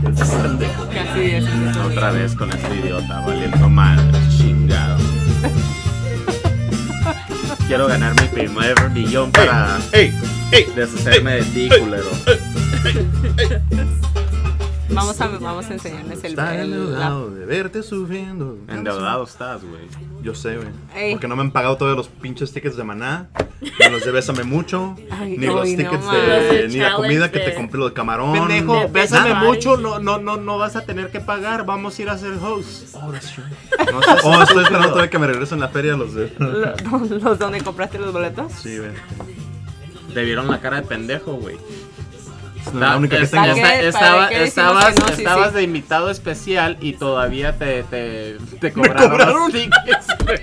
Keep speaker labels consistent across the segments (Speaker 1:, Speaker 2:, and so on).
Speaker 1: grande.
Speaker 2: Casi es
Speaker 1: Otra vez con este idiota, valiendo mal, chingado. Quiero ganar mi primer millón para
Speaker 3: ¡Ey! ¡Ey!
Speaker 1: deshacerme de ti, culero.
Speaker 2: Vamos a, vamos a enseñarles el,
Speaker 3: Está
Speaker 2: el la-
Speaker 3: endeudado de verte subiendo.
Speaker 1: Endeudado estás, güey.
Speaker 3: Yo sé, güey.
Speaker 2: Ey.
Speaker 3: Porque no me han pagado todos los pinches tickets de Maná, ni los de Bésame Mucho,
Speaker 2: Ay,
Speaker 3: ni los
Speaker 2: ay, no
Speaker 3: tickets
Speaker 2: mames.
Speaker 3: de.
Speaker 4: Los
Speaker 3: ni la comida que te
Speaker 4: challenge de-
Speaker 3: compré, lo de camarón.
Speaker 1: Pendejo, bésame
Speaker 4: nada.
Speaker 1: mucho, no, no, no, no vas a tener que pagar, vamos a ir a ser host.
Speaker 3: Oh, that's true.
Speaker 1: No seas
Speaker 3: Oh, estoy esperando
Speaker 1: estúpido.
Speaker 3: todavía que me regresen la feria los de.
Speaker 2: lo- los donde compraste los boletos.
Speaker 3: Sí, güey.
Speaker 1: Te vieron la cara de pendejo, güey.
Speaker 3: Es la única que
Speaker 1: Esta-
Speaker 3: tengo.
Speaker 2: ¿Para qué?
Speaker 1: estaba-
Speaker 2: ¿Para qué decimos
Speaker 1: estabas
Speaker 2: que no? Sí,
Speaker 1: estabas
Speaker 2: sí.
Speaker 1: de invitado especial y todavía te, te, te cobraron,
Speaker 3: cobraron.
Speaker 1: los tickets. güey.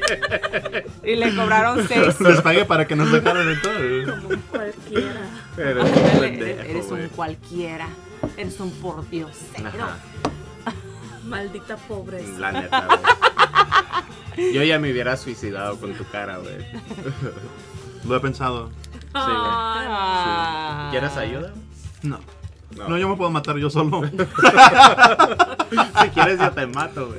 Speaker 2: Y le cobraron seis.
Speaker 3: Les pagué para que nos dejaran de todo. güey.
Speaker 4: Cualquiera.
Speaker 1: Pero
Speaker 2: Ándale,
Speaker 1: es un
Speaker 2: eres,
Speaker 1: pendejo,
Speaker 2: eres un
Speaker 1: güey.
Speaker 2: cualquiera. Eres un pordiosero.
Speaker 1: Ajá,
Speaker 4: Maldita pobreza.
Speaker 1: La neta, güey. Yo ya me hubiera suicidado con tu cara, güey.
Speaker 3: Lo he pensado.
Speaker 4: Ah,
Speaker 2: Ah.
Speaker 1: ¿Quieres ayuda?
Speaker 3: No.
Speaker 1: No.
Speaker 3: No, yo me puedo matar yo solo.
Speaker 1: Si quieres, yo te mato, güey.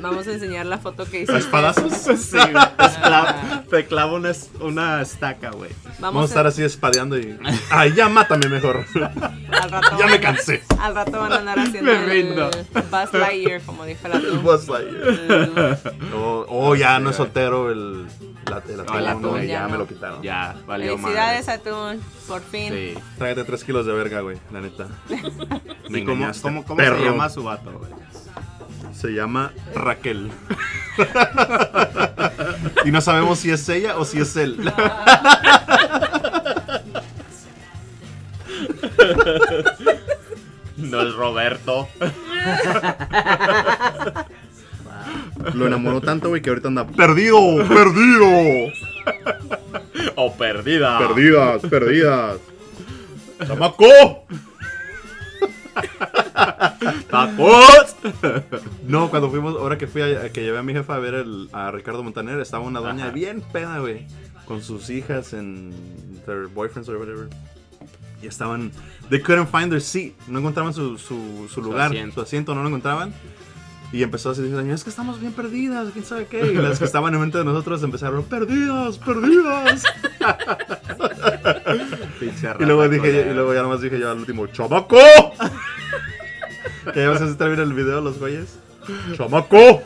Speaker 2: Vamos a enseñar la foto que
Speaker 3: ¿A
Speaker 2: hiciste.
Speaker 3: espadazos?
Speaker 1: Sí, güey, te clavo- te clavo una, es- una estaca, güey.
Speaker 3: Vamos a estar así espadeando y. ¡Ay, ya mátame mejor!
Speaker 2: Al rato,
Speaker 3: Ya
Speaker 2: van
Speaker 3: me
Speaker 2: a-
Speaker 3: cansé.
Speaker 2: Al rato van a andar haciendo
Speaker 1: Me
Speaker 2: el
Speaker 1: rindo.
Speaker 2: Buzz Lightyear, como dijo la
Speaker 3: El
Speaker 2: tú.
Speaker 3: Buzz Lightyear. Oh, oh, ya no es soltero el. La, el atún,
Speaker 1: el
Speaker 3: ¿no?
Speaker 1: atún,
Speaker 2: ya
Speaker 3: ya me
Speaker 2: no.
Speaker 3: lo quitaron.
Speaker 1: Ya, valió más.
Speaker 2: Felicidades, Atún. Por fin.
Speaker 1: Sí.
Speaker 3: Trágate tres kilos de verga, güey, la neta. Me
Speaker 1: ¿Y cómo,
Speaker 3: engañaste,
Speaker 1: cómo, cómo se
Speaker 3: perro.
Speaker 1: llama su vato, güey?
Speaker 3: Se llama Raquel. y no sabemos si es ella o si es él.
Speaker 1: No es Roberto.
Speaker 3: Lo enamoró tanto, güey, que ahorita anda perdido, perdido,
Speaker 1: O perdida.
Speaker 3: perdidas, perdidas. ¡Chamaco!
Speaker 1: ¡Tacos!
Speaker 3: No, cuando fuimos, ahora que fui a, que llevé a mi jefa a ver el, a Ricardo Montaner, estaba una doña
Speaker 1: Ajá.
Speaker 3: bien peda, güey, con sus hijas en their boyfriends or whatever. Y estaban, they couldn't find their seat, no encontraban su, su, su lugar,
Speaker 1: asiento.
Speaker 3: su asiento, no lo encontraban. Y empezó a decir, es que estamos bien perdidas, quién sabe qué. Y las que estaban enfrente de nosotros empezaron, perdidas, perdidas. Y luego dije, y luego ya nomás dije yo al último, ¡Chamaco! que ya vas a hacer bien el video, los güeyes. ¡Chamaco!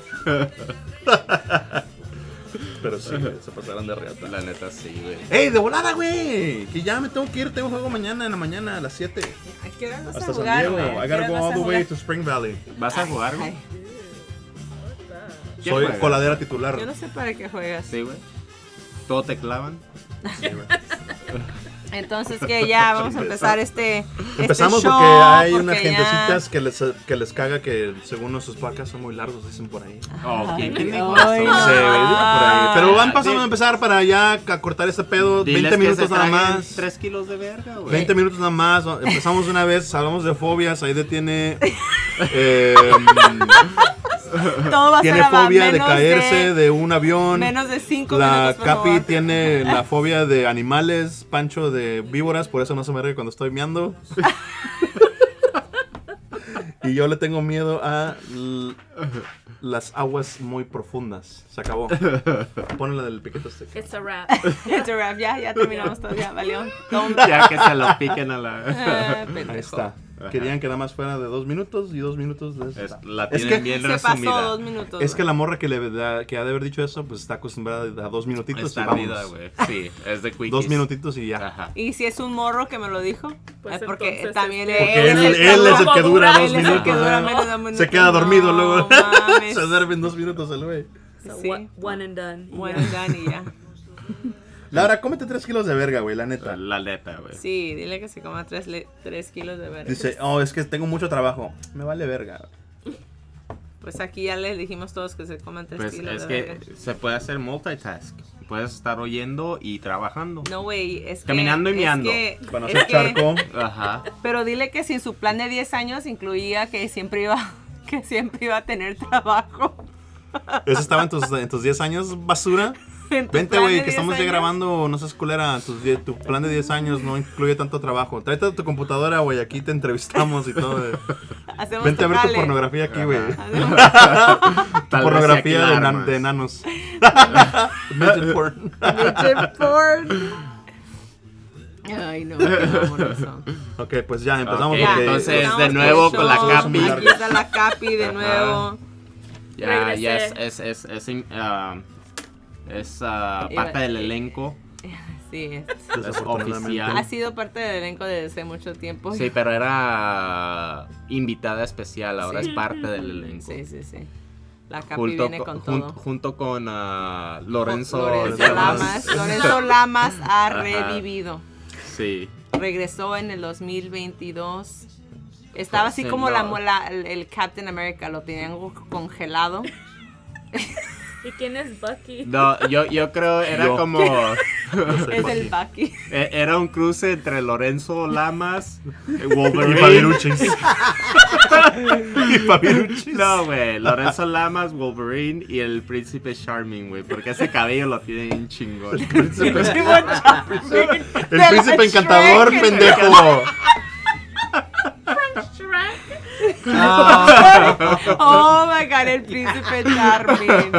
Speaker 3: Pero sí, güey, se pasaron de reata.
Speaker 1: La neta sí, güey.
Speaker 3: ¡Ey, de volada, güey! Que ya me tengo que ir, tengo juego mañana en la mañana a las 7.
Speaker 2: ¿A qué hora vas a
Speaker 3: Hasta San
Speaker 2: jugar,
Speaker 3: Diego.
Speaker 2: güey? ¿A
Speaker 3: I
Speaker 2: qué
Speaker 3: gotta
Speaker 2: hora
Speaker 3: go
Speaker 2: vas
Speaker 3: all
Speaker 2: a
Speaker 3: the way
Speaker 2: jugar?
Speaker 3: to Spring Valley.
Speaker 1: ¿Vas a jugar, güey?
Speaker 2: Ay,
Speaker 1: ¿Qué
Speaker 3: Soy
Speaker 1: juegas?
Speaker 3: coladera titular.
Speaker 2: Yo no sé para qué juegas.
Speaker 1: Sí, güey. ¿Todo te clavan?
Speaker 3: Sí, güey.
Speaker 2: Entonces que ya vamos a empezar este, este
Speaker 3: Empezamos
Speaker 2: show,
Speaker 3: porque hay unas
Speaker 2: porque ya-
Speaker 3: gentecitas que les, que les caga que según nuestros podcasts son muy largos, dicen por ahí.
Speaker 1: Oh, ¿quién, quién
Speaker 2: Ay,
Speaker 1: dijo
Speaker 2: ay,
Speaker 1: eso?
Speaker 3: Sí, güey, dicen por
Speaker 2: Ah,
Speaker 3: ahí. Pero van pasando
Speaker 1: Dile-
Speaker 3: a empezar para ya ca- cortar este pedo.
Speaker 1: Diles que
Speaker 3: 20 minutos
Speaker 1: se
Speaker 3: nada
Speaker 1: traguen
Speaker 3: más.
Speaker 1: Tres kilos de verga, güey.
Speaker 3: 20 minutos nada más. Empezamos de una vez, hablamos de fobias. Ahí detiene. eh,
Speaker 2: Todo va a
Speaker 3: tiene
Speaker 2: ser a
Speaker 3: fobia de
Speaker 2: menos
Speaker 3: caerse de un avión.
Speaker 2: menos de cinco
Speaker 3: La
Speaker 2: minutos, por
Speaker 3: Capi
Speaker 2: favor.
Speaker 3: tiene la fobia de animales, Pancho de víboras, por eso no se me ríe cuando estoy meando. y yo le tengo miedo a l- las aguas muy profundas. Se acabó. Ponle la del piquete este.
Speaker 4: It's a wrap.
Speaker 2: It's a wrap, ya, ya terminamos todo, ya valió. Todo un-
Speaker 1: Ya que se lo piquen a la...
Speaker 2: Ah,
Speaker 3: Ahí
Speaker 2: pendejo.
Speaker 3: está. Querían que nada más fuera de dos minutos y dos minutos de esta.
Speaker 1: Es- la
Speaker 3: Es
Speaker 1: tienen
Speaker 3: que-
Speaker 1: bien
Speaker 2: Se
Speaker 1: resumida.
Speaker 2: pasó dos minutos.
Speaker 3: Es que la morra que, le, da- que ha de haber dicho eso, pues está acostumbrada a dos minutitos y
Speaker 1: Está
Speaker 3: vámonos.
Speaker 1: ardida, güey. Sí, es de quickies.
Speaker 3: Dos minutitos y ya.
Speaker 1: Ajá.
Speaker 2: Y si es un morro que me lo dijo,
Speaker 4: Pues
Speaker 2: es porque
Speaker 4: entonces,
Speaker 2: también
Speaker 4: este,
Speaker 3: Porque
Speaker 2: él,
Speaker 3: él, él
Speaker 2: es el
Speaker 3: es el que dura dos
Speaker 2: Él es el
Speaker 3: minutos.
Speaker 2: que dura
Speaker 3: ¿eh?
Speaker 2: menos de un minuto.
Speaker 3: Se queda dormido
Speaker 2: No,
Speaker 3: luego.
Speaker 2: mames.
Speaker 3: Se duerme en dos minutos el güey.
Speaker 4: So
Speaker 2: Sí.
Speaker 4: one, one and done.
Speaker 2: Bueno, Dani, ya.
Speaker 3: Laura, cómete tres kilos de verga, güey, la neta.
Speaker 1: La neta, güey.
Speaker 2: Sí, dile que se coma tres, le- tres kilos de verga.
Speaker 3: Dice, oh, es que tengo mucho trabajo. Me vale verga.
Speaker 2: Pues aquí ya les dijimos todos que se coman tres
Speaker 1: Pues
Speaker 2: kilos
Speaker 1: es
Speaker 2: de
Speaker 1: que
Speaker 2: verga.
Speaker 1: se puede hacer multitask. Puedes estar oyendo y trabajando.
Speaker 2: No, güey, es que...
Speaker 1: Caminando y
Speaker 2: es
Speaker 1: meando.
Speaker 2: que-
Speaker 3: Para no
Speaker 2: es
Speaker 3: hacer
Speaker 2: que-
Speaker 3: charco.
Speaker 1: Ajá.
Speaker 2: Pero dile que si su plan de 10 años incluía que siempre iba, que siempre iba a tener trabajo.
Speaker 3: Eso estaba en tus, en tus 10 años, basura.
Speaker 2: En tu plan
Speaker 3: Vente,
Speaker 2: de
Speaker 3: güey,
Speaker 2: 10
Speaker 3: que estamos ya
Speaker 2: años.
Speaker 3: grabando, no seas culera, tus die- tu, plan de 10 años no incluye tanto trabajo. Tráete tu computadora, güey, aquí te entrevistamos y todo. güey.
Speaker 2: Hacemos
Speaker 3: Vente a ver tu
Speaker 2: totales.
Speaker 3: pornografía aquí, güey.
Speaker 1: Ajá.
Speaker 2: Hacemos-
Speaker 3: Tu
Speaker 1: Tal vez
Speaker 3: pornografía
Speaker 1: sea que
Speaker 3: de,
Speaker 1: la
Speaker 3: nan-
Speaker 1: armas.
Speaker 3: de enanos. Midget porn.
Speaker 2: Midget porn. Ay, no, qué mamones son.
Speaker 3: ok, pues ya empezamos.
Speaker 1: Ok,
Speaker 3: porque-
Speaker 1: entonces,
Speaker 2: estamos
Speaker 1: de nuevo
Speaker 2: show.
Speaker 1: con la Ah.
Speaker 3: Capi.
Speaker 2: Aquí está la Capi de nuevo.
Speaker 1: Ya,
Speaker 4: Regresé.
Speaker 1: ya es, es, es, es, in- ah, es, ah,
Speaker 2: Iba-
Speaker 1: parte del elenco.
Speaker 2: Sí, es-
Speaker 1: Es oficial.
Speaker 2: ha sido parte del elenco desde hace mucho tiempo.
Speaker 1: Sí, pero era invitada especial, ahora
Speaker 2: Sí.
Speaker 1: es parte del elenco.
Speaker 2: sí, sí, sí. La Capi
Speaker 1: Junto,
Speaker 2: viene
Speaker 1: co-
Speaker 2: con
Speaker 1: jun-
Speaker 2: todo.
Speaker 1: junto con ah, Lorenzo,
Speaker 2: Lorenzo
Speaker 1: Llamas.
Speaker 2: Lamas. Lorenzo Lamas ha
Speaker 1: Ajá.
Speaker 2: revivido.
Speaker 1: Sí.
Speaker 2: Regresó en el 2022. Estaba así
Speaker 1: Sí,
Speaker 2: como la,
Speaker 1: no.
Speaker 2: mola- el, el Captain America, lo tenían congelado.
Speaker 4: ¿Y quién es Bucky?
Speaker 1: No, yo, yo creo era
Speaker 3: Yo.
Speaker 1: como.
Speaker 2: Es el Bucky.
Speaker 1: e- Era un cruce entre Lorenzo Lamas, eh,
Speaker 3: Y
Speaker 1: Wolverine.
Speaker 3: Fabiruchis. y Fabiruchis.
Speaker 1: No, güey. Lorenzo Lamas, Wolverine y el príncipe Charming, güey. Porque ese cabello lo tiene bien chingón.
Speaker 3: El
Speaker 2: la
Speaker 3: príncipe
Speaker 2: Shrek.
Speaker 3: encantador, pendejo.
Speaker 4: Shrek.
Speaker 2: Oh my god, el príncipe Charming.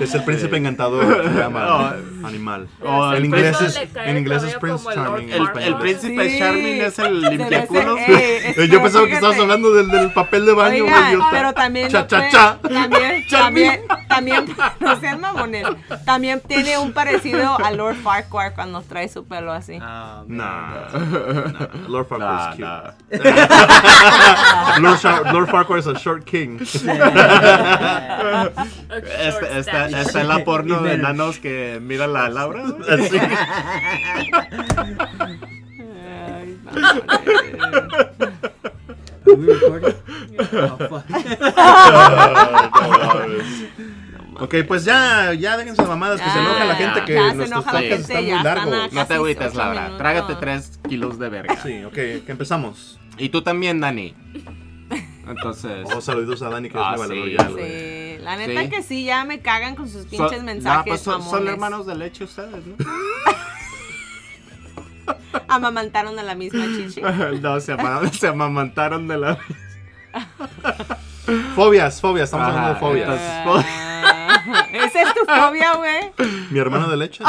Speaker 3: Es el príncipe encantador. se llama. Animal.
Speaker 1: Oh,
Speaker 3: en
Speaker 1: el
Speaker 3: inglés
Speaker 1: príncipe-
Speaker 3: es,
Speaker 4: Le cae
Speaker 3: en
Speaker 4: el
Speaker 3: inglés es
Speaker 4: cabello
Speaker 3: Prince
Speaker 4: como el Lord
Speaker 3: Charming.
Speaker 1: El,
Speaker 3: güey.
Speaker 1: el príncipe
Speaker 2: Sí.
Speaker 1: Charming es el
Speaker 2: Se me hace-
Speaker 1: limpiaculos.
Speaker 2: Ey,
Speaker 3: Eh,
Speaker 2: espera,
Speaker 3: yo pensaba que
Speaker 2: fíjate.
Speaker 3: estabas hablando del, del papel de baño, güey.
Speaker 2: Oigan,
Speaker 3: idiota.
Speaker 2: pero también
Speaker 3: Cha,
Speaker 2: no
Speaker 3: cha,
Speaker 2: fue-
Speaker 3: cha.
Speaker 2: también
Speaker 3: Charmin.
Speaker 2: también también no sean mamones. También tiene un parecido a Lord Farquhar cuando trae su pelo así.
Speaker 3: Ah. Nah. nah. Lord Farquhar
Speaker 1: Nah,
Speaker 3: is cute.
Speaker 1: nah.
Speaker 3: Lord, Shar- Lord Farquhar is a short king.
Speaker 4: A short
Speaker 1: Esta, esta,
Speaker 4: stash.
Speaker 1: esta es la porno de enanos que mira la Laura. güey.
Speaker 3: Así.
Speaker 2: Ay, mamones.
Speaker 5: Are we recording? Oh, fuck.
Speaker 3: ok, pues ya, ya déjense de mamadas que se enoja
Speaker 1: Ya,
Speaker 3: la gente que
Speaker 2: Ah, ya se
Speaker 3: nuestros
Speaker 2: enoja la
Speaker 3: podcasts
Speaker 2: gente,
Speaker 3: están
Speaker 2: ya
Speaker 3: muy
Speaker 2: están
Speaker 3: largos.
Speaker 2: acá.
Speaker 1: No te
Speaker 2: Casi
Speaker 1: agüites,
Speaker 2: ocho
Speaker 1: Laura.
Speaker 2: minutos.
Speaker 1: Trágate tres kilos de verga.
Speaker 3: Sí, ok, que empezamos.
Speaker 1: Y tú también, Dani. Entonces.
Speaker 3: Oh, saludos a Dani que es
Speaker 1: Ah,
Speaker 3: mi valedor
Speaker 1: sí,
Speaker 3: ya, güey.
Speaker 2: Sí, la neta
Speaker 1: Sí.
Speaker 2: que sí, ya me cagan con sus
Speaker 1: son-
Speaker 2: pinches
Speaker 1: nah,
Speaker 2: mensajes.
Speaker 1: pues son, son
Speaker 2: mamones.
Speaker 1: hermanos de leche ustedes, ¿no?
Speaker 2: Amamantaron a la misma chichi. Ah,
Speaker 1: no, se, ama- se amamantaron de la.
Speaker 3: Fobias, fobias, estamos
Speaker 1: Ajá,
Speaker 3: hablando de fobias.
Speaker 1: entonces-
Speaker 2: Ah, Esa es tu fobia, güey.
Speaker 3: ¿Mi hermano de leche?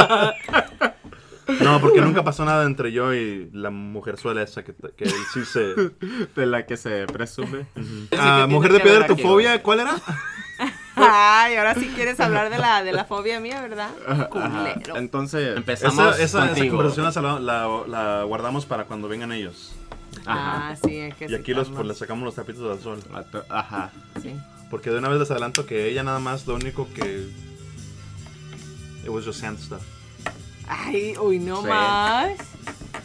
Speaker 3: no, porque nunca pasó nada entre yo y la mujerzuela esa que, que sí se...
Speaker 1: De la que se presume.
Speaker 3: Ah,
Speaker 1: tiene
Speaker 3: mujer de
Speaker 1: que ver
Speaker 3: piedra, tu
Speaker 1: aquí,
Speaker 3: fobia, ¿cuál era?
Speaker 2: Ay, ahora sí quieres hablar de la, de la fobia mía, ¿verdad?
Speaker 1: Ajá,
Speaker 2: Culero.
Speaker 1: Entonces, empezamos
Speaker 3: Esa, esa, esa
Speaker 1: contigo.
Speaker 3: conversación esa la, la- la guardamos para cuando vengan ellos.
Speaker 1: Ajá.
Speaker 2: Ah, sí, es que
Speaker 3: Y
Speaker 2: sí,
Speaker 3: aquí los, pues,
Speaker 2: Carlos,
Speaker 3: les sacamos los tapitos al sol.
Speaker 1: Ato- Ajá.
Speaker 2: sí.
Speaker 3: Porque de una vez les adelanto que ella nada más lo único que... It was just hand stuff.
Speaker 2: Ay, uy, no
Speaker 1: Sí.
Speaker 2: más.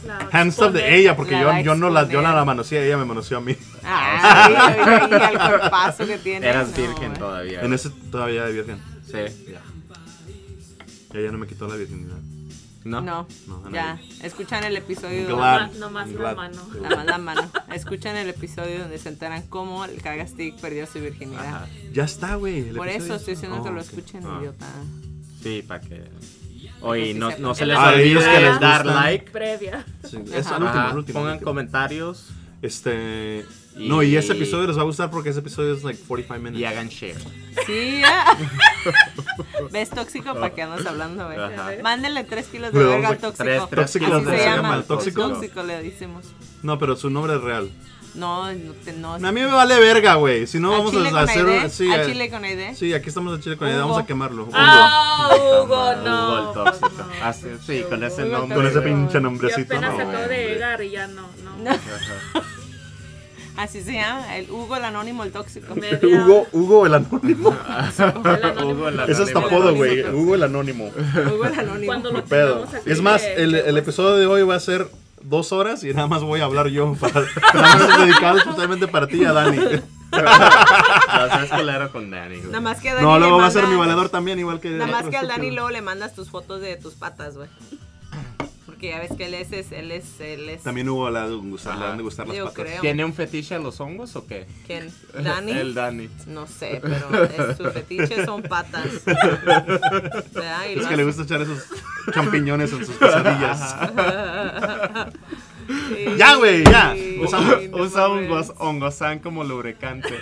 Speaker 4: La
Speaker 3: Hand stuff de
Speaker 4: exponer.
Speaker 3: ella, porque
Speaker 2: La
Speaker 3: yo,
Speaker 2: va a
Speaker 3: yo no la, yo no
Speaker 2: exponer.
Speaker 3: la manoseé, ella me manoseó a mí.
Speaker 2: Ay, oye, y al cuerpazo que tiene.
Speaker 1: Eras
Speaker 2: no, eh.
Speaker 1: virgen
Speaker 2: güey.
Speaker 1: todavía.
Speaker 3: En ese todavía de virgen.
Speaker 1: Sí.
Speaker 3: Ella no me quitó la virginidad.
Speaker 1: No.
Speaker 2: No,
Speaker 3: No, a
Speaker 2: ya. Escuchan el episodio.
Speaker 3: Glad.
Speaker 2: donde-
Speaker 4: No más
Speaker 3: Glad.
Speaker 4: la mano.
Speaker 2: Nada más la mano. Escuchan el episodio donde se enteran cómo el Cagastic perdió su virginidad.
Speaker 1: Ajá.
Speaker 3: Ya está, güey. el
Speaker 2: Por eso
Speaker 3: episodio ya
Speaker 2: estoy
Speaker 3: está.
Speaker 2: diciendo que
Speaker 3: Oh,
Speaker 2: lo
Speaker 3: ok.
Speaker 2: escuchen,
Speaker 1: Ah.
Speaker 2: idiota.
Speaker 1: Sí, para que.
Speaker 2: sí
Speaker 1: Oye, no,
Speaker 2: sepa.
Speaker 1: no se
Speaker 4: En
Speaker 1: les
Speaker 4: la
Speaker 1: olvide
Speaker 4: previa.
Speaker 1: les dar
Speaker 3: Ajá.
Speaker 1: like.
Speaker 4: Previa.
Speaker 3: Sí, es
Speaker 2: Ajá.
Speaker 3: al último,
Speaker 1: Ajá,
Speaker 3: al último, al
Speaker 1: Pongan
Speaker 3: último.
Speaker 1: comentarios
Speaker 3: Este.
Speaker 1: Y-
Speaker 3: No, y ese episodio les va a gustar porque ese episodio es like 45 minutes.
Speaker 1: y hagan share.
Speaker 2: Sí, ya. ¿Ves tóxico para que andas hablando, güey?
Speaker 1: Ajá.
Speaker 2: Mándenle tres kilos de
Speaker 3: Luego,
Speaker 2: verga al
Speaker 3: güey,
Speaker 2: tóxico.
Speaker 1: tres- tres
Speaker 2: Así
Speaker 3: kilos
Speaker 1: de
Speaker 2: se
Speaker 1: verga
Speaker 2: llama.
Speaker 1: al tóxico.
Speaker 2: Tóxico le decimos.
Speaker 3: No, pero su nombre es real.
Speaker 2: No, no, te- no.
Speaker 3: A mí me vale verga, güey. Si no,
Speaker 2: ¿Al
Speaker 3: vamos
Speaker 2: chile
Speaker 3: a
Speaker 2: con
Speaker 3: hacer.
Speaker 2: Aide?
Speaker 3: un- Sí,
Speaker 2: ¿Al
Speaker 3: eh,
Speaker 2: chile con Aide?
Speaker 3: sí, aquí estamos en Chile con
Speaker 2: Hugo.
Speaker 3: Aide. Vamos a quemarlo. Hugo.
Speaker 4: Ah, Hugo,
Speaker 1: Hugo
Speaker 4: no.
Speaker 1: el tóxico. Así, sí, con ese
Speaker 2: Hugo
Speaker 1: nombre.
Speaker 3: Con ese
Speaker 1: güey.
Speaker 3: pinche
Speaker 4: Yo
Speaker 3: nombrecito.
Speaker 4: apenas
Speaker 3: no,
Speaker 4: acabo de
Speaker 3: hombre.
Speaker 4: llegar y ya no. no.
Speaker 1: Ajá.
Speaker 2: Así se llama. El Hugo, el anónimo, el tóxico.
Speaker 4: Media-
Speaker 3: Hugo, Hugo el anónimo.
Speaker 4: el anónimo.
Speaker 1: Hugo la
Speaker 3: Ese es tu
Speaker 1: anónimo.
Speaker 3: apodo, güey.
Speaker 2: Anónimo.
Speaker 3: Hugo el anónimo.
Speaker 2: Hugo, el anónimo.
Speaker 4: Cuando
Speaker 3: Qué
Speaker 4: lo
Speaker 3: pedo.
Speaker 4: tengamos aquí
Speaker 3: Es más,
Speaker 4: de-
Speaker 3: el,
Speaker 4: de-
Speaker 3: el episodio de hoy va a ser dos horas y nada más voy a hablar yo. Para, nada más dedicado especialmente para ti y a Dani.
Speaker 1: No seas culero con Dani, güey.
Speaker 2: Nada más que a Dani
Speaker 3: No,
Speaker 2: le
Speaker 3: luego va a ser
Speaker 2: mandas-
Speaker 3: mi valedor también, igual que.
Speaker 2: Nada más
Speaker 3: otro
Speaker 2: que al Dani
Speaker 3: estúpido.
Speaker 2: luego le mandas tus fotos de tus patas, güey. porque ya ves que él es, es- él es, él es
Speaker 3: También hubo la de gustar,
Speaker 1: Ajá.
Speaker 3: la de gustar las
Speaker 2: Yo
Speaker 3: patas.
Speaker 2: creo.
Speaker 1: ¿Tiene un fetiche a los hongos o qué?
Speaker 2: ¿quién? Dani.
Speaker 1: El Dani.
Speaker 2: No sé, pero es- sus fetiches son patas. ¿Verdad? Y
Speaker 3: Es
Speaker 2: lo
Speaker 3: que
Speaker 2: hace-
Speaker 3: le gusta echar esos champiñones en sus quesadillas.
Speaker 2: Sí.
Speaker 3: Ya, güey, ya.
Speaker 2: Sí,
Speaker 1: Usa,
Speaker 2: no
Speaker 1: usa
Speaker 2: mames.
Speaker 1: hongos, hongosan como lubricante.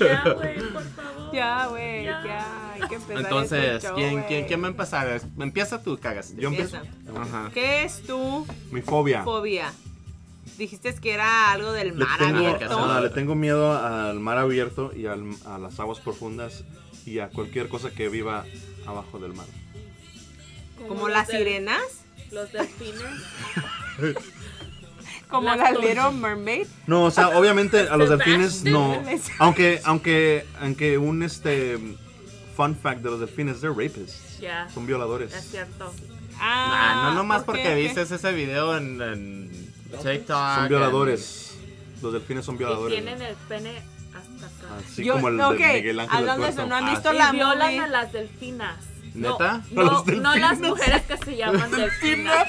Speaker 4: Ya, güey, por favor.
Speaker 2: Ya, güey,
Speaker 4: Ya.
Speaker 2: ya. Hay que empezar
Speaker 1: Entonces,
Speaker 2: este show,
Speaker 1: ¿quién, quién,
Speaker 2: güey.
Speaker 1: quién va a empezar? Es- Empieza tú, cagas.
Speaker 3: Yo empiezo.
Speaker 2: Empieza.
Speaker 1: Ajá.
Speaker 2: ¿Qué es tu
Speaker 3: Mi
Speaker 1: Ah.
Speaker 3: fobia.
Speaker 2: fobia? Dijiste que era algo del
Speaker 3: Le
Speaker 2: mar
Speaker 3: tengo,
Speaker 2: abierto.
Speaker 3: ah, le tengo miedo al mar abierto y al- a las aguas profundas y a cualquier cosa que viva abajo del mar.
Speaker 2: Como
Speaker 4: los
Speaker 2: las
Speaker 4: del-
Speaker 2: sirenas,
Speaker 4: Los delfines.
Speaker 2: como
Speaker 4: Las
Speaker 2: las, Little Mermaid.
Speaker 3: No, o sea, obviamente a los
Speaker 4: Sebastián.
Speaker 3: delfines no. Aunque, aunque, aunque un este fun fact de los delfines, they're rapists.
Speaker 4: Ya.
Speaker 3: Son
Speaker 4: Es
Speaker 3: violadores.
Speaker 4: cierto.
Speaker 1: Ah, no nomás
Speaker 2: ¿por qué?
Speaker 1: porque
Speaker 2: ¿Qué?
Speaker 1: viste ese video en, en TikTok.
Speaker 2: Ah,
Speaker 3: Son
Speaker 1: en-
Speaker 3: violadores. Los delfines son
Speaker 4: Y
Speaker 3: violadores.
Speaker 4: tienen el pene hasta acá.
Speaker 3: Así
Speaker 2: Yo-
Speaker 3: como el
Speaker 2: ok,
Speaker 3: de Miguel Ángel. del
Speaker 2: hablando de eso,
Speaker 3: Tuerto.
Speaker 2: ¿no han
Speaker 3: Ah,
Speaker 2: visto
Speaker 4: Y
Speaker 2: la
Speaker 4: violan
Speaker 2: movie?
Speaker 4: a las delfinas.
Speaker 1: ¿Neta?
Speaker 4: No,
Speaker 3: ¿A
Speaker 4: no,
Speaker 3: los
Speaker 4: no las mujeres que se llaman delfinas.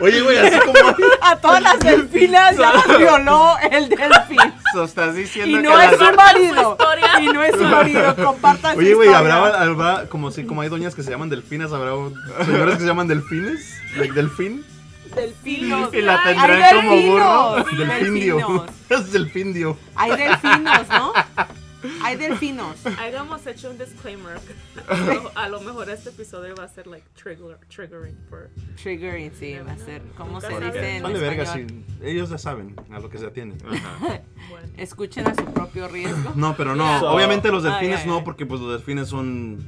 Speaker 1: Oye, güey, así como.
Speaker 2: A todas las delfinas ya las violó el delfín.
Speaker 1: so, estás diciendo
Speaker 2: Y
Speaker 1: que
Speaker 2: no es
Speaker 1: las-
Speaker 2: su marido.
Speaker 4: historia.
Speaker 2: Y no es su marido. Compartan su
Speaker 3: Oye, güey,
Speaker 2: historia.
Speaker 3: habrá, habrá- como si como hay doñas que se llaman delfinas, habrá un- señores que se llaman delfines, like delfín,
Speaker 2: Delfinos.
Speaker 1: Y la
Speaker 4: Ay,
Speaker 1: tendrán
Speaker 2: hay
Speaker 1: como burro.
Speaker 2: delfinos. Sí,
Speaker 3: delfindio,
Speaker 2: delfinos.
Speaker 3: es delfindio.
Speaker 2: Hay delfinos, ¿no? Hay delfinos.
Speaker 4: Habíamos hecho un disclaimer. A lo, a lo mejor este episodio va a ser like trigger, triggering for
Speaker 2: Triggering, sí, va a ser. ¿Cómo se
Speaker 4: Nunca
Speaker 2: dice
Speaker 4: sabes.
Speaker 2: en
Speaker 3: Vale verga, sí,
Speaker 2: español?
Speaker 3: ellos ya saben a lo que se atienen.
Speaker 4: bueno.
Speaker 2: Escuchen a su propio riesgo.
Speaker 3: No, pero no,
Speaker 1: So-
Speaker 3: obviamente los
Speaker 2: Ay, ay,
Speaker 3: delfines
Speaker 2: ay.
Speaker 3: no, porque pues los delfines son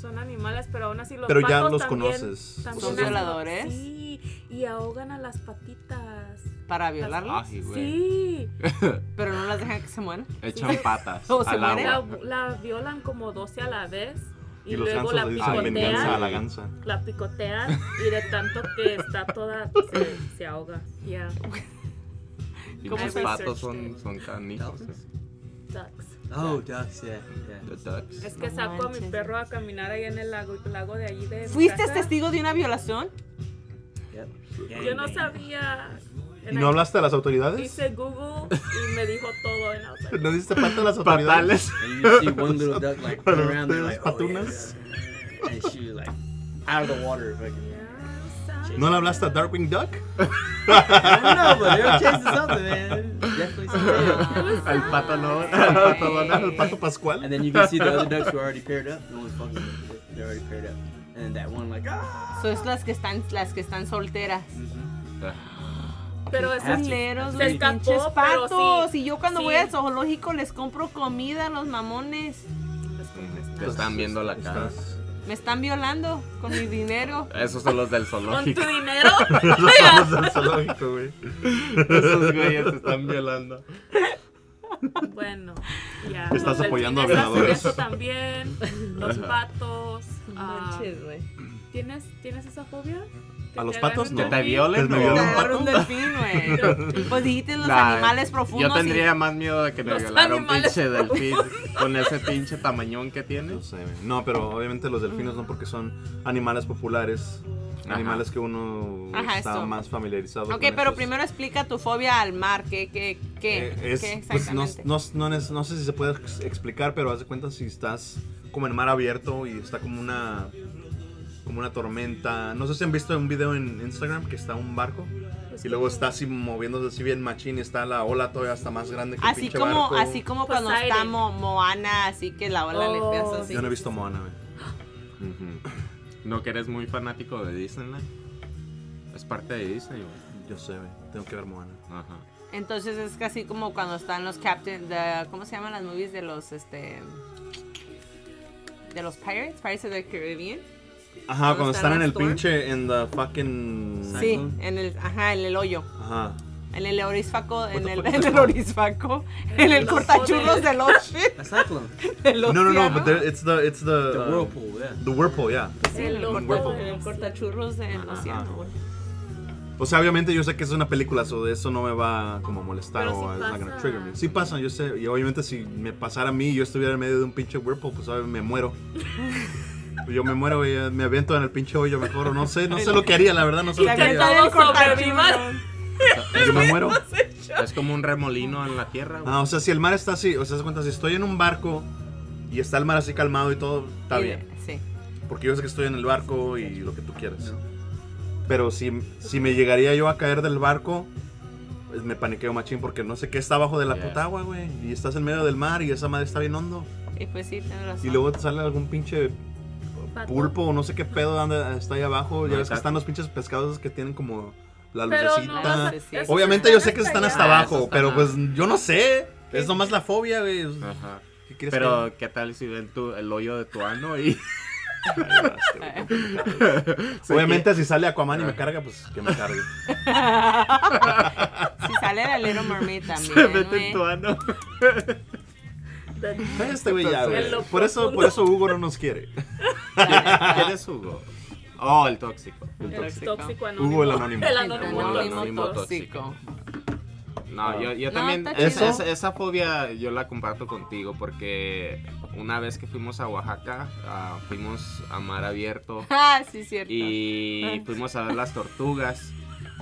Speaker 4: Son animales, pero aún así los
Speaker 3: Pero ya
Speaker 4: patos
Speaker 3: los
Speaker 4: también-
Speaker 3: conoces.
Speaker 4: también
Speaker 2: ¿Son
Speaker 4: hacen-
Speaker 2: violadores?
Speaker 4: Sí, y ahogan a las patitas.
Speaker 2: Para violarlas.
Speaker 1: Ay, güey.
Speaker 4: Sí,
Speaker 2: Pero no las dejan que se mueran.
Speaker 1: Echan patas
Speaker 2: O se
Speaker 1: al
Speaker 2: mueren.
Speaker 4: la,
Speaker 1: agua.
Speaker 4: la violan como 12 a la vez y,
Speaker 3: y, los
Speaker 4: luego
Speaker 3: gansos
Speaker 4: la
Speaker 3: le dicen venganza a
Speaker 4: picotean.
Speaker 3: la gansa.
Speaker 4: La picotean y de tanto que está toda se, se ahoga. Ya,
Speaker 2: ¿Cómo
Speaker 1: Los
Speaker 2: se-
Speaker 1: patos son, son canijos.
Speaker 5: Dolphins.
Speaker 4: ducks.
Speaker 5: Oh, ducks, yeah. yeah.
Speaker 1: The ducks.
Speaker 4: Es que
Speaker 2: No
Speaker 4: saco a mi
Speaker 2: manches.
Speaker 4: perro a caminar ahí en el lago, lago de allí de. mi
Speaker 2: ¿Fuiste
Speaker 4: casa.
Speaker 2: testigo de una violación?
Speaker 5: Yep.
Speaker 4: Yo no
Speaker 5: Gangbang.
Speaker 4: sabía.
Speaker 3: ¿Y no hablaste a las autoridades?
Speaker 4: Hice Google y me dijo todo. And I was like,
Speaker 3: ¿No diste pata a las
Speaker 1: Patales.
Speaker 3: autoridades?
Speaker 5: And you see one little duck like run around there like, oh, yeah,
Speaker 3: Patunas.
Speaker 5: yeah. and she was, like out of the water. Fucking.
Speaker 4: "Yeah, son."
Speaker 3: ¿No le hablaste a Darkwing Duck?
Speaker 5: I don't know, but they were chasing something, man. Definitely something.
Speaker 1: Al pato no.
Speaker 3: Al pato
Speaker 2: Ay.
Speaker 3: Donald, al pato
Speaker 5: And
Speaker 3: Pascual.
Speaker 5: then you can see the other ducks were already paired up. The ones fucking, they're already paired up. And then that one like ah.
Speaker 2: So es las que están, las que están solteras.
Speaker 5: Mm-hmm.
Speaker 4: Pero ese
Speaker 2: Culeros,
Speaker 4: Se
Speaker 2: los
Speaker 4: escapó,
Speaker 2: pinches
Speaker 4: pero
Speaker 2: patos.
Speaker 4: sí,
Speaker 2: Y yo cuando
Speaker 4: sí.
Speaker 2: voy al zoológico les compro comida a los mamones.
Speaker 1: Te están viendo la cara.
Speaker 2: Me están violando con mi dinero.
Speaker 1: Esos son los del
Speaker 4: Con tu
Speaker 1: zoológico.
Speaker 4: dinero.
Speaker 3: Los del zoológico, güey.
Speaker 1: Esos güeyes se están violando.
Speaker 4: bueno, ya.
Speaker 3: Estás
Speaker 4: Los
Speaker 3: apoyando a
Speaker 4: delfines hacen
Speaker 3: violadores.
Speaker 4: eso también. Los patos. ah,
Speaker 2: Manches, güey.
Speaker 4: ¿tienes, ¿Tienes esa fobia?
Speaker 3: ¿A los patos?
Speaker 1: Que
Speaker 3: No.
Speaker 1: te violen.
Speaker 3: Que me
Speaker 1: o-
Speaker 3: violen.
Speaker 2: Agarra un delfín, güey. Pues dijiste los
Speaker 1: Nah,
Speaker 2: animales profundos.
Speaker 1: Yo tendría más miedo de que me
Speaker 4: Los
Speaker 1: violara un
Speaker 4: animales
Speaker 1: pinche delfín con ese pinche tamañón que tiene.
Speaker 3: No sé, güey. No, pero obviamente los delfines no, porque son animales populares.
Speaker 1: Ajá.
Speaker 3: Animales que uno
Speaker 2: Ajá,
Speaker 3: está
Speaker 2: eso.
Speaker 3: más familiarizado
Speaker 2: y... Ok,
Speaker 3: con
Speaker 2: pero
Speaker 3: esos.
Speaker 2: primero explica tu fobia al mar. ¿Qué, qué, qué?
Speaker 3: Eh, es-
Speaker 2: ¿Qué
Speaker 3: pues, no,
Speaker 2: exactamente?
Speaker 3: no, no es- no sé si se puede ex- explicar, pero haz de cuenta si estás como en mar abierto y está como una como una tormenta. No sé si han visto un video en Instagram que está un barco y luego está así moviéndose así bien machín y está la ola todavía hasta más grande que el
Speaker 2: Así
Speaker 3: pinche
Speaker 2: como,
Speaker 3: barco.
Speaker 2: así como cuando
Speaker 4: Poseidon.
Speaker 2: está Mo- Moana, así que la ola
Speaker 4: Pues Oh,
Speaker 2: le pasa así.
Speaker 3: Yo no he visto Moana, güey.
Speaker 1: Ujú. ¿No que eres muy fanático de Disneyland? Es parte de Disney, güey.
Speaker 3: Yo sé, güey. Tengo que ver Moana.
Speaker 1: Ajá.
Speaker 2: Entonces es casi como cuando están los Captain, the- ¿cómo se llaman las movies de los, este, de los Pirates, Pirates of the Caribbean?
Speaker 3: Ajá, cuando
Speaker 2: está
Speaker 3: están en
Speaker 2: la
Speaker 3: el
Speaker 2: Storm?
Speaker 3: pinche en the fucking
Speaker 2: Sí,
Speaker 5: Cyclone.
Speaker 2: en el, ajá, en el hoyo,
Speaker 3: Ajá.
Speaker 2: en el orisfaco, en
Speaker 3: the
Speaker 2: el,
Speaker 3: fuck
Speaker 2: en
Speaker 3: is
Speaker 2: el
Speaker 3: that?
Speaker 2: orisfaco, en el
Speaker 4: Los
Speaker 2: cortachurros
Speaker 4: poderes.
Speaker 2: del ocean,
Speaker 5: A cyclone.
Speaker 2: del
Speaker 3: No, no, no,
Speaker 2: océano.
Speaker 3: but there- it's the it's the
Speaker 5: The
Speaker 3: uh,
Speaker 5: whirlpool, yeah.
Speaker 3: The whirlpool, yeah.
Speaker 2: Sí, en el,
Speaker 4: El
Speaker 2: corta-
Speaker 3: cuerpo.
Speaker 2: en el cortachurros del océano, güey.
Speaker 3: O sea, obviamente yo sé que es una película, so de eso no me va como a molestar
Speaker 4: Pero
Speaker 3: o
Speaker 4: sí
Speaker 3: it's not gonna
Speaker 4: pasa.
Speaker 3: trigger me. Sí pasa, yo sé. Y obviamente si me pasara a mí y yo estuviera en medio de un pinche whirlpool, pues ¿sabes? me muero. Yo me muero y eh, me aviento en el pinche hoyo mejor. o No sé, no sé lo que haría, la verdad, no sé lo
Speaker 2: La
Speaker 3: que haría.
Speaker 2: verdad del
Speaker 4: todos
Speaker 2: cortapinas.
Speaker 4: sobrevivan.
Speaker 3: Yo me muero.
Speaker 1: Es como un remolino en la tierra, güey.
Speaker 3: Ah, o sea, si el mar está así, o sea, se cuenta, si estoy en un barco y está el mar así calmado y todo, está
Speaker 2: Y-
Speaker 3: bien.
Speaker 2: Sí.
Speaker 3: Porque yo sé que estoy en el barco y lo que tú quieras. Pero si, si me llegaría yo a caer del barco, pues, me paniqueo machín porque no sé qué está abajo de la
Speaker 1: Yeah.
Speaker 3: puta agua, güey. Y estás en medio del mar y esa madre está bien hondo.
Speaker 2: Y pues sí, tienes razón.
Speaker 3: Y luego te sale algún pinche
Speaker 4: Pato.
Speaker 3: pulpo o no sé qué pedo anda- está ahí abajo. Ya
Speaker 1: No,
Speaker 3: ves que
Speaker 1: exacto.
Speaker 3: están los pinches pescados que tienen como la
Speaker 4: Pero
Speaker 3: lucecita.
Speaker 4: no,
Speaker 2: lucecita.
Speaker 4: vas a- esos
Speaker 3: Obviamente yo sé que están hasta
Speaker 1: allá.
Speaker 3: abajo,
Speaker 1: Eso está
Speaker 3: pero
Speaker 1: mal.
Speaker 3: pues yo no sé. Es nomás la fobia, güey.
Speaker 1: Ajá.
Speaker 3: ¿Qué quieres
Speaker 1: Pero, ¿qué tal si ven tu, el hoyo de tu ano y.
Speaker 3: que- Ahí vas, te voy a complicar. Obviamente si sale Aquaman y me carga, pues que me cargue.
Speaker 2: Si sale la Little Mermaid también.
Speaker 1: Se mete
Speaker 2: güey.
Speaker 1: en tu ano.
Speaker 3: Este güey ya,
Speaker 1: Entonces,
Speaker 3: güey.
Speaker 4: en lo
Speaker 3: Por eso, por eso Hugo no nos quiere.
Speaker 1: ¿Quién es Hugo? Oh, el tóxico.
Speaker 4: El
Speaker 2: Tóxico.
Speaker 4: tóxico, anónimo.
Speaker 3: Hugo el anónimo.
Speaker 4: El
Speaker 2: Anónimo,
Speaker 4: anónimo.
Speaker 1: El anónimo
Speaker 4: tóxico.
Speaker 2: tóxico.
Speaker 1: No, yo, yo
Speaker 2: No,
Speaker 1: también.
Speaker 2: está
Speaker 3: chido.
Speaker 1: Esa, esa fobia yo la comparto contigo porque una vez que fuimos a Oaxaca, ah, fuimos a mar abierto
Speaker 2: Ah, sí, cierto.
Speaker 1: y fuimos a ver las tortugas.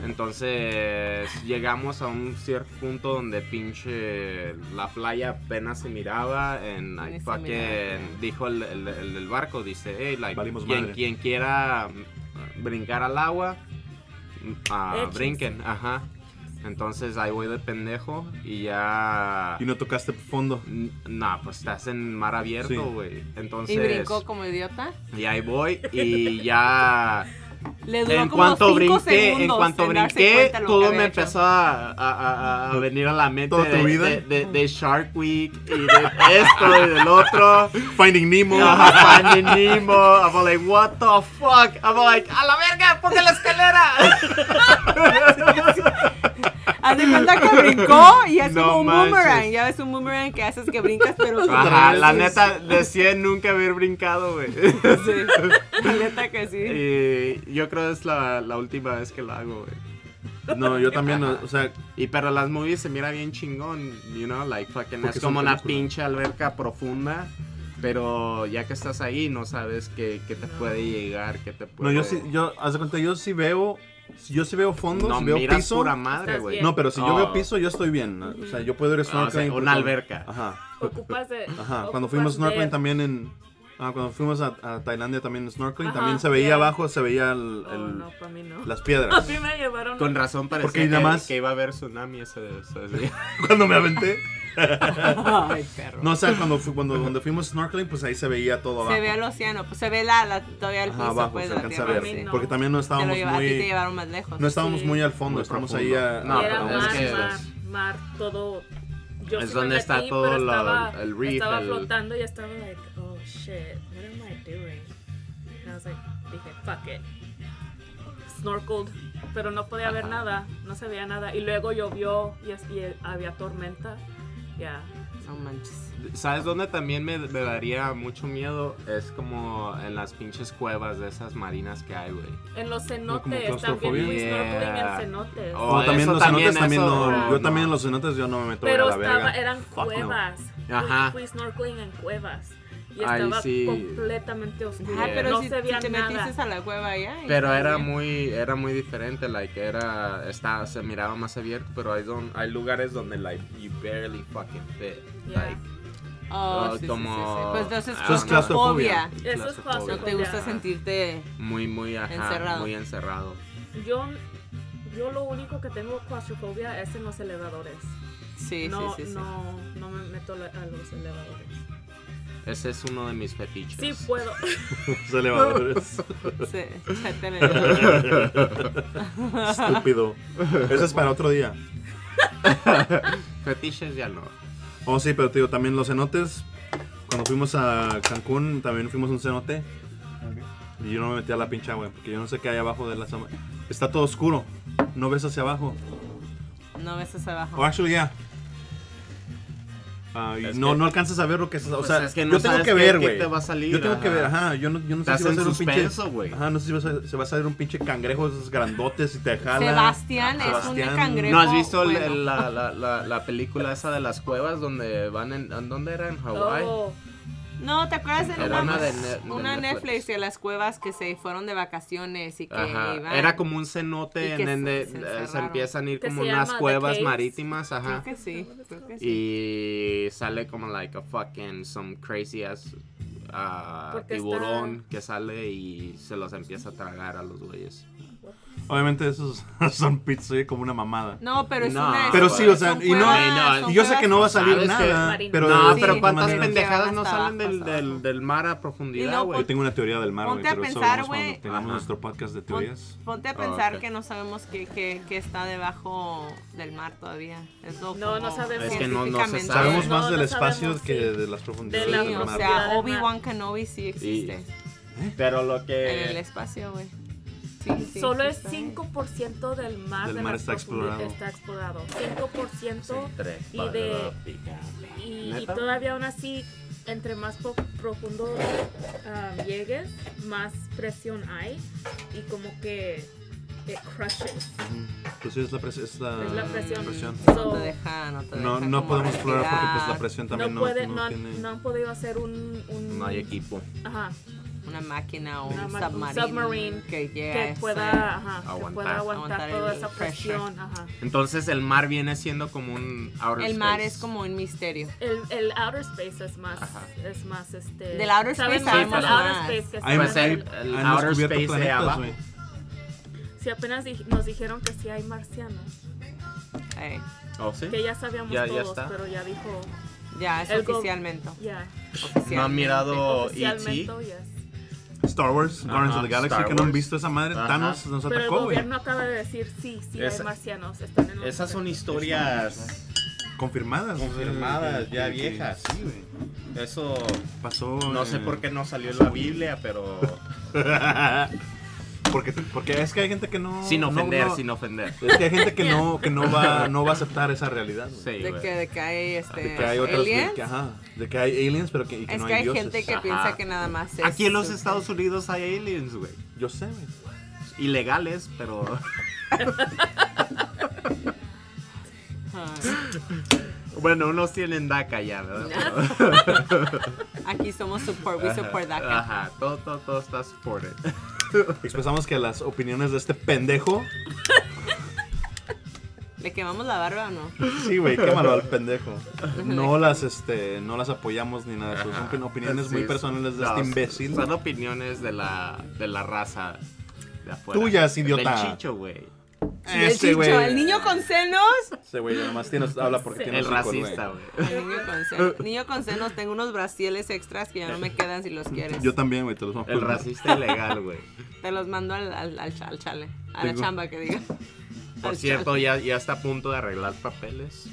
Speaker 1: Entonces llegamos a un cierto punto donde pinche la playa apenas se miraba. En
Speaker 2: Ni se
Speaker 1: I fucking-
Speaker 2: miraba.
Speaker 1: dijo el, el- el del barco, dice, hey, like,
Speaker 3: Valimos
Speaker 1: quien,
Speaker 3: madre."
Speaker 1: quien quiera mm, brincar al agua, mm, ah,
Speaker 4: Échense.
Speaker 1: brinquen, ajá. Entonces ahí voy de pendejo y ya.
Speaker 3: Y no tocaste fondo.
Speaker 1: N- Nah, pues estás en mar
Speaker 3: Sí.
Speaker 1: abierto, güey. Entonces.
Speaker 2: Y brincó como idiota.
Speaker 1: Y ahí voy y ya
Speaker 2: Le duró
Speaker 1: en
Speaker 2: como
Speaker 1: cuanto
Speaker 2: cinco
Speaker 1: brinqué, en
Speaker 2: segundos
Speaker 1: cuanto
Speaker 2: en darse
Speaker 1: brinqué,
Speaker 2: cuenta lo que
Speaker 1: todo
Speaker 2: había
Speaker 1: me
Speaker 2: hecho.
Speaker 1: empezó a, a- a- a- a venir a la mente
Speaker 3: ¿Toda tu
Speaker 1: de,
Speaker 3: vida?
Speaker 1: de- de- de Shark Week y de esto y del otro.
Speaker 3: Finding Nemo.
Speaker 1: Ajá, Finding Nemo. I'm like, what the fuck? I'm like, a la verga, ponga la escalera.
Speaker 2: Haz de cuenta que brincó y es
Speaker 1: No
Speaker 2: como un
Speaker 1: manches.
Speaker 2: boomerang. Ya ves un boomerang que haces que brincas, pero.
Speaker 1: Ajá, la
Speaker 2: Sí.
Speaker 1: neta, decía nunca haber brincado, güey.
Speaker 2: Sí. La neta que sí.
Speaker 1: Y yo creo que es la, la última vez que la hago, güey.
Speaker 3: No, yo también, o o sea,
Speaker 1: Y pero las movies se mira bien chingón, you know, like fucking
Speaker 3: Porque
Speaker 1: es
Speaker 3: son
Speaker 1: como una
Speaker 3: películas.
Speaker 1: pinche alberca profunda, pero ya que estás ahí no sabes qué, qué te puede llegar, qué te
Speaker 3: no,
Speaker 1: puede
Speaker 3: yo sí, yo, haz de cuenta, yo sí veo, si yo sí veo fondo,
Speaker 1: no
Speaker 3: si veo
Speaker 1: miras
Speaker 3: piso.
Speaker 1: pura madre,
Speaker 4: Estás
Speaker 1: güey.
Speaker 4: bien.
Speaker 3: No, pero si yo
Speaker 1: Oh.
Speaker 3: veo piso, yo estoy bien. O sea, yo puedo ir a
Speaker 1: Ah, o sea,
Speaker 3: snorkeling.
Speaker 1: una
Speaker 3: porque-
Speaker 1: alberca.
Speaker 3: Ajá,
Speaker 4: Ocupas de.
Speaker 3: ajá. Cuando
Speaker 4: ocupas
Speaker 3: fuimos snorkeling
Speaker 4: ver.
Speaker 3: también en... ah, cuando fuimos a, a Tailandia también snorkeling,
Speaker 4: Ajá,
Speaker 3: también se veía
Speaker 4: yeah.
Speaker 3: abajo, se veía el-
Speaker 4: Oh,
Speaker 3: el-
Speaker 4: no, para mí no.
Speaker 3: las
Speaker 4: A
Speaker 3: piedras.
Speaker 4: mí me llevaron.
Speaker 1: Con razón parecía
Speaker 3: Porque
Speaker 1: que,
Speaker 3: nada más-
Speaker 1: que iba a haber tsunami ese, ese día.
Speaker 3: cuando me aventé.
Speaker 2: Ay, perro.
Speaker 3: No, o sea, cuando, fui, cuando, cuando fuimos snorkeling, pues ahí se veía todo abajo.
Speaker 2: Se ve el océano, pues se ve la, la- todavía el
Speaker 3: Ajá,
Speaker 2: piso,
Speaker 3: abajo,
Speaker 2: pues,
Speaker 3: se
Speaker 2: de la
Speaker 3: alcanza a
Speaker 2: tierra.
Speaker 3: ver.
Speaker 4: sí.
Speaker 2: Te lo
Speaker 3: Porque también no estábamos
Speaker 2: lleva- a ti te
Speaker 3: muy...
Speaker 2: llevaron más lejos.
Speaker 3: No estábamos
Speaker 4: Sí.
Speaker 3: muy al fondo,
Speaker 1: Muy
Speaker 3: estábamos ahí
Speaker 1: profundo.
Speaker 3: a...
Speaker 1: No,
Speaker 4: y era
Speaker 1: pero
Speaker 4: mar,
Speaker 1: es que-
Speaker 4: mar, mar, todo. Yo
Speaker 1: Es
Speaker 4: sí
Speaker 1: donde
Speaker 4: me
Speaker 1: está
Speaker 4: metí,
Speaker 1: todo
Speaker 4: pero
Speaker 1: lo-
Speaker 4: estaba-
Speaker 1: el reef,
Speaker 4: Estaba
Speaker 1: el-
Speaker 4: flotando y estaba like, oh shit, what am I doing? And I was like, dije, fuck it. Snorkeled, pero no podía ver nada, no se veía nada. Y luego llovió y, es- y había tormenta. Ya.
Speaker 2: No manches.
Speaker 1: ¿Sabes dónde también me, me daría mucho miedo? Es como en las pinches cuevas de esas marinas que hay, güey.
Speaker 4: En los
Speaker 3: como
Speaker 4: cenotes también
Speaker 3: claustrofobia.
Speaker 4: fui snorkeling
Speaker 1: Yeah.
Speaker 4: en cenotes.
Speaker 1: Oh,
Speaker 3: No, también
Speaker 1: eso
Speaker 3: los
Speaker 1: también,
Speaker 3: cenotes también
Speaker 1: eso,
Speaker 3: no.
Speaker 1: no,
Speaker 3: Yo
Speaker 1: no.
Speaker 3: también en los cenotes yo no me meto a
Speaker 4: pero
Speaker 3: la
Speaker 4: estaba,
Speaker 3: verga.
Speaker 4: eran
Speaker 3: no.
Speaker 4: cuevas. Fui-
Speaker 1: Ajá.
Speaker 4: Fui snorkeling en cuevas. Y
Speaker 1: Ay,
Speaker 4: estaba
Speaker 1: sí.
Speaker 4: completamente oscuro.
Speaker 2: Ah,
Speaker 1: Yeah.
Speaker 2: pero
Speaker 4: no
Speaker 2: si,
Speaker 4: se
Speaker 2: si
Speaker 4: veía
Speaker 2: te
Speaker 4: nada.
Speaker 2: metiste a la cueva allá. y
Speaker 1: Pero
Speaker 2: todo
Speaker 1: era
Speaker 2: bien.
Speaker 1: muy, era muy diferente, like, era, está, se miraba más abierto, pero hay, don, hay lugares donde, like, you barely fucking fit,
Speaker 4: Yeah.
Speaker 1: like,
Speaker 2: Oh,
Speaker 1: Oh,
Speaker 2: sí, sí,
Speaker 1: como-
Speaker 2: sí, sí. Pues entonces
Speaker 1: Ah,
Speaker 2: es
Speaker 1: Eso es
Speaker 2: claustrofobia.
Speaker 4: Eso es
Speaker 1: claustrofobia.
Speaker 2: No te gusta
Speaker 4: Claustrofobia.
Speaker 2: sentirte.
Speaker 1: Muy, muy, ajá,
Speaker 2: Encerrado.
Speaker 1: muy encerrado.
Speaker 4: Yo, yo lo único que tengo claustrofobia es en los elevadores.
Speaker 2: Sí,
Speaker 4: no,
Speaker 2: sí, sí. sí.
Speaker 4: no, no me meto le- a los elevadores.
Speaker 1: Ese es uno de mis fetiches.
Speaker 4: Sí puedo.
Speaker 3: Los elevadores.
Speaker 2: Sí, ya te le digo.
Speaker 3: Estúpido. Eso es para otro día.
Speaker 1: Fetiches ya no.
Speaker 3: Oh, sí, pero te digo, también los cenotes. Cuando fuimos a Cancún, también fuimos a un cenote. Y yo no me metí a la pincha, güey, porque yo no sé qué hay abajo de la sama- Está todo oscuro. No ves hacia abajo.
Speaker 2: No ves hacia
Speaker 3: O
Speaker 2: abajo.
Speaker 3: actually, yeah. Ah, y
Speaker 1: Es
Speaker 3: no,
Speaker 1: que-
Speaker 3: no alcanzas a ver lo que es. O
Speaker 1: Pues
Speaker 3: sea,
Speaker 1: es que no
Speaker 3: yo tengo
Speaker 1: sabes
Speaker 3: que
Speaker 1: qué-
Speaker 3: ver,
Speaker 1: qué
Speaker 3: güey.
Speaker 1: te va a salir,
Speaker 3: Yo tengo que
Speaker 1: ajá.
Speaker 3: ver, ajá. Yo no, yo no sé
Speaker 1: Estás
Speaker 3: si va a
Speaker 1: en
Speaker 3: ser un pinche.
Speaker 1: suspenso, güey.
Speaker 3: Ajá, no sé si va a ser, se va a salir un pinche cangrejo de esos grandotes y te jala.
Speaker 2: Sebastián es un
Speaker 3: Sebastián.
Speaker 2: cangrejo.
Speaker 1: ¿No has visto el-
Speaker 2: bueno.
Speaker 1: el- la, la, la, la película esa de las cuevas donde van en... ¿en ¿Dónde era? ¿En Hawái?
Speaker 4: Oh,
Speaker 2: No, ¿te acuerdas de
Speaker 1: Era
Speaker 2: la
Speaker 1: una
Speaker 2: una,
Speaker 1: de Ne-
Speaker 2: una
Speaker 1: de
Speaker 2: Netflix.
Speaker 1: Netflix.
Speaker 2: de las cuevas que se fueron de vacaciones y que
Speaker 1: Ajá.
Speaker 2: iban?
Speaker 1: Era como un
Speaker 2: Y
Speaker 1: cenote
Speaker 2: que
Speaker 1: en donde
Speaker 2: se- se
Speaker 1: eh, se,
Speaker 2: encerraron.
Speaker 1: empiezan a ir
Speaker 4: Que
Speaker 1: como
Speaker 4: se
Speaker 1: unas
Speaker 4: llama The
Speaker 1: cuevas
Speaker 4: Caves.
Speaker 1: marítimas,
Speaker 2: Creo
Speaker 1: ajá.
Speaker 2: que sí, creo que sí.
Speaker 1: Y sale como like a fucking some crazy ass ah,
Speaker 4: Porque
Speaker 1: tiburón que sale y se los empieza a tragar a los güeyes.
Speaker 3: Obviamente, esos son pizza oye, como una mamada.
Speaker 2: No, pero es
Speaker 1: No.
Speaker 2: una.
Speaker 1: Pero sí, o
Speaker 3: sea,
Speaker 2: son
Speaker 3: y no-
Speaker 2: cuevas,
Speaker 1: y no,
Speaker 2: son
Speaker 3: Y yo sé
Speaker 2: cuevas
Speaker 3: que no va a salir
Speaker 1: ¿Sabes qué?
Speaker 3: nada.
Speaker 4: Marina.
Speaker 3: Pero
Speaker 1: no,
Speaker 2: sí,
Speaker 1: pero
Speaker 2: sí,
Speaker 1: cuántas
Speaker 2: sí.
Speaker 1: pendejadas
Speaker 2: Sí,
Speaker 1: no
Speaker 2: hasta
Speaker 1: salen
Speaker 2: abajo,
Speaker 1: del,
Speaker 2: hasta
Speaker 1: del,
Speaker 2: abajo.
Speaker 1: del mar a
Speaker 2: Y
Speaker 1: profundidad,
Speaker 2: luego
Speaker 1: güey.
Speaker 3: Yo tengo una teoría del mar, güey.
Speaker 2: Ponte a
Speaker 3: Pero eso
Speaker 2: pensar,
Speaker 3: hablamos cuando
Speaker 2: güey.
Speaker 3: tengamos
Speaker 1: Ajá.
Speaker 3: nuestro podcast de
Speaker 2: Pon-
Speaker 3: teorías.
Speaker 2: Ponte a
Speaker 1: Ah,
Speaker 2: pensar
Speaker 1: ok.
Speaker 2: que no sabemos qué qué- qué está debajo del mar todavía. Es lo
Speaker 4: No, no
Speaker 2: como
Speaker 4: sabemos.
Speaker 1: Es que no- no se
Speaker 2: científicamente.
Speaker 1: sabe.
Speaker 3: Sabemos
Speaker 4: No,
Speaker 3: más
Speaker 4: no
Speaker 3: del espacio
Speaker 4: sabemos,
Speaker 3: que
Speaker 4: sí.
Speaker 3: de las profundidades
Speaker 4: De la
Speaker 2: Sí,
Speaker 3: del
Speaker 2: o
Speaker 3: mar.
Speaker 4: profundidad.
Speaker 2: sea,
Speaker 4: del
Speaker 2: Obi-Wan
Speaker 4: mar.
Speaker 2: Kenobi sí existe
Speaker 1: Pero lo
Speaker 2: pues, en el
Speaker 1: que...
Speaker 2: espacio, güey. Sí, sí
Speaker 4: Solo es
Speaker 2: existe.
Speaker 4: 5% del mar,
Speaker 3: Del
Speaker 4: de
Speaker 3: mar
Speaker 4: las
Speaker 3: está
Speaker 4: profundidades está explorado. 5% y de- y, y
Speaker 1: ¿Neta?
Speaker 4: todavía aún así, entre más po- profundo um, llegues, más presión hay y como que it crushes.
Speaker 3: Pues sí, es la, pres- es la,
Speaker 4: Es la presión.
Speaker 2: No
Speaker 4: So,
Speaker 2: te deja, no te
Speaker 3: No,
Speaker 2: deja
Speaker 3: no
Speaker 2: como
Speaker 3: podemos explorar porque pues la
Speaker 2: respirar,
Speaker 3: presión
Speaker 4: no,
Speaker 3: también no,
Speaker 4: puede,
Speaker 3: no
Speaker 4: no, han,
Speaker 3: tiene...
Speaker 4: no han podido hacer un... un
Speaker 1: No hay equipo.
Speaker 4: Ajá,
Speaker 2: Una máquina o
Speaker 4: Una
Speaker 2: un
Speaker 4: ma- un
Speaker 2: submarino
Speaker 4: submarine
Speaker 2: que, llegue a
Speaker 4: que,
Speaker 2: ese-
Speaker 4: pueda, ajá, que
Speaker 1: Aguantar.
Speaker 4: pueda aguantar,
Speaker 2: Aguantar
Speaker 4: toda
Speaker 2: el
Speaker 4: esa
Speaker 2: pressure.
Speaker 4: presión. Ajá.
Speaker 1: Entonces el mar viene siendo como un outer
Speaker 2: El mar
Speaker 1: space.
Speaker 2: es como un misterio.
Speaker 4: El, el outer space es más,
Speaker 1: Ajá.
Speaker 4: es más este.
Speaker 2: Del outer
Speaker 4: saben
Speaker 2: space
Speaker 4: más del
Speaker 1: sabemos
Speaker 4: outer
Speaker 2: más.
Speaker 4: space que
Speaker 3: Hay-
Speaker 1: Pues
Speaker 4: saben
Speaker 1: el,
Speaker 4: del-
Speaker 1: el
Speaker 3: Han
Speaker 1: outer
Speaker 3: descubierto
Speaker 1: space de
Speaker 3: planetas,
Speaker 1: abajo.
Speaker 3: güey.
Speaker 4: Si apenas di- nos dijeron que sí hay marcianos,
Speaker 2: Ey,
Speaker 1: ¿Oh, sí?
Speaker 4: que ya sabíamos
Speaker 1: Ya- ya
Speaker 4: todos,
Speaker 1: está.
Speaker 4: pero ya dijo,
Speaker 2: ya, es
Speaker 4: El go-
Speaker 2: oficialmente.
Speaker 4: ya.
Speaker 2: oficialmente.
Speaker 1: ¿No han mirado
Speaker 4: Oficialmente,
Speaker 1: E.T.?
Speaker 4: yes.
Speaker 3: Star Wars, Guardians
Speaker 1: Ajá,
Speaker 3: of the Galaxy,
Speaker 1: Star
Speaker 3: que no han
Speaker 1: Wars.
Speaker 3: visto esa madre.
Speaker 1: Ajá.
Speaker 3: Thanos nos
Speaker 4: Pero el
Speaker 3: atacó, güey.
Speaker 4: gobierno acaba de decir sí, sí
Speaker 1: Esa-
Speaker 4: hay marcianos, están en los
Speaker 1: Esas son
Speaker 4: océanos".
Speaker 1: historias...
Speaker 3: Confirmadas. Eh,
Speaker 1: Confirmadas,
Speaker 3: Que-
Speaker 1: ya
Speaker 3: que- que-
Speaker 1: viejas.
Speaker 3: Sí, güey.
Speaker 1: Eso
Speaker 3: Pasó...
Speaker 1: no sé
Speaker 3: eh,
Speaker 1: por qué no salió en la Biblia, pero
Speaker 3: porque, porque es que hay gente que no...
Speaker 1: sin
Speaker 3: no-
Speaker 1: ofender,
Speaker 3: no-
Speaker 1: sin ofender.
Speaker 3: Es que hay gente que no, que no, va, no va a aceptar esa realidad, güey.
Speaker 1: Sí,
Speaker 2: De
Speaker 1: güey.
Speaker 2: que, de que hay, este,
Speaker 3: De que hay otras...
Speaker 2: aliens.
Speaker 3: De que, ajá, de que hay aliens, pero que, y que
Speaker 2: es
Speaker 3: no
Speaker 2: que hay
Speaker 3: dioses.
Speaker 2: gente que
Speaker 1: Ajá.
Speaker 2: piensa que nada más es.
Speaker 1: Aquí en los
Speaker 2: su-
Speaker 1: Estados Unidos hay aliens, güey.
Speaker 3: Yo sé, güey.
Speaker 1: Ilegales, pero
Speaker 2: Ajá.
Speaker 1: bueno, unos tienen DACA ya,
Speaker 2: Ah,
Speaker 1: ¿verdad?
Speaker 2: Aquí somos support, we support that. guy.
Speaker 1: Ajá, Ah. todo, todo, todo está supported.
Speaker 3: Expresamos que las opiniones de este pendejo...
Speaker 2: ¿Le quemamos la barba o no?
Speaker 3: Sí, güey, quémalo al pendejo. No las, este, no las apoyamos ni nada. de
Speaker 1: Pues
Speaker 3: eso. Son opin- opiniones muy
Speaker 1: Sí,
Speaker 3: personales de
Speaker 1: no,
Speaker 3: este imbécil.
Speaker 1: Son opiniones de la, de la raza de afuera.
Speaker 3: Tuyas, idiota.
Speaker 1: Del chicho, güey.
Speaker 2: Sí, el chicho, el niño con senos.
Speaker 3: Ese güey nomás tiene, habla porque tiene
Speaker 1: El
Speaker 3: hocico, güey.
Speaker 1: racista, güey.
Speaker 2: El niño con senos. Niño con senos, tengo unos brasieles extras que ya no me quedan si los quieres.
Speaker 3: Yo también, güey, te los voy a
Speaker 1: El
Speaker 3: colgar.
Speaker 1: racista ilegal, güey.
Speaker 2: Te los mando al, al, al, cha- al chale, a la
Speaker 3: Tengo-
Speaker 2: chamba que diga.
Speaker 1: Por
Speaker 2: Al
Speaker 1: cierto,
Speaker 2: chale.
Speaker 1: ya, ya está a punto de arreglar papeles.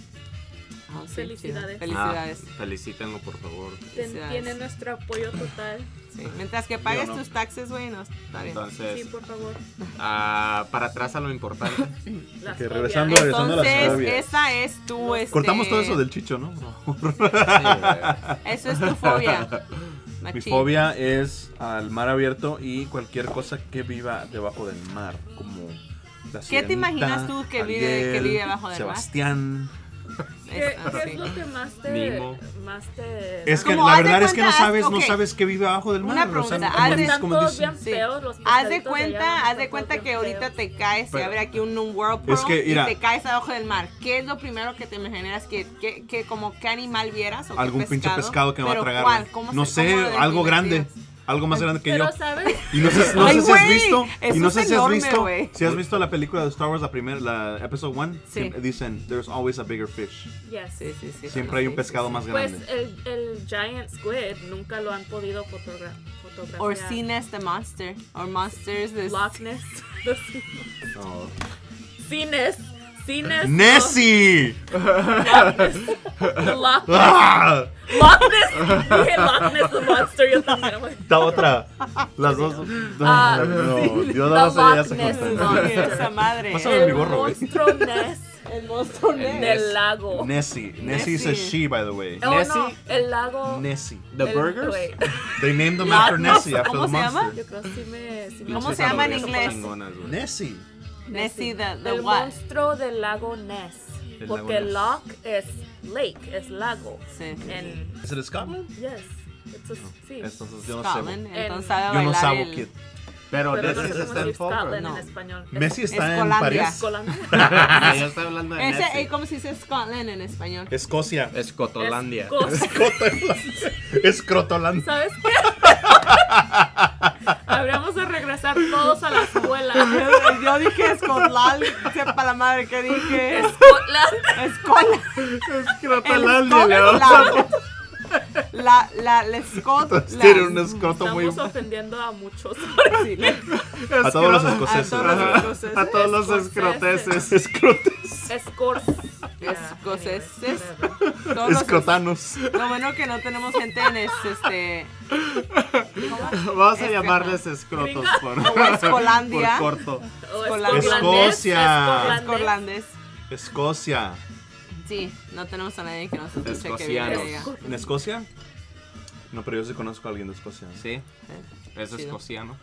Speaker 2: Ah, sí,
Speaker 4: Felicidades.
Speaker 2: chido. Felicidades.
Speaker 1: Ah, felicítenlo, por favor.
Speaker 4: Ten-
Speaker 2: Felicidades.
Speaker 4: tienen nuestro apoyo total.
Speaker 2: Sí, Mientras que pagues
Speaker 1: Yo no.
Speaker 2: tus taxes, güey, no está bien.
Speaker 1: Entonces,
Speaker 3: Pues,
Speaker 4: Sí, por favor.
Speaker 1: ah, para atrás a lo importante.
Speaker 4: Las
Speaker 3: Que
Speaker 4: fobias.
Speaker 3: regresando- regresando a las
Speaker 2: Entonces,
Speaker 3: fobias.
Speaker 2: esa es tu. Este,
Speaker 3: Cortamos todo eso del chicho, ¿no?
Speaker 2: Eso es tu fobia.
Speaker 3: Mi
Speaker 2: machín.
Speaker 3: fobia es al mar abierto y cualquier cosa que viva debajo del mar, como la
Speaker 2: ¿Qué te imaginas tú que vive- que vive abajo del mar?
Speaker 3: Sebastián.
Speaker 4: ¿Qué,
Speaker 2: Es- ah,
Speaker 4: qué es
Speaker 2: sí.
Speaker 4: lo que más te.
Speaker 1: Mimo.
Speaker 4: Más te
Speaker 3: Es que
Speaker 2: Como
Speaker 3: la
Speaker 2: haz de
Speaker 3: verdad es que no
Speaker 2: cuenta, haz-
Speaker 3: sabes,
Speaker 2: ok.
Speaker 3: no sabes que vive abajo del mar.
Speaker 2: Una
Speaker 3: o sea,
Speaker 2: pregunta,
Speaker 3: como
Speaker 2: haz de-
Speaker 3: dices-
Speaker 4: están
Speaker 3: como
Speaker 4: todos
Speaker 3: dices-
Speaker 4: bien
Speaker 2: Sí.
Speaker 4: feos
Speaker 2: Haz
Speaker 4: los
Speaker 2: de
Speaker 4: pescaditos
Speaker 2: cuenta,
Speaker 4: allá,
Speaker 2: haz de
Speaker 4: están
Speaker 2: cuenta
Speaker 4: todos
Speaker 2: que
Speaker 4: bien
Speaker 2: ahorita
Speaker 4: feos.
Speaker 2: te caes, se
Speaker 1: Pero-
Speaker 2: abre aquí un, un World
Speaker 3: Es
Speaker 2: Pro
Speaker 3: que, mira.
Speaker 2: y te caes abajo del mar. ¿Qué es lo primero que te imaginas que, que, que como qué animal vieras o qué
Speaker 3: algún pinche pescado que me va a
Speaker 2: Pero
Speaker 3: tragar.
Speaker 2: ¿cuál?
Speaker 3: güey.
Speaker 2: ¿Cómo
Speaker 3: no
Speaker 2: se-
Speaker 3: sé,
Speaker 2: cómo lo
Speaker 3: algo grande,
Speaker 2: definirías?
Speaker 3: algo más grande que yo.
Speaker 4: Pero sabes,
Speaker 3: Y no sé, no
Speaker 2: Ay,
Speaker 3: sé si has
Speaker 2: güey,
Speaker 3: visto,
Speaker 2: eso
Speaker 3: y no
Speaker 2: es
Speaker 3: sé si
Speaker 2: enorme,
Speaker 3: has visto,
Speaker 2: güey.
Speaker 3: si has visto la película de Star Wars la primera, la episodio 1,
Speaker 2: Sí.
Speaker 3: dicen there's always a bigger fish.
Speaker 4: yes.
Speaker 2: Sí, sí, sí.
Speaker 3: Siempre hay un
Speaker 2: sí,
Speaker 3: pescado más
Speaker 4: Pues
Speaker 3: grande.
Speaker 4: el, el Giant Squid nunca lo han podido fotogra- fotografiar.
Speaker 2: Or Cines the Monster. Or Monsters the
Speaker 4: Loch Ness.
Speaker 1: No.
Speaker 4: Cines. Cines.
Speaker 3: Nessie.
Speaker 4: Loch Ness.
Speaker 3: ¡Ah!
Speaker 4: Loch Ness. Dije Loch Ness the Monster. Yo también. güey.
Speaker 3: Está otra. Las dos.
Speaker 4: Ah,
Speaker 3: no, Dios
Speaker 4: the
Speaker 3: no las
Speaker 4: Loch
Speaker 3: se
Speaker 4: Ness
Speaker 3: juntan.
Speaker 2: Sí, esa madre.
Speaker 3: Pásame
Speaker 2: ¿eh?
Speaker 3: mi
Speaker 4: El
Speaker 3: gorro, güey.
Speaker 4: monstruo Ness.
Speaker 2: El monstruo
Speaker 1: El
Speaker 2: Ness.
Speaker 4: Del lago.
Speaker 3: Nessie. Nessie is a
Speaker 2: Nessie.
Speaker 3: she, by the way.
Speaker 4: Oh, no,
Speaker 1: Nessie.
Speaker 4: el lago.
Speaker 3: Nessie.
Speaker 1: The
Speaker 4: el-
Speaker 1: burgers?
Speaker 4: wait.
Speaker 3: They named them
Speaker 2: La-
Speaker 3: after Nessie,
Speaker 2: ¿cómo
Speaker 3: after the
Speaker 2: se llama?
Speaker 3: monster.
Speaker 4: Yo creo que sí me. sí me-
Speaker 2: ¿Cómo
Speaker 3: Pinches
Speaker 2: se llama en
Speaker 3: hamburguesas
Speaker 2: inglés?
Speaker 3: chingonas, güey. Nessie.
Speaker 2: Nessie, the, the
Speaker 4: el
Speaker 2: what?
Speaker 4: monstruo del lago Ness.
Speaker 3: Del lago
Speaker 4: Porque
Speaker 3: Ness.
Speaker 4: lock es lake, es lago.
Speaker 2: Sí.
Speaker 4: And
Speaker 3: ¿Es de Scotland?
Speaker 4: yes, it's a, sí.
Speaker 3: Entonces yo no sé.
Speaker 2: Scotland.
Speaker 3: güey.
Speaker 2: Entonces sabe
Speaker 3: Yo no
Speaker 2: bailar
Speaker 3: sabo,
Speaker 2: el...
Speaker 3: kid.
Speaker 1: Pero
Speaker 4: Pero no
Speaker 1: Nessie
Speaker 4: sé
Speaker 1: está
Speaker 4: cómo
Speaker 1: en
Speaker 4: decir
Speaker 1: Fokker.
Speaker 4: Scotland
Speaker 2: No.
Speaker 4: en español.
Speaker 3: Messi
Speaker 2: Es
Speaker 3: está en
Speaker 2: Colandia.
Speaker 3: París.
Speaker 4: Escolandia.
Speaker 1: Ella está hablando de
Speaker 2: Ese, eh,
Speaker 1: Nessie.
Speaker 2: ¿Cómo se dice Scotland en español?
Speaker 3: Escocia.
Speaker 1: Escotolandia.
Speaker 4: Escocia.
Speaker 3: Escotolandia. Escrotolandia.
Speaker 4: ¿Sabes qué? Habríamos de regresar todos a la escuela.
Speaker 2: Yo dije Scotland, sepa la madre que dije.
Speaker 4: Escolandia.
Speaker 2: Escola.
Speaker 3: Escrotolandia. le vamos a-
Speaker 2: Scotland. La, la, la Scotland.
Speaker 3: Tiene un escroto muy.
Speaker 4: Estamos ofendiendo a muchos.
Speaker 2: Sí, le-
Speaker 3: A todos los
Speaker 2: a
Speaker 3: escoceses.
Speaker 2: todos los
Speaker 3: Ajá.
Speaker 2: escoceses.
Speaker 1: A todos los escroteses.
Speaker 4: Escoceses.
Speaker 3: Escrotes.
Speaker 4: Escorces.
Speaker 2: Escoceses. Todos los-
Speaker 3: Escrotanos.
Speaker 2: Lo bueno que no tenemos gente en es- este. ¿cómo?
Speaker 1: Vamos a
Speaker 2: Escroto.
Speaker 1: llamarles escrotos por,
Speaker 2: O Escolandia.
Speaker 1: por corto.
Speaker 3: Escocia.
Speaker 2: Escolandes.
Speaker 3: Escocia.
Speaker 2: Sí, no tenemos a nadie que nos escuche que viva
Speaker 1: Escocianos.
Speaker 2: diga.
Speaker 3: ¿En Escocia? No, pero yo sí conozco a alguien de Escocia.
Speaker 1: Sí, es
Speaker 2: Chido.
Speaker 1: escociano.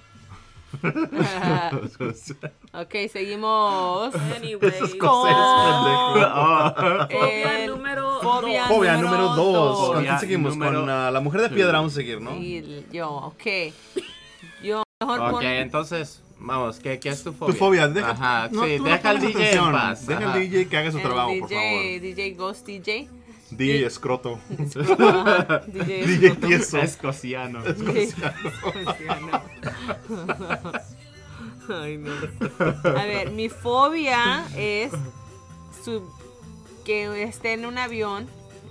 Speaker 2: ok, seguimos.
Speaker 4: Anyways.
Speaker 3: Escoceses,
Speaker 1: Ah.
Speaker 3: pendejo.
Speaker 4: Fobia
Speaker 2: El-
Speaker 4: número
Speaker 2: Eh, Fobia.
Speaker 4: dos.
Speaker 3: Fobia número
Speaker 2: número
Speaker 3: 2.
Speaker 2: dos.
Speaker 3: ¿Con quién seguimos?
Speaker 1: Número-
Speaker 3: Con ah, la mujer de piedra vamos a seguir, ¿no?
Speaker 2: Y yo, ok. Yo mejor
Speaker 1: Ok,
Speaker 2: pon-
Speaker 1: entonces, vamos, ¿qué, qué es tu
Speaker 3: Tu
Speaker 1: fobia?
Speaker 3: fobia, deja,
Speaker 1: Ajá,
Speaker 3: no,
Speaker 1: sí,
Speaker 3: tú no
Speaker 1: deja al
Speaker 3: pones
Speaker 1: DJ
Speaker 3: atención.
Speaker 1: en paz.
Speaker 3: Deja
Speaker 1: ajá.
Speaker 3: al DJ que haga su
Speaker 2: el
Speaker 3: trabajo,
Speaker 2: DJ,
Speaker 3: por favor.
Speaker 2: DJ Ghost DJ.
Speaker 3: DJ escroto.
Speaker 2: Ajá, DJ.
Speaker 3: DJ tieso.
Speaker 1: Escociano.
Speaker 2: Escociano. Ay, no. A ver, mi fobia es su- que esté en un avión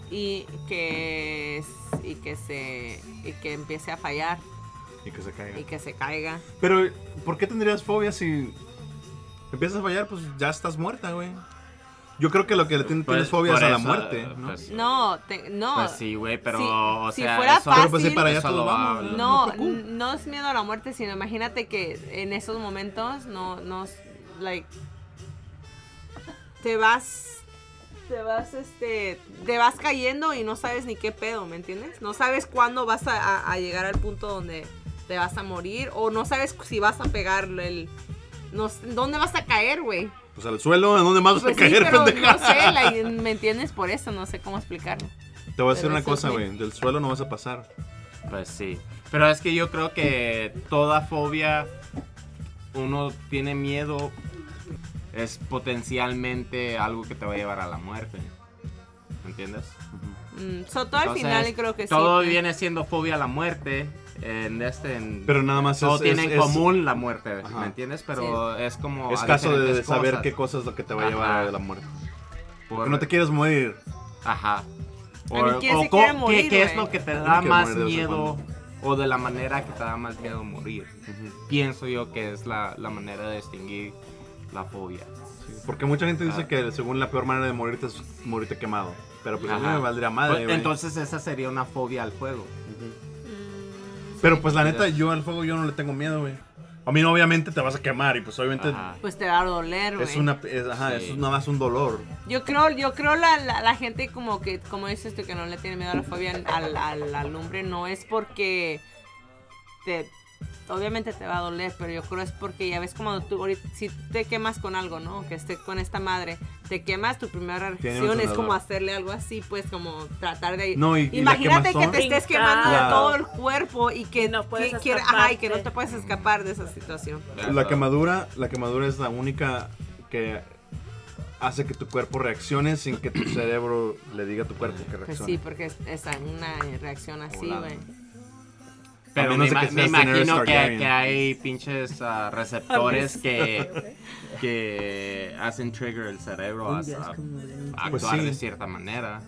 Speaker 2: y que, es- y que se y que empiece a fallar
Speaker 3: Y que se caiga.
Speaker 2: y que se caiga.
Speaker 3: Pero, ¿por qué tendrías fobia si empiezas a fallar? Pues ya estás muerta, güey. Yo creo que lo que le tienes,
Speaker 1: Pues,
Speaker 3: tienes fobia es
Speaker 1: por
Speaker 3: a la
Speaker 1: eso,
Speaker 3: muerte, ¿no?
Speaker 1: pues,
Speaker 2: No, te- no.
Speaker 1: Pues sí, güey, pero,
Speaker 2: Si-
Speaker 1: o
Speaker 2: si
Speaker 1: sea,
Speaker 2: fuera
Speaker 1: eso-
Speaker 2: fácil-
Speaker 3: Pero pues sí, para allá
Speaker 1: Eso
Speaker 3: todos
Speaker 1: lo va-
Speaker 3: vamos.
Speaker 2: No,
Speaker 3: te preocupes.
Speaker 2: n- no es miedo a la muerte, sino imagínate que en esos momentos no, no, es- like, te vas, te vas, este, te vas cayendo y no sabes ni qué pedo, ¿me entiendes? No sabes cuándo vas a, a- a llegar al punto donde te vas a morir o no sabes si vas a pegar el, no s- dónde vas a caer, güey.
Speaker 3: Pues al suelo, ¿en dónde más vas
Speaker 2: Pues
Speaker 3: a
Speaker 2: sí,
Speaker 3: caer,
Speaker 2: pero
Speaker 3: pendeja?
Speaker 2: no sé, like, ¿me entiendes? Por eso no sé cómo explicarlo.
Speaker 3: Te voy a decir
Speaker 2: pero
Speaker 3: una
Speaker 2: eso
Speaker 3: cosa,
Speaker 2: es mi-
Speaker 3: güey. Del suelo no vas a pasar.
Speaker 1: Pues sí. Pero es que yo creo que toda fobia, uno tiene miedo, es potencialmente algo que te va a llevar a la muerte. ¿Me entiendes?
Speaker 2: Mm, so, todo al
Speaker 1: Entonces,
Speaker 2: final y creo que sí.
Speaker 1: Todo
Speaker 2: pues.
Speaker 1: viene siendo fobia a la muerte. En este, en-
Speaker 3: Pero nada más
Speaker 1: todo
Speaker 3: es,
Speaker 1: tiene
Speaker 3: es-
Speaker 1: en
Speaker 3: es-
Speaker 1: común la muerte,
Speaker 3: Ajá.
Speaker 1: ¿me entiendes? Pero es como.
Speaker 3: Es
Speaker 1: a
Speaker 3: caso de
Speaker 1: diferentes
Speaker 3: saber
Speaker 1: cosas.
Speaker 3: qué cosa es lo que te va a llevar
Speaker 1: Ajá.
Speaker 3: a la muerte.
Speaker 1: Por- e-
Speaker 3: Porque no te quieres morir.
Speaker 1: Ajá.
Speaker 2: A mí, ¿quién se
Speaker 1: co-
Speaker 2: quiere
Speaker 1: qué-
Speaker 2: morir,
Speaker 1: qué, es
Speaker 2: güey?
Speaker 1: lo que te
Speaker 3: me
Speaker 1: da
Speaker 3: quiero
Speaker 1: más
Speaker 3: morir de vez en
Speaker 1: miedo o de la manera que te da más miedo morir? Pienso yo que es la, la manera de distinguir la fobia.
Speaker 3: Sí, Porque mucha gente dice
Speaker 1: Ah.
Speaker 3: que según la peor manera de morirte es morirte quemado. Pero pues a mí
Speaker 1: Ajá.
Speaker 3: me valdría madre,
Speaker 1: Pues,
Speaker 3: güey.
Speaker 1: entonces esa sería una fobia al fuego.
Speaker 3: Pero pues la neta, yo al fuego yo no le tengo miedo, güey. A mí no, obviamente te vas a quemar y pues obviamente
Speaker 1: Ajá.
Speaker 2: Pues te va a doler, güey.
Speaker 3: es una es, ajá,
Speaker 1: Sí.
Speaker 3: es nada más un dolor.
Speaker 2: Yo creo, yo creo la, la, la gente como que, como dices tú, que no le tiene miedo a la fobia al, al, al lumbre, no es porque te, obviamente te va a doler, pero yo creo es porque ya ves como tú, ahorita, si te quemas con algo, ¿no? Que esté con esta madre, te quemas, tu primera reacción es
Speaker 3: sonador.
Speaker 2: como hacerle algo así, pues como tratar de...
Speaker 3: No, y- y la
Speaker 2: Imagínate que
Speaker 3: quemazón.
Speaker 2: te estés
Speaker 4: Brincar.
Speaker 2: quemando de
Speaker 3: Claro.
Speaker 2: todo el cuerpo y que
Speaker 4: No puedes
Speaker 2: que, quiera- ajá, y que no
Speaker 4: escaparte.
Speaker 2: te puedes escapar de esa situación.
Speaker 3: La quemadura, la quemadura es la única que hace que tu cuerpo reaccione sin que tu cerebro le diga a tu cuerpo que
Speaker 2: Pues
Speaker 3: reaccione.
Speaker 2: sí, porque es, es una reacción así,
Speaker 1: Volado.
Speaker 2: güey.
Speaker 1: Pero
Speaker 3: A
Speaker 1: me,
Speaker 3: menos de
Speaker 1: ima-
Speaker 3: que
Speaker 1: me
Speaker 3: seas Daenerys
Speaker 1: imagino que,
Speaker 3: Targaryen.
Speaker 1: que hay pinches ah, receptores que, que hacen trigger el cerebro a, a- a
Speaker 3: Pues
Speaker 1: actuar
Speaker 3: sí.
Speaker 1: de cierta manera.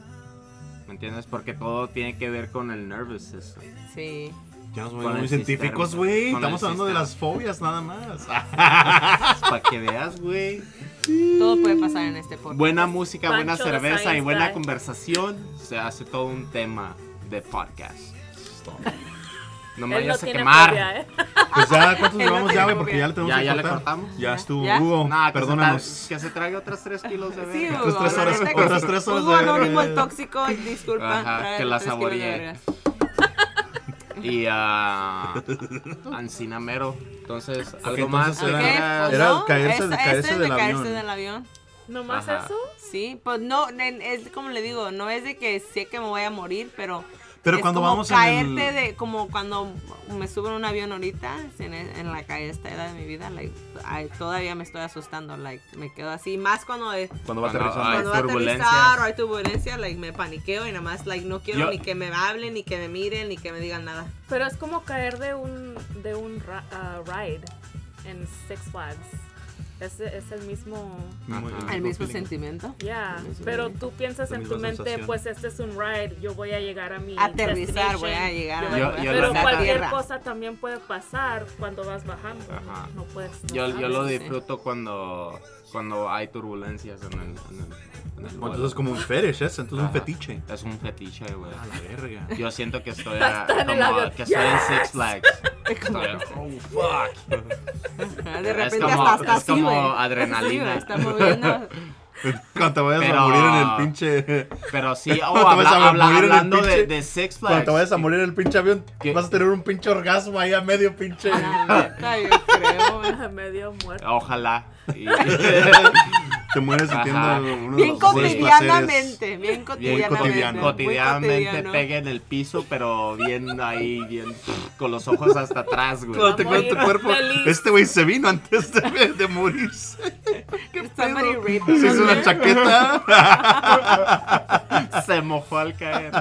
Speaker 1: ¿Me entiendes? Porque todo tiene que ver con el nervous system.
Speaker 2: Sí.
Speaker 3: Ya nos
Speaker 1: Con
Speaker 3: volvimos
Speaker 1: el
Speaker 3: muy científicos,
Speaker 1: sistema. Con
Speaker 3: güey.
Speaker 1: el Ah.
Speaker 3: Estamos hablando de
Speaker 1: sistema.
Speaker 3: las fobias nada más.
Speaker 1: Para que veas, güey.
Speaker 2: Todo puede pasar en este podcast.
Speaker 1: Buena música, buena
Speaker 4: Pues, Pancho the
Speaker 1: cerveza y
Speaker 4: Science
Speaker 1: buena
Speaker 4: Guy.
Speaker 1: conversación. Se hace todo un tema de podcast. No me
Speaker 4: Él no
Speaker 1: vayas a
Speaker 4: tiene
Speaker 1: quemar.
Speaker 4: fobia, ¿eh?
Speaker 3: Pues ya, ¿cuántos
Speaker 2: Él no
Speaker 3: llevamos
Speaker 2: tiene
Speaker 3: ya, güey?
Speaker 2: novia.
Speaker 3: Porque ya le tenemos
Speaker 1: Ya,
Speaker 3: que
Speaker 1: ya le
Speaker 3: cortar.
Speaker 1: cortamos.
Speaker 3: Ya estuvo.
Speaker 2: ¿Ya?
Speaker 3: Hugo,
Speaker 1: Nah, pues que se tra-
Speaker 3: perdónanos.
Speaker 1: que se traiga otras tres kilos de
Speaker 2: Sí,
Speaker 1: verga.
Speaker 2: Hugo,
Speaker 3: Otras tres
Speaker 2: la
Speaker 3: horas-
Speaker 2: neta
Speaker 3: otras
Speaker 2: que-
Speaker 3: tres horas
Speaker 2: Hugo
Speaker 3: de
Speaker 2: Anónimo
Speaker 3: verga.
Speaker 2: el tóxico, disculpa.
Speaker 1: Ajá,
Speaker 2: trae
Speaker 1: que la
Speaker 2: tres kilos de
Speaker 1: saboreé.
Speaker 2: verga.
Speaker 1: Y a Ancinamero. Entonces, algo más.
Speaker 3: entonces era-
Speaker 2: Ok,
Speaker 1: Era-
Speaker 2: pues
Speaker 3: era
Speaker 2: no,
Speaker 3: caerse-
Speaker 2: esa-
Speaker 3: caerse
Speaker 2: esa es
Speaker 3: del
Speaker 2: de caerse
Speaker 3: avión.
Speaker 2: del avión.
Speaker 4: ¿Nomás
Speaker 1: Ajá.
Speaker 4: eso?
Speaker 2: Sí, pues no, nen, es como le digo, no es de que sé que me voy a morir, pero.
Speaker 3: Pero
Speaker 2: es
Speaker 3: cuando
Speaker 2: como
Speaker 3: vamos en
Speaker 2: caerte
Speaker 3: el-
Speaker 2: de como cuando me subo en un avión ahorita en, en la calle esta edad de mi vida, like, ay, todavía me estoy asustando, like me quedo así, más cuando de-
Speaker 3: Cuando va
Speaker 1: Cuando-
Speaker 3: aterrizando.
Speaker 1: ay,
Speaker 2: cuando va a
Speaker 1: turbulencias.
Speaker 2: aterrizar o hay turbulencia, like me paniqueo y nada más like no quiero
Speaker 1: Yo-
Speaker 2: ni que me hablen ni que me miren ni que me digan nada.
Speaker 4: Pero es como caer de un, de un ra- ah, ride en Six Flags. Es, es el mismo...
Speaker 3: Muy-
Speaker 1: Ajá.
Speaker 2: El mismo
Speaker 3: feeling.
Speaker 2: sentimiento.
Speaker 4: Ya,
Speaker 2: El mismo
Speaker 4: pero
Speaker 2: feeling.
Speaker 4: tú piensas
Speaker 3: La
Speaker 4: en
Speaker 3: misma
Speaker 4: tu mente,
Speaker 3: sensación.
Speaker 4: pues este es un ride, yo voy a llegar a mi
Speaker 2: Aterrizar, voy a
Speaker 4: destination.
Speaker 2: llegar.
Speaker 1: Yo-
Speaker 2: a
Speaker 1: yo
Speaker 4: Pero
Speaker 1: la neta-
Speaker 4: cualquier
Speaker 2: tierra.
Speaker 4: cosa también puede pasar cuando vas bajando.
Speaker 1: Ajá.
Speaker 4: No puedes. no
Speaker 1: Yo, yo lo
Speaker 4: sabes.
Speaker 2: Sí.
Speaker 1: disfruto cuando, cuando hay turbulencias en el, en el- en el
Speaker 3: Bueno,
Speaker 1: vuelo.
Speaker 3: entonces es como un Ah. fetish, ¿eh? Entonces es un
Speaker 1: Ajá.
Speaker 3: fetiche.
Speaker 1: Es un fetiche, güey.
Speaker 3: A la verga.
Speaker 1: Yo siento que estoy a-
Speaker 4: Está en el
Speaker 1: como
Speaker 4: avión.
Speaker 1: que estoy en Six Flags. Estoy, oh fuck.
Speaker 2: De repente
Speaker 1: es como,
Speaker 2: hasta, hasta
Speaker 1: es
Speaker 2: así,
Speaker 1: como
Speaker 2: güey. Sí, güey,
Speaker 1: adrenalina.
Speaker 2: está moviendo.
Speaker 3: Cuando te vayas
Speaker 1: Pero-
Speaker 3: a morir en el pinche.
Speaker 1: Pero sí, oh,
Speaker 3: Cuando te
Speaker 1: habla-
Speaker 3: vas a
Speaker 1: habla-
Speaker 3: morir en el
Speaker 1: hablando de,
Speaker 3: pinche-
Speaker 1: de Six Flags.
Speaker 3: Cuando te vayas a morir en el pinche avión,
Speaker 1: ¿Qué?
Speaker 3: vas a tener un pinche orgasmo ahí a medio pinche.
Speaker 2: La neta, yo creo, güey.
Speaker 4: A medio muerto.
Speaker 1: Ojalá. Y-
Speaker 3: Te mueres
Speaker 1: Ajá.
Speaker 3: sintiendo uno de
Speaker 2: Bien
Speaker 3: los mejores placeres.
Speaker 2: cotidianamente, bien
Speaker 1: Bien
Speaker 2: cotidianamente.
Speaker 1: cotidiano.
Speaker 3: cotidiano.
Speaker 2: muy
Speaker 1: Cotidianamente
Speaker 2: cotidiano.
Speaker 1: pegue en el piso, pero bien ahí, bien con los ojos hasta atrás, güey.
Speaker 3: Cuando te
Speaker 4: Vamos a
Speaker 3: queda tu
Speaker 4: ir
Speaker 3: cuerpo.
Speaker 4: feliz.
Speaker 3: Este güey se vino antes de, de morirse.
Speaker 2: Somebody raped
Speaker 3: Se hizo
Speaker 2: me.
Speaker 3: una chaqueta.
Speaker 1: Se mojó al caer.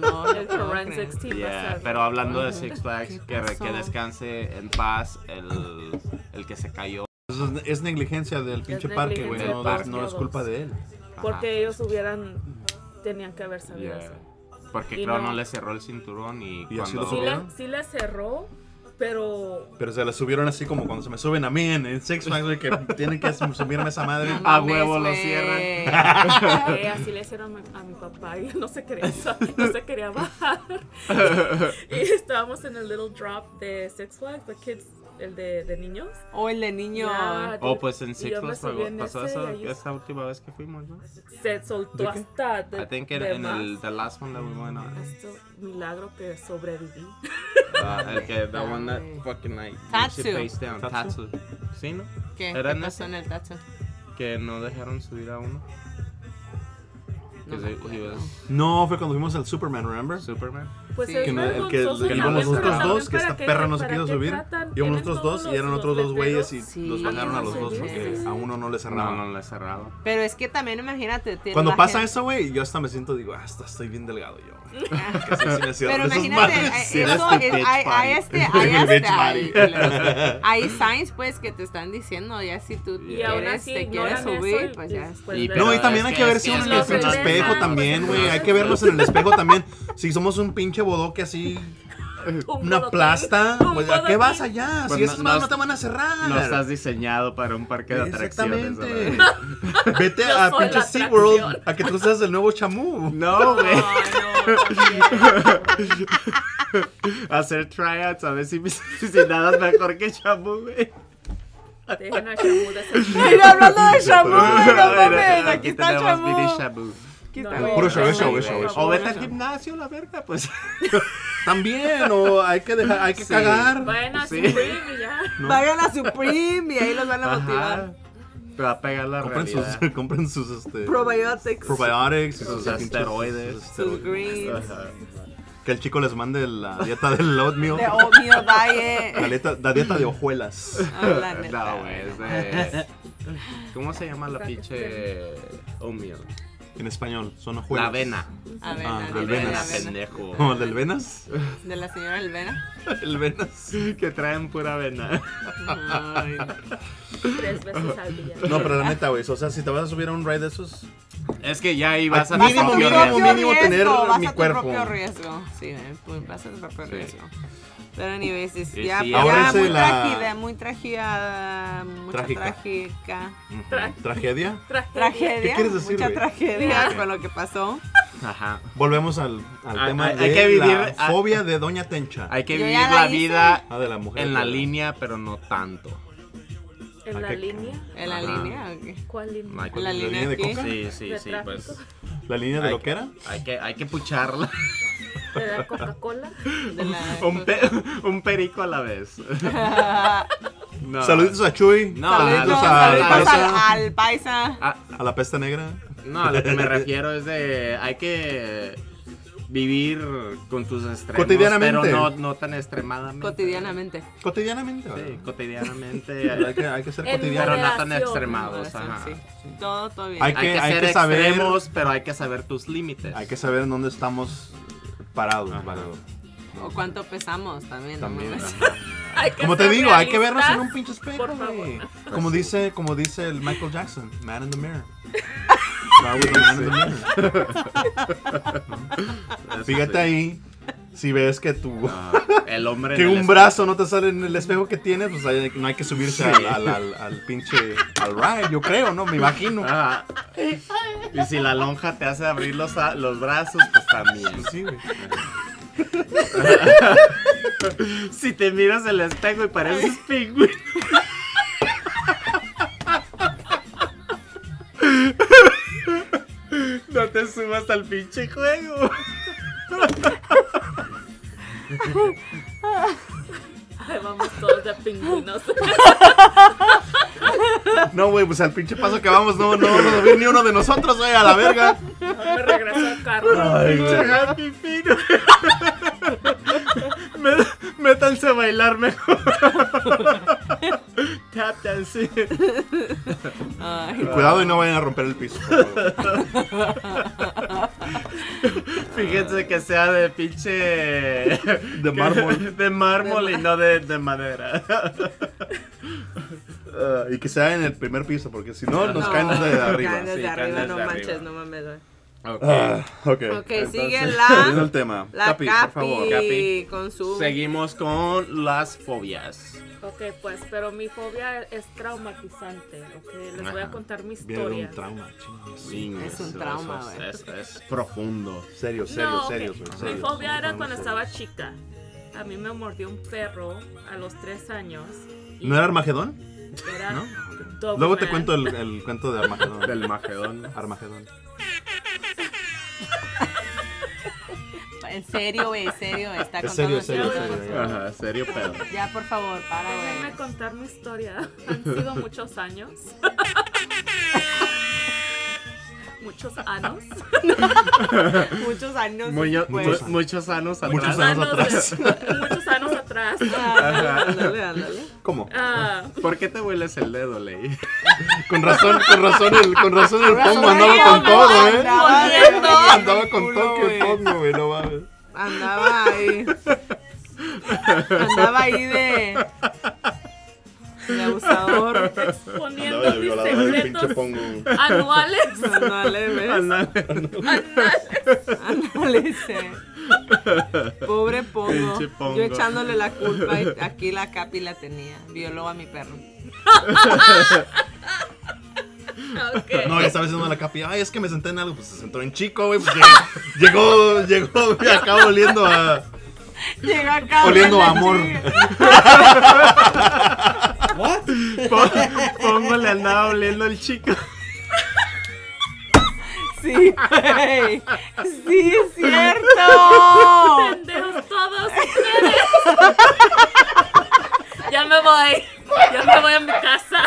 Speaker 2: No, no
Speaker 4: El
Speaker 2: puedo
Speaker 4: forensics
Speaker 2: creer.
Speaker 4: team va a
Speaker 1: Yeah,
Speaker 4: estar-
Speaker 1: Pero hablando de Six Flags,
Speaker 2: ¿Qué
Speaker 1: que,
Speaker 2: pasó?
Speaker 1: que descanse en paz el, el que se cayó.
Speaker 3: Entonces, Es negligencia del pinche parque, güey.
Speaker 1: negligencia
Speaker 3: No,
Speaker 1: del parque.
Speaker 3: no es culpa de él.
Speaker 1: Ajá.
Speaker 4: Porque ellos hubieran. Tenían que haber sabido
Speaker 1: Yeah.
Speaker 4: eso.
Speaker 1: Porque
Speaker 4: Y
Speaker 1: creo no.
Speaker 4: no.
Speaker 1: le cerró el cinturón y,
Speaker 3: Y
Speaker 1: cuando...
Speaker 3: así lo
Speaker 4: Sí
Speaker 3: ¿Subieron?
Speaker 4: la, sí la cerró, pero.
Speaker 3: Pero se la subieron así como cuando se me suben a mí en, en Six Flags, güey, que tienen que subirme esa madre.
Speaker 2: No
Speaker 1: A
Speaker 2: mames,
Speaker 1: huevo lo
Speaker 2: güey.
Speaker 1: cierran.
Speaker 4: eh, así le hicieron a mi, a mi papá y él no se quería, no se quería bajar. y estábamos en el little drop de Six Flags, the kids, el de, de niños.
Speaker 2: O el de niño.
Speaker 4: Ya,
Speaker 1: Oh, pues en
Speaker 4: y
Speaker 1: Six
Speaker 4: yo me
Speaker 1: Flags
Speaker 4: subí
Speaker 1: pasó-
Speaker 4: en
Speaker 1: pasó
Speaker 4: ese,
Speaker 1: eso
Speaker 4: ahí-
Speaker 1: esa última vez que fuimos, ¿no?
Speaker 4: se soltó hasta de,
Speaker 1: I think en,
Speaker 4: de
Speaker 1: en el
Speaker 4: más.
Speaker 1: the last one that we went on.
Speaker 4: Esto, milagro que sobreviví.
Speaker 1: Ah, el que that one that fucking like
Speaker 2: Tatsu.
Speaker 1: she face down.
Speaker 3: Tatsu.
Speaker 1: Tatsu. Sí, ¿no?
Speaker 2: ¿Qué?
Speaker 1: Era
Speaker 2: ¿Qué
Speaker 1: en
Speaker 2: pasó en el tacho?
Speaker 1: Que no dejaron subir a uno.
Speaker 2: No
Speaker 1: Que
Speaker 2: me
Speaker 1: se- he
Speaker 2: acuerdo.
Speaker 1: was
Speaker 3: No, fue cuando fuimos al Superman, ¿remember?
Speaker 1: Superman.
Speaker 4: Pues
Speaker 2: Sí.
Speaker 4: es
Speaker 3: Que no- el
Speaker 4: vergonzoso
Speaker 3: que-
Speaker 1: que
Speaker 4: también, pero
Speaker 1: íbamos nosotros
Speaker 4: ¿saben
Speaker 3: dos, que
Speaker 4: para
Speaker 3: esta
Speaker 4: qué-
Speaker 3: perra no se
Speaker 4: para
Speaker 3: quiso
Speaker 4: qué
Speaker 3: subir?
Speaker 4: tratan? Tienen
Speaker 3: Íbamos nosotros
Speaker 4: todos
Speaker 3: dos
Speaker 4: los-
Speaker 3: y eran
Speaker 4: los
Speaker 3: otros dos güeyes y
Speaker 4: letreros.
Speaker 2: Sí.
Speaker 3: los bajaron a los dos porque
Speaker 4: Sí.
Speaker 3: a uno no le cerraban.
Speaker 1: No, no le cerraron.
Speaker 2: Pero es que también imagínate. tiene
Speaker 3: Cuando
Speaker 2: la
Speaker 3: pasa
Speaker 2: gente-
Speaker 3: eso, güey, yo hasta me siento, digo, ah, hasta estoy bien delgado yo. güey. Que sí, sí me cierro
Speaker 2: Pero
Speaker 3: de esas
Speaker 2: imagínate,
Speaker 3: madres.
Speaker 2: eh,
Speaker 1: sí, eres
Speaker 2: eso
Speaker 1: tu
Speaker 2: es,
Speaker 1: bitch
Speaker 2: hay, hay
Speaker 1: body.
Speaker 2: este, hay
Speaker 3: El bitch
Speaker 2: hasta
Speaker 3: body.
Speaker 2: hay- hay signs pues que te están diciendo ya si tú
Speaker 1: Y
Speaker 4: Y
Speaker 2: quieres,
Speaker 4: aún así,
Speaker 2: te
Speaker 4: ignoran
Speaker 2: quieres
Speaker 4: eso
Speaker 2: subir,
Speaker 4: y
Speaker 2: pues ya.
Speaker 4: después
Speaker 1: Y-
Speaker 4: de-
Speaker 3: No, y
Speaker 1: Pero
Speaker 3: también
Speaker 1: es que-
Speaker 3: hay que
Speaker 1: es
Speaker 3: ver
Speaker 1: que
Speaker 3: si uno
Speaker 1: es
Speaker 3: en el
Speaker 4: que
Speaker 3: pinche
Speaker 4: los
Speaker 3: espejo
Speaker 4: reflejan,
Speaker 3: también,
Speaker 4: los
Speaker 3: güey. Hay
Speaker 4: reflejan.
Speaker 3: que vernos en el espejo también. Si somos un pinche bodoque así,
Speaker 4: Un
Speaker 3: una
Speaker 4: bodoquín,
Speaker 3: plasta,
Speaker 4: un
Speaker 3: güey, ¿a qué
Speaker 4: bodoquín.
Speaker 3: vas allá?
Speaker 1: Pues
Speaker 3: Si
Speaker 1: no-
Speaker 3: esas manos
Speaker 1: no-
Speaker 3: no te van a cerrar.
Speaker 1: No estás diseñado para un parque de atracciones. a la
Speaker 3: Exactamente.
Speaker 1: verdad.
Speaker 3: Vete
Speaker 4: Yo
Speaker 3: a
Speaker 4: soy
Speaker 3: pinche
Speaker 4: la
Speaker 3: SeaWorld
Speaker 4: atracción.
Speaker 3: a que tú seas el nuevo chamú.
Speaker 1: No, güey.
Speaker 4: Ay, no, también.
Speaker 1: Hacer tryouts a ver si, si nada es mejor que Shamu, güey.
Speaker 4: Dejen a Shamu
Speaker 2: Ay,
Speaker 4: de
Speaker 2: hablando de Shamu, no mames,
Speaker 1: Bueno,
Speaker 2: aquí está
Speaker 1: tenemos mini
Speaker 2: Shamu.
Speaker 1: Shamu.
Speaker 2: Aquí
Speaker 4: No,
Speaker 2: está,
Speaker 4: no,
Speaker 2: güey.
Speaker 3: Puro Shamu,
Speaker 1: Ay,
Speaker 3: Shamu,
Speaker 1: güey.
Speaker 3: Shamu.
Speaker 1: O vete al gimnasio, la verga, pues.
Speaker 3: También, o hay que dejar, hay que
Speaker 1: Sí.
Speaker 3: cagar.
Speaker 4: Vayan a
Speaker 1: Sí.
Speaker 4: Supreme y ya.
Speaker 2: Vayan a Supreme y ahí los van a
Speaker 1: Ajá.
Speaker 2: motivar.
Speaker 1: Te va a pegar la
Speaker 3: Compren sus,
Speaker 1: realidad.
Speaker 3: compren sus, este,
Speaker 2: Probiotics.
Speaker 3: probiotics, y
Speaker 1: Sus
Speaker 3: sus pinches-
Speaker 1: asteroides.
Speaker 3: sus
Speaker 2: Sus
Speaker 3: asteroides.
Speaker 2: greens.
Speaker 1: Ajá.
Speaker 3: Que el chico les mande la dieta del oatmeal.
Speaker 2: De oatmeal diet.
Speaker 3: La dieta, la dieta de hojuelas.
Speaker 2: Ah, la neta.
Speaker 1: No, güey, es de... ¿Cómo se llama la pinche oatmeal?
Speaker 3: En español, son
Speaker 1: La
Speaker 3: hojuelas.
Speaker 1: avena.
Speaker 2: Avena,
Speaker 3: Ah,
Speaker 2: de
Speaker 3: alvenas.
Speaker 2: la
Speaker 1: Avena,
Speaker 2: avena.
Speaker 1: pendejo.
Speaker 3: ¿Como el del venas?
Speaker 2: De la señora Elvena.
Speaker 3: El venas.
Speaker 1: Que traen pura avena.
Speaker 2: Ay,
Speaker 4: Tres veces al día.
Speaker 3: No, pero la neta, güey. O sea, si te vas a subir a un ride de esos,
Speaker 1: Es que ya ahí vas a...
Speaker 3: Mínimo,
Speaker 2: Vas a tu
Speaker 3: mínimo,
Speaker 2: propio
Speaker 3: mínimo
Speaker 2: riesgo,
Speaker 3: tener
Speaker 2: vas
Speaker 3: mi
Speaker 2: a tu
Speaker 3: cuerpo.
Speaker 2: propio riesgo. Sí, eh, pues vas a tu propio riesgo. Pero anyways, es
Speaker 1: Sí,
Speaker 2: ya,
Speaker 1: sí,
Speaker 2: ya
Speaker 3: ahórrense
Speaker 2: muy
Speaker 3: la-
Speaker 2: trágida, muy trágida, mucha
Speaker 3: Trágica.
Speaker 2: trágica.
Speaker 4: Tra-
Speaker 3: tragedia.
Speaker 4: tragedia.
Speaker 2: Tragedia,
Speaker 3: ¿Qué quieres decir,
Speaker 2: mucha
Speaker 3: güey?
Speaker 2: tragedia
Speaker 3: Ok.
Speaker 2: con lo que pasó.
Speaker 1: Ajá.
Speaker 3: Volvemos al, al
Speaker 1: Hay-
Speaker 3: tema
Speaker 1: Ah, hay-
Speaker 3: de
Speaker 1: hay que vivir-
Speaker 3: la
Speaker 1: hay-
Speaker 3: fobia de Doña Tencha.
Speaker 1: Hay que
Speaker 2: Yo ya
Speaker 1: vivir
Speaker 2: la
Speaker 1: la
Speaker 2: hice.
Speaker 1: vida
Speaker 3: Ah, de la mujer.
Speaker 1: en la
Speaker 3: ¿verdad?
Speaker 1: línea, pero no tanto.
Speaker 4: En
Speaker 3: Ah,
Speaker 4: la
Speaker 3: qué-
Speaker 4: línea.
Speaker 2: En la
Speaker 1: Ajá.
Speaker 2: línea, ok.
Speaker 4: ¿Cuál línea?
Speaker 1: Like-
Speaker 2: En la
Speaker 3: ¿La
Speaker 2: línea
Speaker 3: línea de
Speaker 2: aquí.
Speaker 3: coca?
Speaker 1: Sí, sí,
Speaker 4: ¿De
Speaker 1: sí,
Speaker 4: tráfico?
Speaker 1: pues.
Speaker 3: ¿La línea de
Speaker 1: Hay-
Speaker 3: lo que era?
Speaker 1: Hay que, hay que pucharla.
Speaker 4: ¿Te da Coca-Cola?
Speaker 2: De la-
Speaker 1: un, pe- un perico a la vez. No.
Speaker 3: Saluditos a Chuy.
Speaker 1: No,
Speaker 2: Saludos,
Speaker 3: saluditos
Speaker 1: a-
Speaker 3: al
Speaker 2: saludos al,
Speaker 3: paisa,
Speaker 2: al paisa.
Speaker 1: Ah,
Speaker 3: a la pesta negra.
Speaker 1: no, a lo que me refiero es de. Hay que vivir con tus extremos.
Speaker 3: Cotidianamente.
Speaker 1: Pero no, no tan extremadamente.
Speaker 2: Cotidianamente.
Speaker 3: Cotidianamente,
Speaker 1: Sí,
Speaker 3: ¿verdad?
Speaker 1: cotidianamente.
Speaker 3: Hay que, hay que ser
Speaker 4: En
Speaker 1: pero
Speaker 3: cotidiano.
Speaker 4: moderado.
Speaker 1: no tan
Speaker 4: Moderación,
Speaker 1: extremados.
Speaker 2: Corazón,
Speaker 1: Ajá.
Speaker 2: sí. Todo, todo bien.
Speaker 1: Hay, que,
Speaker 3: hay
Speaker 1: ser
Speaker 3: que saber-
Speaker 1: extremos, pero hay que saber tus límites.
Speaker 3: Hay que saber en dónde estamos parados.
Speaker 1: Ajá.
Speaker 3: ¿vale?
Speaker 2: O cuánto pesamos también. no
Speaker 3: También.
Speaker 2: mames.
Speaker 1: Ajá.
Speaker 4: Hay que
Speaker 3: Como te
Speaker 4: ser
Speaker 3: digo, hay que vernos
Speaker 4: realistas.
Speaker 3: en un pinche espejo.
Speaker 4: por favor.
Speaker 3: güey.
Speaker 1: Pues
Speaker 3: Como
Speaker 1: sí.
Speaker 3: dice, como dice el Michael Jackson, Man in the Mirror. Right with the man in the mirror.
Speaker 1: Eso
Speaker 3: Fíjate
Speaker 1: sí.
Speaker 3: ahí, si ves que tu
Speaker 1: Ah, el hombre. en
Speaker 3: que
Speaker 1: el
Speaker 3: un
Speaker 1: espejo.
Speaker 3: brazo no te sale en el espejo que tienes, pues hay- no hay que subirse al, al, al- al pinche al ride, yo creo, ¿no? Me imagino.
Speaker 1: Ajá. Y si la lonja te hace abrir los, a- los brazos, pues también.
Speaker 3: Sí, güey.
Speaker 1: Si te miras el espejo y pareces pingüino. No te subas al pinche juego.
Speaker 4: Ay, vamos todos de pingüinos.
Speaker 3: No, güey, pues al pinche paso que vamos, no, no vamos a subir ni uno de nosotros, güey, a la verga.
Speaker 4: Me regreso al carro.
Speaker 1: Pinche happy pino. Me- Métanse a bailar mejor. Tap dance.
Speaker 2: Ay,
Speaker 3: Cuidado y no vayan a romper el piso. por favor.
Speaker 1: Fíjense que sea de pinche. De
Speaker 3: mármol.
Speaker 1: De mármol y no de, de madera.
Speaker 3: Ah, y que sea en el primer piso, porque si no, nos
Speaker 2: no,
Speaker 3: caen desde
Speaker 2: nos
Speaker 3: arriba.
Speaker 2: caen desde
Speaker 1: sí, caen
Speaker 2: arriba,
Speaker 1: desde
Speaker 2: no
Speaker 1: arriba.
Speaker 2: manches, no mames. güey.
Speaker 3: Ah, ok.
Speaker 2: Ok, sigue
Speaker 1: entonces-
Speaker 3: Volviendo
Speaker 2: la,
Speaker 3: al tema.
Speaker 2: la
Speaker 3: Capi,
Speaker 2: Capi,
Speaker 3: por favor.
Speaker 1: Capi.
Speaker 2: con su...
Speaker 1: Seguimos con las fobias.
Speaker 4: Ok, pues, pero mi fobia es traumatizante. Ok, les voy a
Speaker 1: Ajá.
Speaker 4: contar mi
Speaker 3: Viene de
Speaker 4: historia.
Speaker 3: un trauma, chingas.
Speaker 2: Es un trauma,
Speaker 1: es-
Speaker 2: güey.
Speaker 1: Es, es profundo.
Speaker 3: Serio, serio,
Speaker 4: No, ok.
Speaker 3: serio, güey,
Speaker 4: Mi
Speaker 3: serio.
Speaker 4: fobia era
Speaker 3: No,
Speaker 4: cuando
Speaker 3: no,
Speaker 4: estaba chica. A mí me mordió un perro a los tres años. y
Speaker 3: ¿No era Armagedón?
Speaker 4: era
Speaker 3: ¿No?
Speaker 4: Doberman.
Speaker 3: Luego te cuento el, el cuento de Armagedón.
Speaker 1: Del Magedón.
Speaker 3: Armagedón.
Speaker 2: En serio, güey, en serio. Está
Speaker 3: Es
Speaker 2: contando
Speaker 3: serio,
Speaker 2: esta
Speaker 3: serio,
Speaker 2: historia.
Speaker 3: serio.
Speaker 1: Ajá, serio pedo.
Speaker 2: Ya, por favor, para,
Speaker 3: Pues.
Speaker 4: Déjenme
Speaker 2: güey.
Speaker 4: contar mi historia. Han sido muchos años. muchos años.
Speaker 2: Muchos años
Speaker 1: Muño-
Speaker 2: después.
Speaker 1: mu- muchos años atrás.
Speaker 3: Muchos años. atrás.
Speaker 4: muchos años atrás.
Speaker 2: Ah, ándale, ándale.
Speaker 3: ¿Cómo?
Speaker 4: Ah,
Speaker 1: ¿Por qué te hueles el dedo, Ley?
Speaker 3: Con razón, con razón el, con razón el pongo andaba con
Speaker 2: Andaba
Speaker 3: todo, eh.
Speaker 2: volviendo.
Speaker 3: Andaba con todo que
Speaker 2: Culo,
Speaker 3: pongo, güey, no mames.
Speaker 2: Andaba ahí. Andaba ahí de. de abusador.
Speaker 4: poniendo mis secretos
Speaker 3: pongo.
Speaker 4: anuales.
Speaker 2: Andale, ¿ves? Andale, sí. Pobre pongo.
Speaker 1: Pinche Pongo.
Speaker 2: Yo echándole la culpa y aquí la capi la tenía. Violó a mi perro.
Speaker 4: Ok.
Speaker 3: No, ya estaba diciendo la capi, ay, es que me senté en algo, pues se sentó en chico, güey, pues lleg- llegó, llegó, llegó, acá oliendo a,
Speaker 2: Llegó acá.
Speaker 3: oliendo a
Speaker 2: huele
Speaker 3: amor.
Speaker 2: chido.
Speaker 1: Póngale andaba oliendo el chico.
Speaker 2: Sí, güey. Sí, es cierto.
Speaker 4: Pendejos todos ustedes. ya me voy. Ya me voy a mi casa.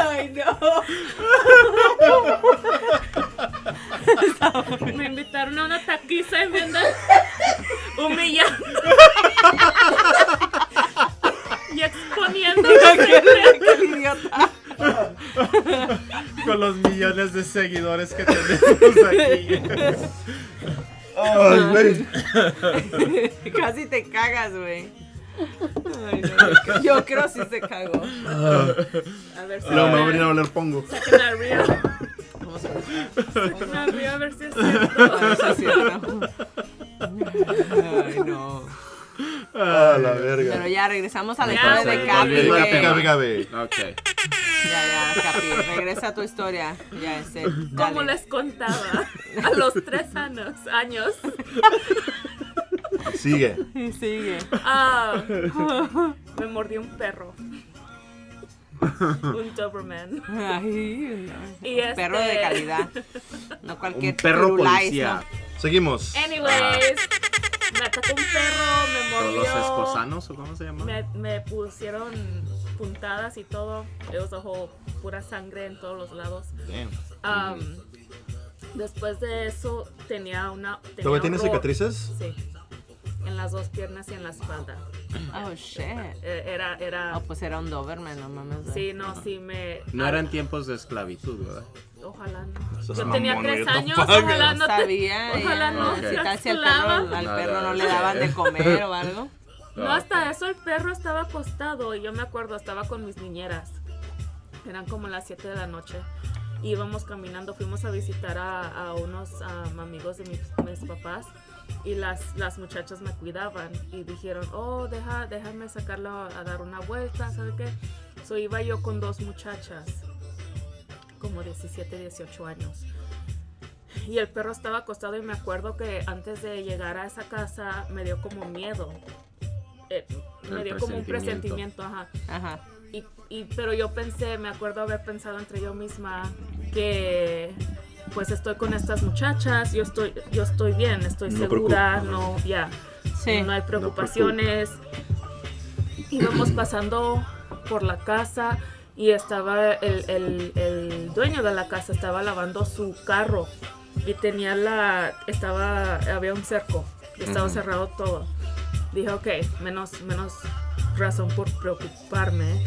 Speaker 2: Ay, no.
Speaker 4: Me invitaron a una taquiza y me andan humillando. y exponiendo mis secretos.
Speaker 2: Aquel idiota.
Speaker 1: Con los millones de seguidores que tenemos aquí.
Speaker 3: Ay, güey.
Speaker 2: Casi te cagas, güey. Ay, no. Yo creo sí se cagó.
Speaker 4: A ver si
Speaker 3: Luego me va a venir a
Speaker 4: me
Speaker 3: oler pongo.
Speaker 4: saquen a Río.
Speaker 2: Vamos a ver.
Speaker 4: Saquen a Río a ver si es cierto.
Speaker 2: A ver si es cierto. Ay, no.
Speaker 3: Ah, la verga.
Speaker 2: Pero ya regresamos a la
Speaker 4: Ya,
Speaker 2: historia
Speaker 4: sí,
Speaker 2: de
Speaker 4: volviendo
Speaker 2: Capi,
Speaker 3: Capi,
Speaker 1: al tema.
Speaker 2: güey.
Speaker 3: capi, capi.
Speaker 1: ok.
Speaker 2: Ya, ya, Capi. Regresa a tu historia. Ya, este.
Speaker 4: Como
Speaker 2: dale.
Speaker 4: les contaba, a los tres años, años
Speaker 3: Sigue.
Speaker 2: Sigue.
Speaker 4: ah, me mordió un perro. Un Doberman.
Speaker 2: Ay, no.
Speaker 4: Y este-
Speaker 2: Perro de calidad. No cualquier
Speaker 1: Un perro
Speaker 2: pirulais,
Speaker 1: policía.
Speaker 3: Seguimos.
Speaker 4: Anyways, me atacó un perro, me
Speaker 1: Todos
Speaker 4: mordió.
Speaker 1: los escosanos, o cómo se llama.
Speaker 4: Me, me pusieron puntadas y todo. It was a whole- pura sangre en todos los lados.
Speaker 1: Damn.
Speaker 4: Um, Después de eso tenía una. Tenía
Speaker 3: ¿Todavía tienes
Speaker 4: otro-
Speaker 3: cicatrices?
Speaker 4: Sí. En las dos piernas y en la espalda.
Speaker 2: ¿no? Oh, shit.
Speaker 4: Eh, Era,
Speaker 2: Oh,
Speaker 4: era.
Speaker 2: pues era un Doberman, no mames.
Speaker 4: Sí, no, sí me.
Speaker 1: Ah, pues, No eran tiempos de esclavitud, ¿verdad?
Speaker 4: Ojalá no.
Speaker 3: Estás
Speaker 4: Yo
Speaker 3: mamón,
Speaker 4: tenía
Speaker 3: güey,
Speaker 4: tres
Speaker 3: what the
Speaker 4: años,
Speaker 3: fuck?
Speaker 4: ojalá
Speaker 2: No
Speaker 4: no te,
Speaker 2: sabía.
Speaker 4: ojalá
Speaker 2: ya.
Speaker 4: no
Speaker 1: Ok.
Speaker 4: se
Speaker 2: Si tal si al perro,
Speaker 4: esclava.
Speaker 2: al
Speaker 1: No,
Speaker 2: perro no
Speaker 1: no,
Speaker 2: le
Speaker 1: no,
Speaker 2: daban
Speaker 1: eh.
Speaker 2: de comer o algo.
Speaker 4: No, hasta eso el perro estaba acostado y yo me acuerdo, estaba con mis niñeras. Eran como las 7 de la noche. Íbamos caminando, fuimos a visitar a, a unos um, amigos de mis, mis papás y las, las muchachas me cuidaban y dijeron, oh, deja, déjame sacarla a dar una vuelta, ¿sabes qué? So iba yo con dos muchachas, como 17, 18 años. Y el perro estaba acostado y me acuerdo que antes de llegar a esa casa me dio como miedo. Eh, me
Speaker 1: El
Speaker 4: dio como un
Speaker 1: presentimiento.
Speaker 4: presentimiento, ajá.
Speaker 2: Ajá.
Speaker 4: Y, y- pero yo pensé, me acuerdo haber pensado entre yo misma que pues estoy con estas muchachas, yo estoy, yo estoy bien, estoy
Speaker 3: No
Speaker 4: segura, no, ya
Speaker 2: Sí.
Speaker 4: no hay preocupaciones. Íbamos pasando por la casa y estaba el, el- el dueño de la casa, estaba lavando su carro y tenía la, estaba, había un cerco, y estaba
Speaker 1: Ujú.
Speaker 4: cerrado todo. Dije, ok, menos, menos razón por preocuparme.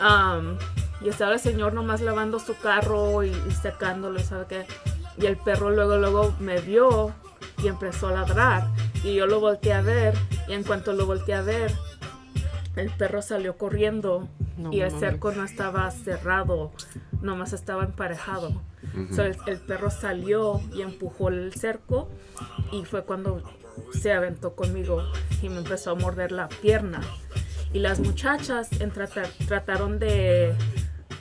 Speaker 4: Am, y estaba el señor nomás lavando su carro y, y secándolo, y ¿sabe qué? Y el perro luego, luego me vio y empezó a ladrar. Y yo lo volteé a ver. Y en cuanto lo volteé a ver, el perro salió corriendo.
Speaker 2: No
Speaker 4: y el
Speaker 2: mames.
Speaker 4: cerco no estaba cerrado, nomás estaba emparejado.
Speaker 1: Ujú.
Speaker 4: So, el, el perro salió y empujó el cerco. Y fue cuando se aventó conmigo y me empezó a morder la pierna. Y las muchachas en tratar- trataron de,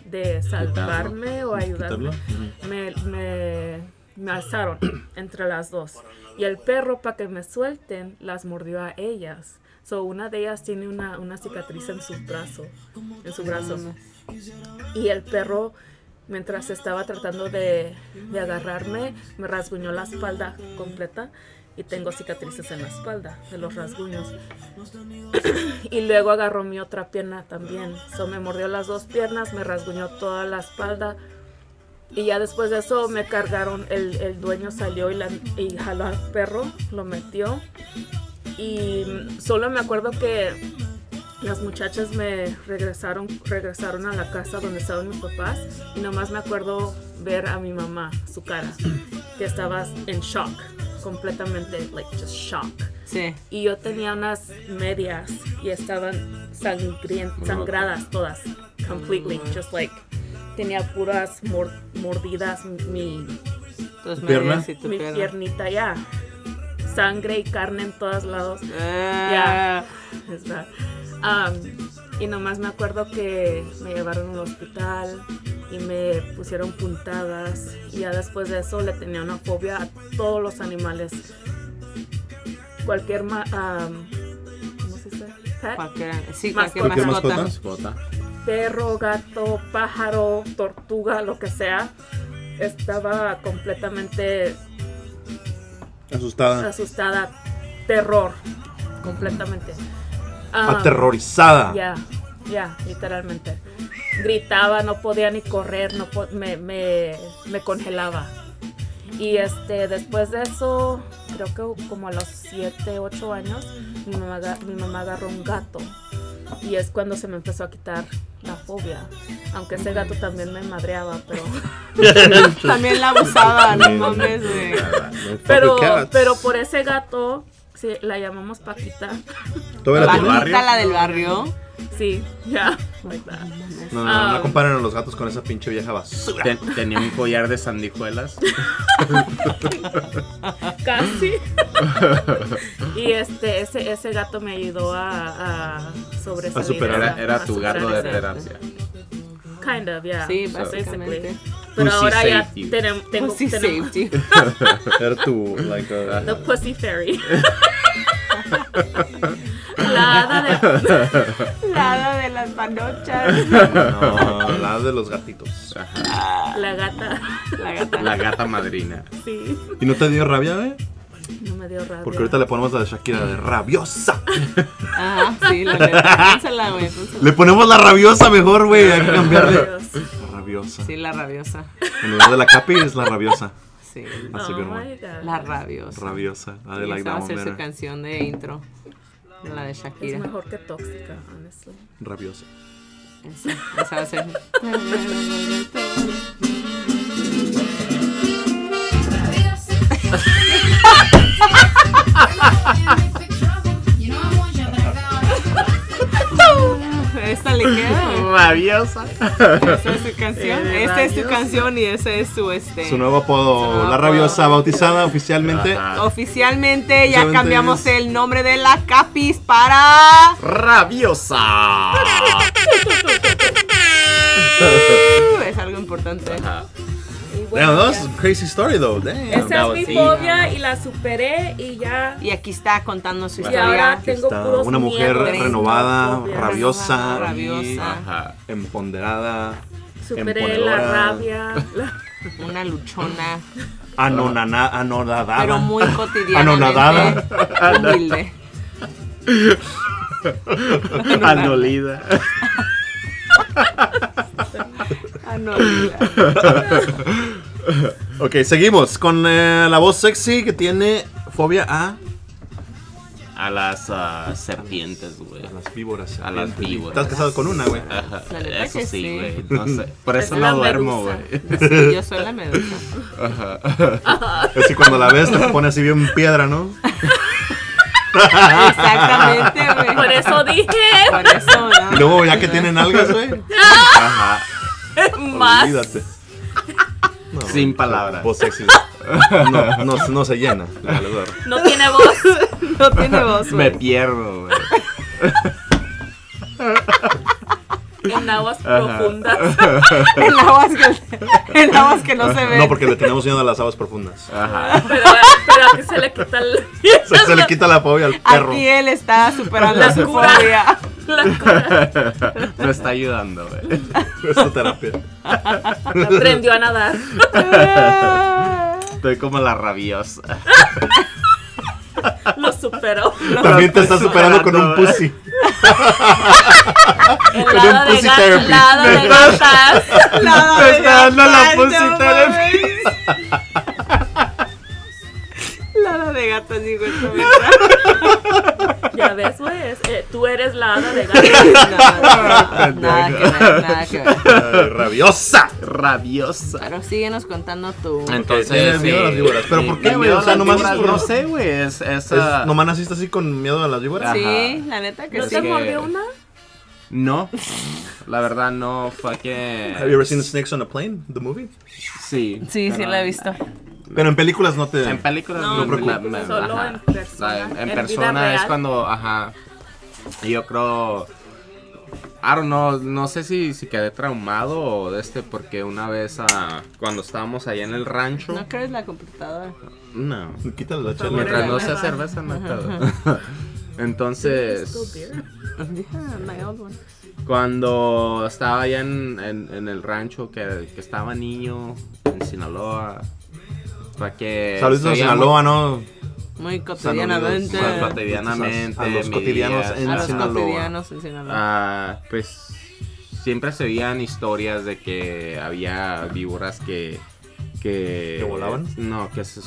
Speaker 4: de salvarme o ayudarme
Speaker 3: ¿Quitarlo?
Speaker 4: me, me, me alzaron entre las dos. Y el perro, para que me suelten, las mordió a ellas. So, una de ellas tiene una, una cicatriz en su brazo. En su brazo. Y el perro, mientras estaba tratando de, de agarrarme, me rasguñó la espalda completa. Y tengo cicatrices en la espalda de los rasguños. y luego agarró mi otra pierna también. So, me mordió las dos piernas, me rasguñó toda la espalda. Y ya después de eso me cargaron, el, el dueño salió y, la- y jaló al perro, lo metió. Y mm, solo me acuerdo que las muchachas me regresaron, regresaron a la casa donde estaban mis papás y nomás me acuerdo ver a mi mamá, su cara, que estaba en shock, completamente, like just shock
Speaker 2: Sí.
Speaker 4: y yo tenía unas medias y estaban sangrien- sangradas todas, completely, just like tenía puras mor- mordidas mi,
Speaker 2: Tus
Speaker 3: Pierna.
Speaker 2: medias y tu
Speaker 4: mi
Speaker 2: pierna.
Speaker 4: piernita ya, sangre y carne en todos lados,
Speaker 2: Ah.
Speaker 4: es verdad. Um, y nomás me acuerdo que me llevaron al hospital y me pusieron puntadas y ya después de eso le tenía una fobia a todos los animales. Cualquier ma- um, ¿cómo se dice? Pet,
Speaker 2: Cualquier, sí, cualquier
Speaker 4: Mascota.
Speaker 3: ¿Cualquier
Speaker 2: mascota.
Speaker 3: mascota?
Speaker 1: Mascota.
Speaker 4: perro, gato, pájaro, tortuga, lo que sea. Estaba completamente
Speaker 3: Asustada.
Speaker 4: asustada, terror, completamente. Ah,
Speaker 3: Aterrorizada.
Speaker 4: Ya, ya, literalmente. Gritaba, no podía ni correr, no po- me, me- me congelaba. Y este, después de eso, creo que como a los 7, 8 años, mi mamá, aga- mi mamá agarró un gato. Y es cuando se me empezó a quitar la fobia. Aunque ese gato también me madreaba, pero...
Speaker 2: También la abusaba, no
Speaker 3: Sí.
Speaker 2: mames, güey.
Speaker 3: Eh, No fuck
Speaker 4: Pero,
Speaker 3: with cats.
Speaker 4: pero por ese gato, sí, la llamamos Paquita.
Speaker 3: ¿Todavía la tienes?
Speaker 2: Paquita, la del barrio.
Speaker 4: Sí, ya. like that.
Speaker 3: No, no, no,
Speaker 4: Ah.
Speaker 3: no comparen a los gatos con esa pinche vieja basura.
Speaker 1: Ten- tenía un collar de sandijuelas.
Speaker 4: Casi. y este, ese, ese gato me ayudó a, a sobresalir.
Speaker 3: A superar.
Speaker 4: esa-
Speaker 1: Era, era
Speaker 4: a
Speaker 1: tu
Speaker 4: superar
Speaker 1: gato de
Speaker 4: esa-
Speaker 1: terancia.
Speaker 4: Kind of, yeah.
Speaker 2: Sí,
Speaker 1: So-
Speaker 2: básicamente.
Speaker 4: Pero
Speaker 1: Pussy
Speaker 4: ahora ya
Speaker 1: safety.
Speaker 4: tenem- tengo,
Speaker 2: Pussy
Speaker 4: tenemos
Speaker 2: safety.
Speaker 3: Era tu, like, uh,
Speaker 4: The Pussy Fairy. la hada de...
Speaker 2: Nada de las panochas.
Speaker 3: no, la de los gatitos.
Speaker 4: La gata.
Speaker 2: La gata.
Speaker 1: La gata madrina.
Speaker 4: Sí.
Speaker 3: ¿Y no te dio rabia, eh?
Speaker 4: No me dio rabia.
Speaker 3: Porque ahorita le ponemos la de Shakira de rabiosa.
Speaker 2: Ajá, Ah, sí, la neta. Pónsela, güey. pónsela.
Speaker 3: Le ponemos la rabiosa mejor, güey. Hay que cambiarle.
Speaker 4: Dios.
Speaker 3: La rabiosa.
Speaker 2: Sí, la rabiosa.
Speaker 3: En lugar de la capi es la rabiosa.
Speaker 2: Sí.
Speaker 3: That's a
Speaker 4: Oh
Speaker 3: good
Speaker 4: my
Speaker 3: one.
Speaker 4: God.
Speaker 2: La rabiosa.
Speaker 3: Rabiosa. I
Speaker 2: Y
Speaker 3: like
Speaker 2: esa va
Speaker 3: that
Speaker 2: a
Speaker 3: one
Speaker 2: ser su
Speaker 3: better.
Speaker 2: canción de intro. de La de
Speaker 4: Es
Speaker 2: Shakira.
Speaker 4: mejor que tóxica, honestly.
Speaker 3: Rabiosa.
Speaker 2: Esa, esa va a ser. Esta le queda.
Speaker 1: Rabiosa.
Speaker 2: güey. Esa es su canción.
Speaker 4: Eh,
Speaker 2: Esta es su
Speaker 4: rabiosa.
Speaker 2: canción y ese es su este.
Speaker 3: Su nuevo
Speaker 2: Su nuevo
Speaker 3: apodo. La
Speaker 2: apodo.
Speaker 3: rabiosa bautizada oficialmente.
Speaker 1: Ajá.
Speaker 2: Oficialmente ya
Speaker 3: Solamente
Speaker 2: cambiamos
Speaker 3: es-
Speaker 2: el nombre de la Capis para.
Speaker 1: Rabiosa.
Speaker 2: Es algo importante.
Speaker 1: Ajá.
Speaker 4: Y bueno,
Speaker 3: Damn, that was
Speaker 4: ya.
Speaker 3: a crazy story though. Damn.
Speaker 4: Esa
Speaker 1: No,
Speaker 4: es mi
Speaker 1: sí.
Speaker 4: fobia y la superé y ya.
Speaker 2: Y aquí está contando su
Speaker 4: Y ahora
Speaker 2: historia.
Speaker 4: tengo
Speaker 3: Está
Speaker 4: puros
Speaker 3: una mujer
Speaker 4: miedos.
Speaker 3: renovada,
Speaker 4: Fobias.
Speaker 3: rabiosa,
Speaker 2: Rabiosa.
Speaker 1: Ajá.
Speaker 3: y empoderada,
Speaker 4: Superé la
Speaker 3: empoderadora.
Speaker 4: rabia. la-
Speaker 2: Una luchona,
Speaker 3: anonana, anonadada.
Speaker 2: pero muy cotidiana.
Speaker 3: Ah, Anonadada.
Speaker 2: Humilde.
Speaker 1: Anolida.
Speaker 4: Ah,
Speaker 2: Anonadada.
Speaker 3: Ok, seguimos con eh, la voz sexy que tiene fobia a
Speaker 1: A las ah, serpientes, güey.
Speaker 3: las víboras.
Speaker 1: A las víboras.
Speaker 3: Estás casado con una, güey.
Speaker 1: Ajá,
Speaker 2: La neta
Speaker 1: Eso
Speaker 2: que
Speaker 1: sí,
Speaker 2: sí.
Speaker 1: güey. No sé. Por eso
Speaker 4: Es la
Speaker 1: no duermo,
Speaker 4: medusa.
Speaker 1: güey.
Speaker 2: Sí, yo soy la medusa.
Speaker 3: Es que cuando la ves te pone así bien piedra, ¿no?
Speaker 2: Exactamente, güey.
Speaker 4: Por eso dije
Speaker 2: Por eso, ¿no?
Speaker 3: Y luego ya que tienen algas, güey.
Speaker 1: Ajá.
Speaker 4: más.
Speaker 3: Olvídate. No,
Speaker 1: Sin
Speaker 3: güey,
Speaker 1: palabras.
Speaker 3: Voz sexy. güey. No, no, no se llena. la verdad.
Speaker 4: No tiene voz.
Speaker 2: No tiene voz,
Speaker 1: Me
Speaker 2: güey.
Speaker 1: pierdo, güey.
Speaker 4: En aguas profundas.
Speaker 2: En aguas que, en aguas que no se ven.
Speaker 3: Ah, No, porque le tenemos miedo a las aguas profundas.
Speaker 1: Ajá.
Speaker 4: Pero, pero aquí se le quita el-
Speaker 3: Se, se le quita la fobia al perro.
Speaker 2: Aquí él está superando
Speaker 4: La
Speaker 2: su
Speaker 4: cura.
Speaker 2: fobia.
Speaker 4: la cosa.
Speaker 1: Me está ayudando, güey.
Speaker 3: Es su terapia.
Speaker 4: Aprendió a nadar.
Speaker 1: Estoy como la rabiosa.
Speaker 4: Lo superó.
Speaker 3: También te está
Speaker 1: estoy
Speaker 3: superando con un
Speaker 1: superando, ¿verdad?
Speaker 3: pussy.
Speaker 4: El
Speaker 3: Con
Speaker 4: hada
Speaker 3: un
Speaker 4: de
Speaker 3: pussy
Speaker 4: ga-
Speaker 3: therapy.
Speaker 4: la hada de gatas.
Speaker 2: Nada
Speaker 1: Me
Speaker 2: de
Speaker 1: está dando la
Speaker 2: gatas,
Speaker 1: pussy
Speaker 2: no
Speaker 1: therapy.
Speaker 2: mames. Nada de gatas, digo, esto me
Speaker 4: Ya ves, güey. es- eh, tú eres la hada de gatas.
Speaker 2: Nada, nada que ver, nada que ver.
Speaker 3: Ay, rabiosa.
Speaker 1: Rabiosa.
Speaker 2: Pero síguenos contando tu.
Speaker 1: Entonces,
Speaker 3: Tiene miedo a las víboras. ¿Pero
Speaker 1: sí,
Speaker 3: por qué,
Speaker 1: me
Speaker 3: güey?
Speaker 1: miedo
Speaker 3: O
Speaker 1: a
Speaker 3: sea,
Speaker 1: las
Speaker 3: nomás
Speaker 1: víboras,
Speaker 3: es por-
Speaker 1: No sé, güey. Es, es, ah,
Speaker 3: Es- ¿Nomás naciste así con miedo a las víboras?
Speaker 2: Sí, la neta que
Speaker 4: ¿No
Speaker 1: Es
Speaker 2: sí.
Speaker 4: te
Speaker 1: que-
Speaker 4: mordió una?
Speaker 1: No. La verdad, no. Fue que.
Speaker 3: Have you ever seen Snakes on a Plane, the movie?
Speaker 1: Sí.
Speaker 2: Sí, sí,
Speaker 1: pero-
Speaker 2: la he visto.
Speaker 3: Pero en películas no te...
Speaker 1: En películas
Speaker 4: No,
Speaker 1: no,
Speaker 3: en
Speaker 1: la-
Speaker 4: películas,
Speaker 1: la-
Speaker 4: solo
Speaker 1: ajá.
Speaker 4: en persona.
Speaker 1: La- en
Speaker 4: En vida
Speaker 1: persona es
Speaker 4: real.
Speaker 1: cuando, ajá. Yo creo. I don't know, no sé si, si quedé traumado o de este, porque una vez ah, cuando estábamos allá en el rancho.
Speaker 2: No crees la computadora.
Speaker 1: No.
Speaker 3: Quítale la
Speaker 4: Por
Speaker 3: chela.
Speaker 1: Mientras no
Speaker 4: favor,
Speaker 1: sea
Speaker 4: ajá.
Speaker 1: cerveza, no hay pedo. Entonces.
Speaker 2: Yeah, my old one.
Speaker 1: Cuando estaba allá en, en- en el rancho que, que estaba niño en Sinaloa. Para que.
Speaker 3: Saludos a
Speaker 1: soy
Speaker 3: Sinaloa, ¿no?
Speaker 2: Muy
Speaker 3: Saludos
Speaker 2: cotidianamente.
Speaker 1: Muy
Speaker 3: a-
Speaker 2: A
Speaker 1: cotidianamente.
Speaker 3: a los
Speaker 1: mi
Speaker 3: cotidianos
Speaker 1: día,
Speaker 3: en
Speaker 1: ajá.
Speaker 2: los
Speaker 3: Sinaloa.
Speaker 2: cotidianos en Sinaloa.
Speaker 1: Ah, pues siempre se veían historias de que había víboras que que,
Speaker 3: ¿Que volaban?
Speaker 1: no que se-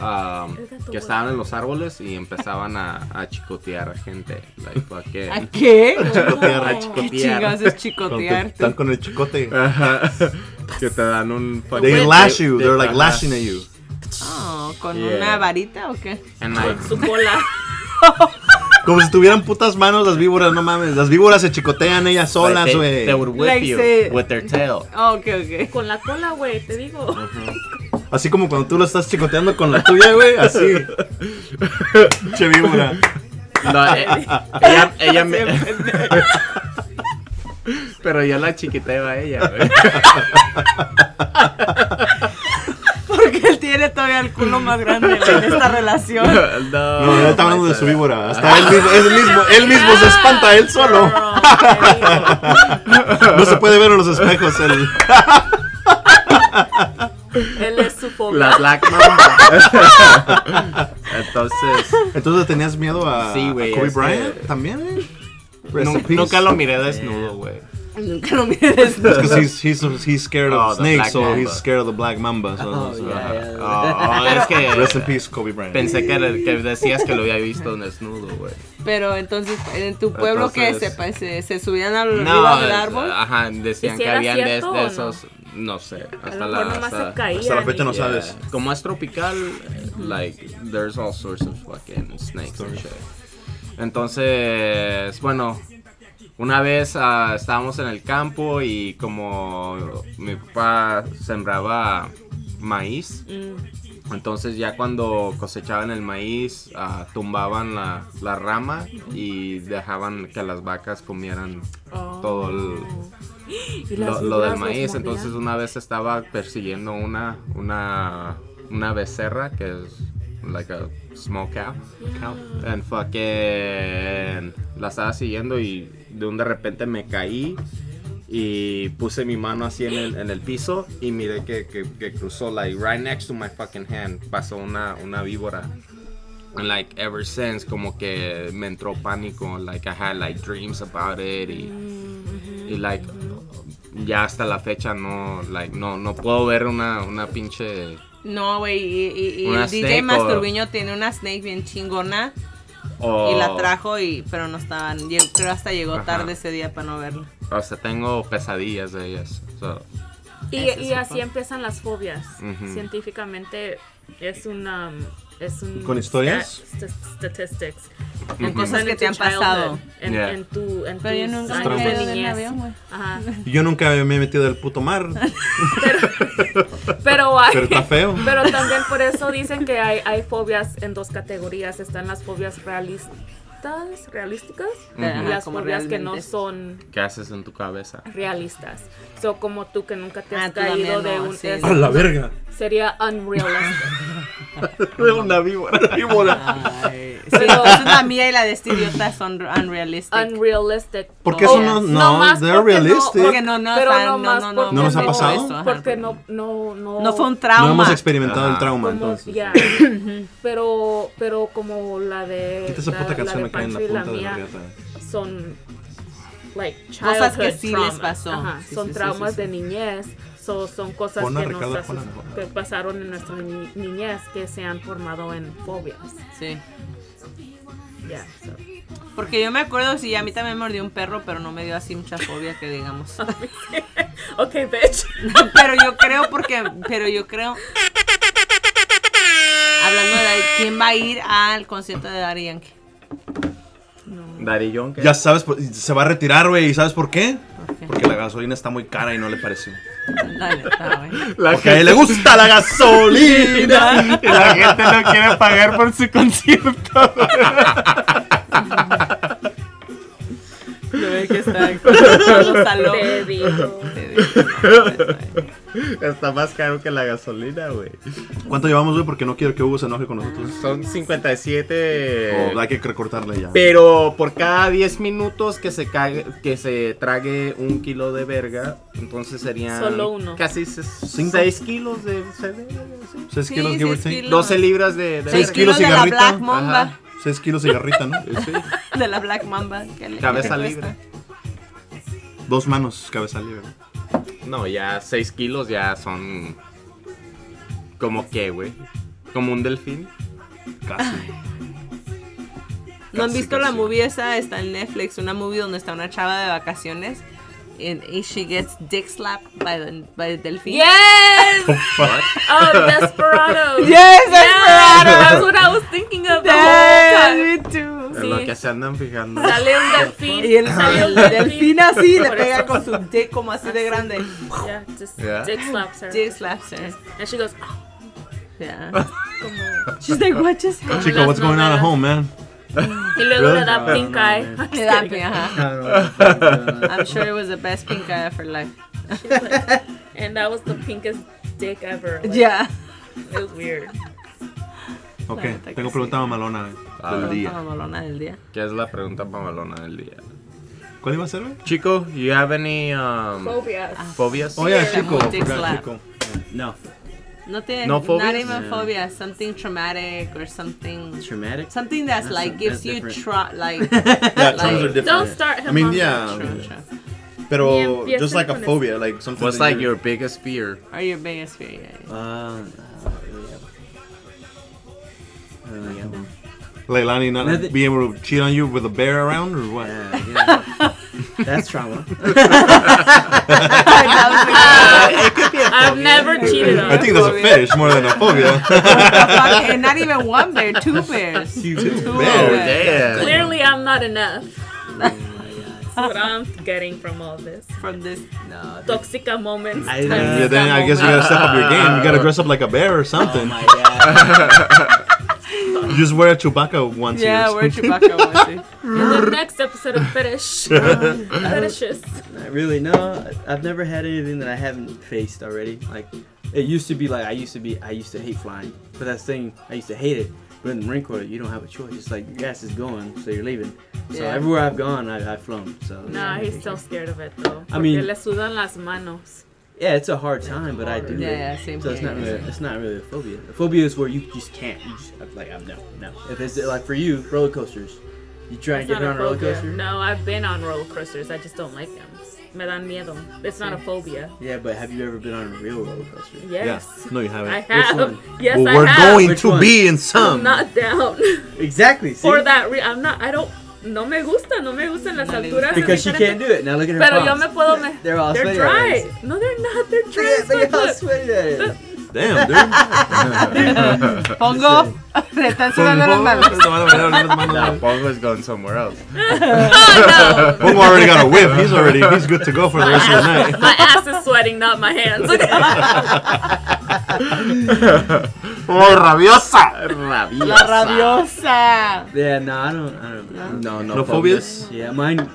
Speaker 1: ah, que estaban en los árboles y empezaban a, a chicotear a gente like, ¿pa' qué?
Speaker 2: ¿A qué? Ah,
Speaker 3: Chicotear, a
Speaker 2: ¿Qué
Speaker 3: chicotear.
Speaker 2: chingados es
Speaker 3: Cuando te-
Speaker 2: chicotear?
Speaker 3: Están con el chicote.
Speaker 1: Eh, Ajá. que te dan un
Speaker 3: They
Speaker 1: te-
Speaker 3: lash you.
Speaker 1: te-
Speaker 3: They're like
Speaker 1: ajá.
Speaker 3: lashing at you.
Speaker 2: Oh, ¿Con
Speaker 1: Yeah.
Speaker 2: una varita o qué?
Speaker 1: And, like,
Speaker 4: Su cola.
Speaker 3: Como si tuvieran putas manos las víboras, no mames. Las víboras se chicotean ellas solas,
Speaker 1: they-
Speaker 3: güey.
Speaker 1: They would whip
Speaker 2: Like
Speaker 1: you
Speaker 2: se-
Speaker 1: with their tail.
Speaker 2: Oh, ok, ok.
Speaker 4: Con la cola, güey, te digo.
Speaker 3: Así como cuando tú lo estás chicoteando con la tuya, güey. Así. che víbora.
Speaker 1: No, eh, ella, ella me,
Speaker 6: Pero yo la chiquiteba a ella, güey.
Speaker 2: Porque él tiene todavía el culo más grande güey, en esta relación.
Speaker 6: No,
Speaker 3: No, ya está hablando de su víbora. Hasta él mismo, él mismo, él mismo se espanta él solo.
Speaker 4: Girl,
Speaker 3: No se puede ver en los espejos. El...
Speaker 4: te digo, Él es su pobre.
Speaker 6: La Black Mamba. Entonces,
Speaker 3: Entonces tenías miedo a,
Speaker 1: Sí,
Speaker 3: a
Speaker 1: güey,
Speaker 3: Kobe
Speaker 1: ese-
Speaker 3: Bryant también, eh? Rest
Speaker 1: Nu-
Speaker 3: in peace.
Speaker 1: Nunca lo miré desnudo, güey.
Speaker 2: Nunca lo mires.
Speaker 3: Because he's, he's, he's scared
Speaker 1: Oh,
Speaker 3: of
Speaker 1: the
Speaker 3: snakes,
Speaker 1: black
Speaker 3: so
Speaker 1: mamba.
Speaker 3: he's scared of the black mamba. So,
Speaker 5: Oh,
Speaker 3: so-
Speaker 5: yeah, yeah.
Speaker 1: Oh, es
Speaker 3: Rest in
Speaker 1: que
Speaker 3: peace, Kobe Bryant.
Speaker 1: pensé que, que decías que lo había visto desnudo, güey.
Speaker 2: Pero entonces, en tu pueblo que
Speaker 1: Entonces-
Speaker 2: se, se, se subían al
Speaker 1: No, ah,
Speaker 2: arriba del árbol.
Speaker 1: ajá, decían
Speaker 4: ¿Y si
Speaker 1: que
Speaker 4: era
Speaker 1: habían de,
Speaker 4: cierto
Speaker 1: de
Speaker 4: o no?
Speaker 1: esos, no sé,
Speaker 4: A
Speaker 1: hasta
Speaker 4: lo
Speaker 1: la
Speaker 4: mejor nomás se
Speaker 1: hasta,
Speaker 4: caía.
Speaker 3: Hasta la fecha no
Speaker 4: y-
Speaker 1: Yeah.
Speaker 3: sabes.
Speaker 1: Como es tropical, like there's all sorts of fucking snakes and shit. Entonces, bueno, una vez ah, estábamos en el campo y como mi papá sembraba maíz,
Speaker 4: Mm,
Speaker 1: entonces ya cuando cosechaban el maíz, ah, tumbaban la, la rama y dejaban que las vacas comieran
Speaker 4: oh.
Speaker 1: todo el,
Speaker 2: Mm.
Speaker 4: Y
Speaker 1: lo,
Speaker 4: las
Speaker 1: lo del
Speaker 4: víboras los
Speaker 1: maíz.
Speaker 4: mordían.
Speaker 1: Entonces una vez estaba persiguiendo una, una, una becerra que es like a small cow. cow. And fucking la estaba siguiendo y de un de repente me caí y puse mi mano así en el, en el piso y miré que, que, que cruzó like right next to my fucking hand pasó una, una víbora. And like ever since como que me entró pánico, like I had like dreams about it y y like ya hasta la fecha no like no no puedo ver una una pinche
Speaker 2: No, güey, y, y- y
Speaker 1: Una
Speaker 2: el DJ
Speaker 1: snake o-
Speaker 2: Masturbiño tiene una snake bien chingona
Speaker 1: o
Speaker 2: y
Speaker 1: Oh,
Speaker 2: la trajo, y pero no estaban. Yo creo hasta llegó
Speaker 1: Ajá.
Speaker 2: tarde ese día para no verla.
Speaker 1: o sea tengo pesadillas de ellas so,
Speaker 4: Y,
Speaker 2: Ese es
Speaker 4: y
Speaker 2: un
Speaker 4: así
Speaker 2: fun.
Speaker 4: empiezan las fobias.
Speaker 1: Ujú.
Speaker 4: Científicamente es una. Es un
Speaker 3: ¿Con historias?
Speaker 4: sta- st- statistics.
Speaker 2: En cosas
Speaker 4: Percentage
Speaker 2: que te han
Speaker 4: of childhood,
Speaker 2: pasado.
Speaker 4: En,
Speaker 1: Yeah.
Speaker 4: en tu, en
Speaker 2: Pero yo
Speaker 4: tus
Speaker 2: nunca
Speaker 4: años
Speaker 2: me
Speaker 4: de
Speaker 2: he ido del
Speaker 4: niñez.
Speaker 2: avión, güey.
Speaker 4: Ajá.
Speaker 3: Yo nunca me he metido del puto mar,
Speaker 4: Pero hay.
Speaker 3: pero está feo.
Speaker 4: Pero también por eso dicen que hay, hay fobias en dos categorías. Están las fobias realistas, realísticas,
Speaker 1: Ujú. Ajá,
Speaker 4: y las
Speaker 2: como
Speaker 4: fobias que no
Speaker 2: realmente.
Speaker 4: son
Speaker 1: qué haces en tu cabeza
Speaker 4: realistas. So, como tú que nunca te
Speaker 2: Ah,
Speaker 4: has
Speaker 2: tú también
Speaker 4: caído de
Speaker 2: no,
Speaker 4: un...
Speaker 2: sí.
Speaker 4: es-
Speaker 3: A la verga.
Speaker 4: sería unrealistic.
Speaker 1: de una víbora
Speaker 2: Ay, sí,
Speaker 4: Pero-
Speaker 2: entonces la mía y la de este idiota son unrealistic.
Speaker 4: unrealistic.
Speaker 3: ¿Por qué eso no- no,
Speaker 4: más
Speaker 3: they're
Speaker 4: porque
Speaker 3: realistic.
Speaker 2: Porque no, no,
Speaker 4: pero
Speaker 2: o sea,
Speaker 4: no,
Speaker 2: no,
Speaker 4: más
Speaker 2: no, no,
Speaker 4: porque
Speaker 3: ¿No nos ha pasado?
Speaker 2: Ajá.
Speaker 4: Porque no, no, no.
Speaker 2: no fue un
Speaker 3: No
Speaker 2: trauma.
Speaker 3: hemos experimentado
Speaker 1: Ajá.
Speaker 3: el trauma,
Speaker 4: como-
Speaker 3: entonces.
Speaker 4: ya. pero, pero como la de.
Speaker 3: Quita esa
Speaker 4: la-
Speaker 3: puta
Speaker 4: la
Speaker 3: canción
Speaker 4: de
Speaker 3: me cae en la
Speaker 4: Pancho y
Speaker 3: punta de la
Speaker 4: mía
Speaker 3: riata.
Speaker 4: son like
Speaker 2: Cosas que
Speaker 4: childhood
Speaker 2: sí
Speaker 4: trauma.
Speaker 2: les pasó.
Speaker 4: Ajá,
Speaker 2: Sí,
Speaker 4: son
Speaker 2: sí, sí,
Speaker 4: traumas
Speaker 2: sí, sí.
Speaker 4: de niñez so- son cosas
Speaker 3: Pon a
Speaker 4: que, nos
Speaker 3: Ricardo,
Speaker 4: asus-
Speaker 3: pon a Ricardo.
Speaker 4: que pasaron en nuestra ni- niñez que se han formado en fobias
Speaker 2: Sí.
Speaker 4: Yeah, so.
Speaker 2: Porque yo me acuerdo, sí, a mí también me mordió un perro, pero no me dio así mucha fobia que digamos.
Speaker 4: ok bitch
Speaker 2: pero yo creo porque, pero yo creo. Hablando de Daddy, quién va a ir al concierto de Daddy Yankee.
Speaker 1: darillón
Speaker 3: Ya sabes, por- se va a retirar, güey, ¿y sabes por qué?
Speaker 2: Porque,
Speaker 3: Porque la gasolina está muy cara y no le pareció.
Speaker 2: la neta, güey.
Speaker 1: la
Speaker 3: Porque a él le gusta la gasolina.
Speaker 1: la gente no quiere pagar por su concierto
Speaker 2: Yo veo que está con los
Speaker 4: te
Speaker 2: salones.
Speaker 4: digo
Speaker 1: está más caro que la gasolina güey
Speaker 3: ¿Cuánto llevamos, güey? Porque no quiero que Hugo se enoje con nosotros.
Speaker 1: son 57 Oh,
Speaker 3: O hay que recortarle ya.
Speaker 1: Pero por cada 10 minutos que se, cague- que se trague un kilo de verga, entonces serían
Speaker 4: Solo uno.
Speaker 1: casi
Speaker 3: Cinco.
Speaker 1: 6 kilos de CD, sí.
Speaker 3: ¿Seis
Speaker 2: Sí,
Speaker 3: kilos, give or
Speaker 2: seis
Speaker 3: take?
Speaker 2: kilos.
Speaker 1: 12 libras de, de
Speaker 3: Seis
Speaker 1: verga.
Speaker 3: kilos
Speaker 2: de la
Speaker 3: cigarrito.
Speaker 2: Black Mamba.
Speaker 3: Seis kilos cigarrita, ¿no?
Speaker 2: De la Black Mamba. que le-
Speaker 1: Cabeza
Speaker 2: que le
Speaker 1: libre.
Speaker 2: cuesta.
Speaker 3: Dos manos, cabeza libre.
Speaker 1: No, ya 6 kilos ya son como que, güey. Como un delfín.
Speaker 3: Casi.
Speaker 2: ¿No han
Speaker 3: Casi,
Speaker 2: visto la
Speaker 3: casi.
Speaker 2: movie esa? Está en Netflix, una movie donde está una chava de vacaciones. And and she gets dick slapped by the, by the delfín.
Speaker 4: yes
Speaker 1: What?
Speaker 4: oh desperado
Speaker 2: Yes,
Speaker 4: that's what I was thinking of the
Speaker 2: Oh
Speaker 4: whole time.
Speaker 2: me too.
Speaker 1: En lo que se andan fijando.
Speaker 4: sale un delfín
Speaker 2: Y el,
Speaker 4: sale un
Speaker 2: el delfín así le
Speaker 4: Por
Speaker 2: pega
Speaker 4: eso.
Speaker 2: con su dick como así de grande.
Speaker 4: yeah just
Speaker 1: Yeah.
Speaker 4: dick slaps her
Speaker 2: Dick slaps her.
Speaker 4: and she goes "Ah",
Speaker 2: Yeah.
Speaker 4: como
Speaker 2: She's like, what just happened?
Speaker 3: Chico, what's going on at home, man?
Speaker 4: Y luego le
Speaker 5: No,
Speaker 4: da
Speaker 5: no,
Speaker 4: pink eye.
Speaker 5: man.
Speaker 2: Le da pie, ajá.
Speaker 5: I don't know what the fuck is going on.
Speaker 2: I'm sure it was the best pink eye of her life.
Speaker 4: And that was the pinkest dick ever. Like,
Speaker 2: Yeah.
Speaker 4: It was weird.
Speaker 3: Ok,
Speaker 2: neta que
Speaker 3: tengo
Speaker 2: sí.
Speaker 3: pregunta mamalona.
Speaker 1: Ah,
Speaker 3: del
Speaker 2: Pregunta
Speaker 3: día.
Speaker 2: mamalona del día.
Speaker 1: ¿Qué es la pregunta mamalona del día?
Speaker 3: ¿Cuál iba a ser, güey?
Speaker 1: Chico, you have any um,
Speaker 4: Phobias.
Speaker 1: phobias?
Speaker 3: Oh, yeah,
Speaker 2: Yeah,
Speaker 3: chico.
Speaker 2: that dick
Speaker 3: forgot
Speaker 2: slap.
Speaker 3: chico.
Speaker 5: No.
Speaker 2: No tiene,
Speaker 1: No
Speaker 2: not
Speaker 1: phobias?
Speaker 2: even
Speaker 5: Yeah.
Speaker 2: phobia, something traumatic or something,
Speaker 5: Traumatic?
Speaker 2: something that's,
Speaker 5: That's
Speaker 2: like
Speaker 5: some-
Speaker 2: gives
Speaker 5: that's
Speaker 2: you
Speaker 5: different.
Speaker 2: tra- like,
Speaker 3: Yeah,
Speaker 2: like-
Speaker 3: terms are
Speaker 4: Don't
Speaker 3: different.
Speaker 4: start him
Speaker 3: I mean,
Speaker 4: on
Speaker 3: yeah.
Speaker 4: that.
Speaker 2: true, true.
Speaker 3: Pero
Speaker 4: Ni
Speaker 3: just
Speaker 4: empiecen
Speaker 3: like a
Speaker 4: con
Speaker 3: phobia, like something.
Speaker 1: What's
Speaker 3: that
Speaker 1: like
Speaker 3: you-
Speaker 1: your biggest fear?
Speaker 2: Or your biggest fear, yeah, yeah.
Speaker 5: Uh, I don't really have one. I don't really have one.
Speaker 3: Leilani not
Speaker 5: Nothing-
Speaker 3: being able to cheat on you with a bear around or what?
Speaker 5: Yeah, yeah. That's trauma.
Speaker 4: I've never cheated on
Speaker 3: I think that's a
Speaker 2: Phobia.
Speaker 3: fetish more than a phobia.
Speaker 2: Fuck, and not even one bear, two bears. Two bears.
Speaker 1: Oh, damn.
Speaker 4: Clearly, I'm not enough. That's what I'm getting from all this.
Speaker 2: From this,
Speaker 5: no. dude.
Speaker 4: Toxica moments.
Speaker 5: I-
Speaker 4: times
Speaker 5: yeah,
Speaker 3: yeah, then I guess you gotta step up your game. You gotta dress up like a bear or
Speaker 5: Oh
Speaker 3: something.
Speaker 5: my god.
Speaker 3: You just wear a Chewbacca once.
Speaker 2: yeah, we're Chewbacca onesie.
Speaker 4: In the next episode of Fetish. Fetishes.
Speaker 5: Not really, no. I- I've never had anything that I haven't faced already. Like, it used to be like I used to be, I used to hate flying, but that's the thing. I used to hate it. But in the Marine Corps, you don't have a choice. It's like your ass is going, so you're leaving. So
Speaker 2: Yeah.
Speaker 5: everywhere I've gone, I, I've flown. So
Speaker 4: Nah, he's still scared of it though.
Speaker 5: I mean-
Speaker 4: Porque le sudan las manos.
Speaker 5: Yeah, it's a hard time, but I do
Speaker 2: Yeah,
Speaker 5: it.
Speaker 2: yeah, same
Speaker 5: So it's
Speaker 2: here,
Speaker 5: not
Speaker 2: yeah,
Speaker 5: really,
Speaker 2: same.
Speaker 5: it's not really a phobia. A phobia is where you just can't. You just I'm like, I'm no, no. If it's like for you, roller coasters. You try and
Speaker 4: It's
Speaker 5: get
Speaker 4: not
Speaker 5: on a roller
Speaker 4: phobia.
Speaker 5: coaster.
Speaker 4: No, I've been on roller coasters. I just don't like them. Me dan miedo. It's not a phobia.
Speaker 5: Yeah, but have you ever been on a real roller coaster?
Speaker 4: Yes.
Speaker 3: No, you haven't.
Speaker 4: I have.
Speaker 5: one?
Speaker 4: Yes,
Speaker 3: well,
Speaker 4: I
Speaker 3: we're
Speaker 4: have.
Speaker 3: going
Speaker 5: Which
Speaker 3: to
Speaker 5: one?
Speaker 3: be in
Speaker 4: I'm
Speaker 3: some.
Speaker 4: not down
Speaker 5: Exactly. See?
Speaker 4: for that. Re- I'm not. I don't. No me gusta. No me gustan las
Speaker 2: No le
Speaker 4: alturas.
Speaker 2: gusta.
Speaker 5: Because she
Speaker 4: Diferente-
Speaker 5: can't do it. Now look at her
Speaker 4: Pero yo
Speaker 5: palms.
Speaker 4: me puedo. Me-
Speaker 5: They're all
Speaker 4: They're
Speaker 5: sweaty
Speaker 4: dry.
Speaker 5: already.
Speaker 4: No, they're not. They're
Speaker 5: Look
Speaker 4: dry.
Speaker 5: at-
Speaker 4: as
Speaker 5: look at
Speaker 4: fuck.
Speaker 5: how
Speaker 4: Look.
Speaker 5: sweaty that is.
Speaker 3: Damn, dude.
Speaker 2: Pongo, le están sudando las manos.
Speaker 1: Now
Speaker 3: Pongo
Speaker 1: Pongo's going somewhere else.
Speaker 4: Oh no.
Speaker 3: already got a whip. He's already he's good to go for the rest of the night.
Speaker 4: My ass is sweating, not my hands.
Speaker 1: ¡Oh, rabiosa! Rabiosa.
Speaker 2: La rabiosa.
Speaker 5: Yeah, no, I don't. I don't.
Speaker 2: No.
Speaker 1: No, no,
Speaker 3: No phobias?
Speaker 5: Yeah, mine.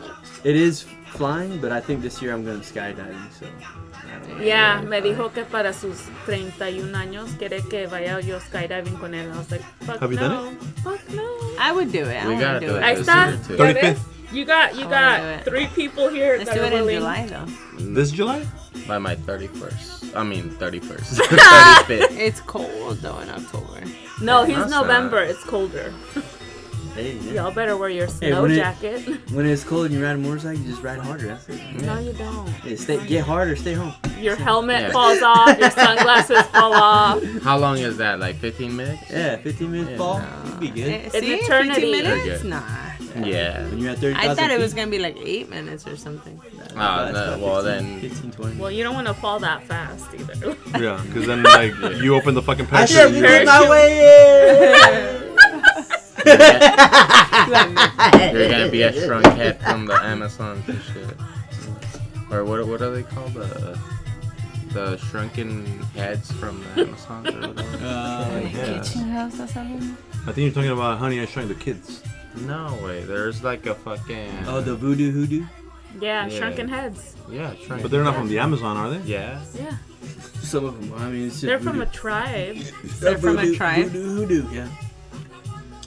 Speaker 5: It is flying, but I think this year I'm going skydiving. So. I don't know.
Speaker 4: Yeah, me dijo que para sus 31 años quiere que vaya yo skydiving con él. I was like, fuck
Speaker 3: Have you
Speaker 4: no.
Speaker 3: done
Speaker 4: Fuck no.
Speaker 2: I would do it. I
Speaker 1: We
Speaker 2: want
Speaker 1: gotta
Speaker 2: to
Speaker 1: do
Speaker 2: do
Speaker 1: it.
Speaker 4: Ahí
Speaker 2: it.
Speaker 1: This
Speaker 4: está.
Speaker 1: year too.
Speaker 4: ya ves.
Speaker 3: 35th.
Speaker 4: You got, you
Speaker 2: I wanna do
Speaker 4: got
Speaker 2: it.
Speaker 4: three people here
Speaker 2: Let's
Speaker 4: that
Speaker 2: do
Speaker 4: are
Speaker 2: it in
Speaker 4: willing.
Speaker 2: July though.
Speaker 3: This July?
Speaker 1: By my 31st. I mean 31st. 35th.
Speaker 2: It's cold though in October.
Speaker 4: No, he's
Speaker 1: That's
Speaker 4: November.
Speaker 1: not-
Speaker 4: It's colder.
Speaker 5: Hey, yeah.
Speaker 4: Y'all better wear your
Speaker 5: Hey,
Speaker 4: snow
Speaker 5: when it-
Speaker 4: jacket.
Speaker 5: When it's cold and you ride a motorcycle, you just ride harder. That's it.
Speaker 4: No, you don't.
Speaker 5: Hey, stay, get harder, stay home.
Speaker 4: Your helmet
Speaker 1: Yeah.
Speaker 4: falls off. Your sunglasses fall off.
Speaker 1: How long is that? Like 15 minutes?
Speaker 5: Yeah, 15 minutes
Speaker 1: Yeah,
Speaker 5: fall,
Speaker 1: no.
Speaker 5: you'd be good.
Speaker 2: Eh, See, 15
Speaker 4: eternity.
Speaker 2: minutes?
Speaker 1: Okay.
Speaker 2: Nah.
Speaker 1: Yeah.
Speaker 5: When you're at 30,000
Speaker 2: I thought it
Speaker 5: feet,
Speaker 2: was gonna be like eight minutes or something.
Speaker 5: that's
Speaker 1: Ah,
Speaker 5: about
Speaker 1: no, well
Speaker 5: 15,
Speaker 1: then-
Speaker 5: 15, 20.
Speaker 4: Well, you don't want to fall that fast either.
Speaker 3: Yeah, because then like you open the fucking
Speaker 5: I
Speaker 3: parachute.
Speaker 5: should have
Speaker 3: you-
Speaker 5: been my way
Speaker 1: You're gonna be a shrunk head from the Amazon and shit. Or what what are they called? The the shrunken heads from the Amazon or whatever.
Speaker 5: in. Uh,
Speaker 3: Yeah.
Speaker 2: house or something?
Speaker 3: I think you're talking about Honey I Shrunk the Kids.
Speaker 1: No way, there's like a fucking
Speaker 5: oh, the voodoo hoodoo?
Speaker 4: Yeah,
Speaker 1: Yeah.
Speaker 4: shrunken heads.
Speaker 1: Yeah, shrunken
Speaker 3: But they're not from the Amazon, are they?
Speaker 1: Yeah.
Speaker 4: Yeah,
Speaker 5: Some of them. I mean, it's just
Speaker 4: they're from a
Speaker 5: voodoo.
Speaker 4: tribe.
Speaker 2: They're from a
Speaker 5: voodoo-
Speaker 2: tribe?
Speaker 5: Voodoo hoodoo, yeah.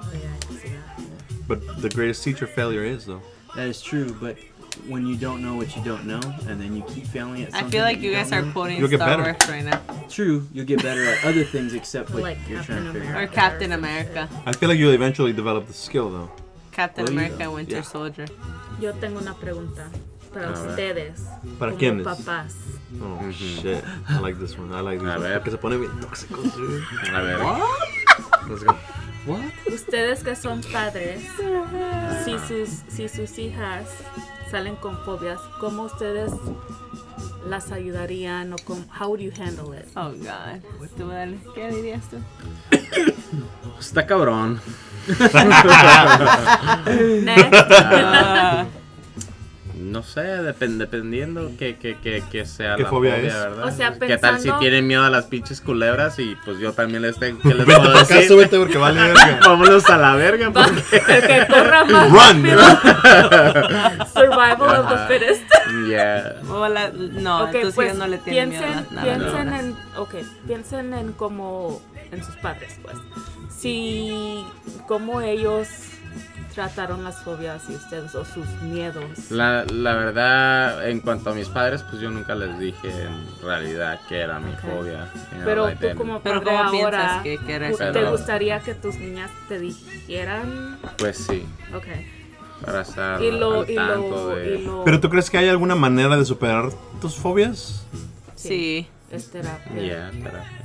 Speaker 4: Oh, yeah, I can see that.
Speaker 3: But the greatest teacher failure is though.
Speaker 5: That is true, but when you don't know what you don't know, and then you keep failing at
Speaker 2: I
Speaker 5: something,
Speaker 2: feel like
Speaker 5: that
Speaker 2: you guys
Speaker 5: don't
Speaker 2: are
Speaker 5: know,
Speaker 2: quoting
Speaker 3: You'll get
Speaker 2: Star
Speaker 3: better.
Speaker 2: Wars right now.
Speaker 5: True, you'll get better at other things except what
Speaker 4: Like
Speaker 5: you're
Speaker 4: Captain
Speaker 5: trying to figure
Speaker 2: Or
Speaker 5: out.
Speaker 4: America.
Speaker 2: Captain America.
Speaker 3: I feel like you'll eventually develop the skill though.
Speaker 2: Captain
Speaker 5: There you
Speaker 2: America
Speaker 5: go.
Speaker 2: Winter
Speaker 3: Yeah.
Speaker 2: Soldier.
Speaker 4: Yo tengo una pregunta para
Speaker 1: A ver.
Speaker 4: ustedes.
Speaker 3: ¿Para
Speaker 4: como
Speaker 3: quiénes?
Speaker 4: Papás.
Speaker 3: Oh shit. I like this one. I like this
Speaker 1: A
Speaker 3: one.
Speaker 1: ver.
Speaker 3: Porque se pone bien tóxico, dude.
Speaker 1: A ver.
Speaker 6: Pues,
Speaker 2: What?
Speaker 1: Let's go.
Speaker 4: Ustedes que son padres, si sus, si sus hijas salen con fobias, ¿cómo ustedes las ayudarían o cómo, how would you handle it?
Speaker 2: Oh, God. Tú, Adal, ¿Qué dirías tú?
Speaker 6: Está cabrón.
Speaker 4: Next.
Speaker 2: Ah,
Speaker 6: No sé, depen- dependiendo que, que, que, que sea
Speaker 3: ¿Qué
Speaker 6: la
Speaker 3: fobia
Speaker 6: fobia,
Speaker 3: es?
Speaker 6: ¿verdad? Pues,
Speaker 4: O sea,
Speaker 6: ¿Qué tal si
Speaker 4: pensando-
Speaker 6: tienen miedo a las pinches culebras? Y pues yo también les tengo que les
Speaker 3: Vete
Speaker 6: puedo
Speaker 3: para acá,
Speaker 6: decir.
Speaker 3: súbete porque vale verga.
Speaker 6: Vámonos a la verga.
Speaker 4: Va-
Speaker 6: porque-
Speaker 4: el que corra más
Speaker 3: Run.
Speaker 4: rápido. Survival of
Speaker 3: Ah.
Speaker 4: the
Speaker 6: Ajá.
Speaker 4: fittest.
Speaker 6: Yeah.
Speaker 2: o la- no,
Speaker 4: Ok,
Speaker 2: entonces
Speaker 4: pues,
Speaker 2: ellos no le tienen miedo a
Speaker 4: piensen,
Speaker 2: las- nada,
Speaker 4: piensen
Speaker 2: nada.
Speaker 4: en, ok, piensen en cómo, en sus padres, pues, si, cómo ellos trataron las fobias y ustedes, o sus miedos.
Speaker 6: La, la verdad, en cuanto a mis padres, pues yo nunca les dije en realidad qué era mi
Speaker 4: Ok.
Speaker 6: fobia. you know,
Speaker 4: pero
Speaker 6: like,
Speaker 4: tú
Speaker 6: then-
Speaker 4: como
Speaker 2: Pero
Speaker 4: padre
Speaker 2: ¿cómo
Speaker 4: ahora,
Speaker 2: piensas que, que era
Speaker 4: ¿te
Speaker 6: eso?
Speaker 4: te
Speaker 6: Pero-
Speaker 4: gustaría que tus niñas te dijeran?
Speaker 6: Pues sí,
Speaker 4: Ok,
Speaker 6: para estar
Speaker 4: y lo,
Speaker 6: al
Speaker 4: y
Speaker 6: tanto
Speaker 4: lo,
Speaker 6: de...
Speaker 4: y lo,
Speaker 3: Pero tú crees que hay alguna manera de superar tus fobias?
Speaker 2: Sí.
Speaker 4: es terapia,
Speaker 6: Yeah, terapia.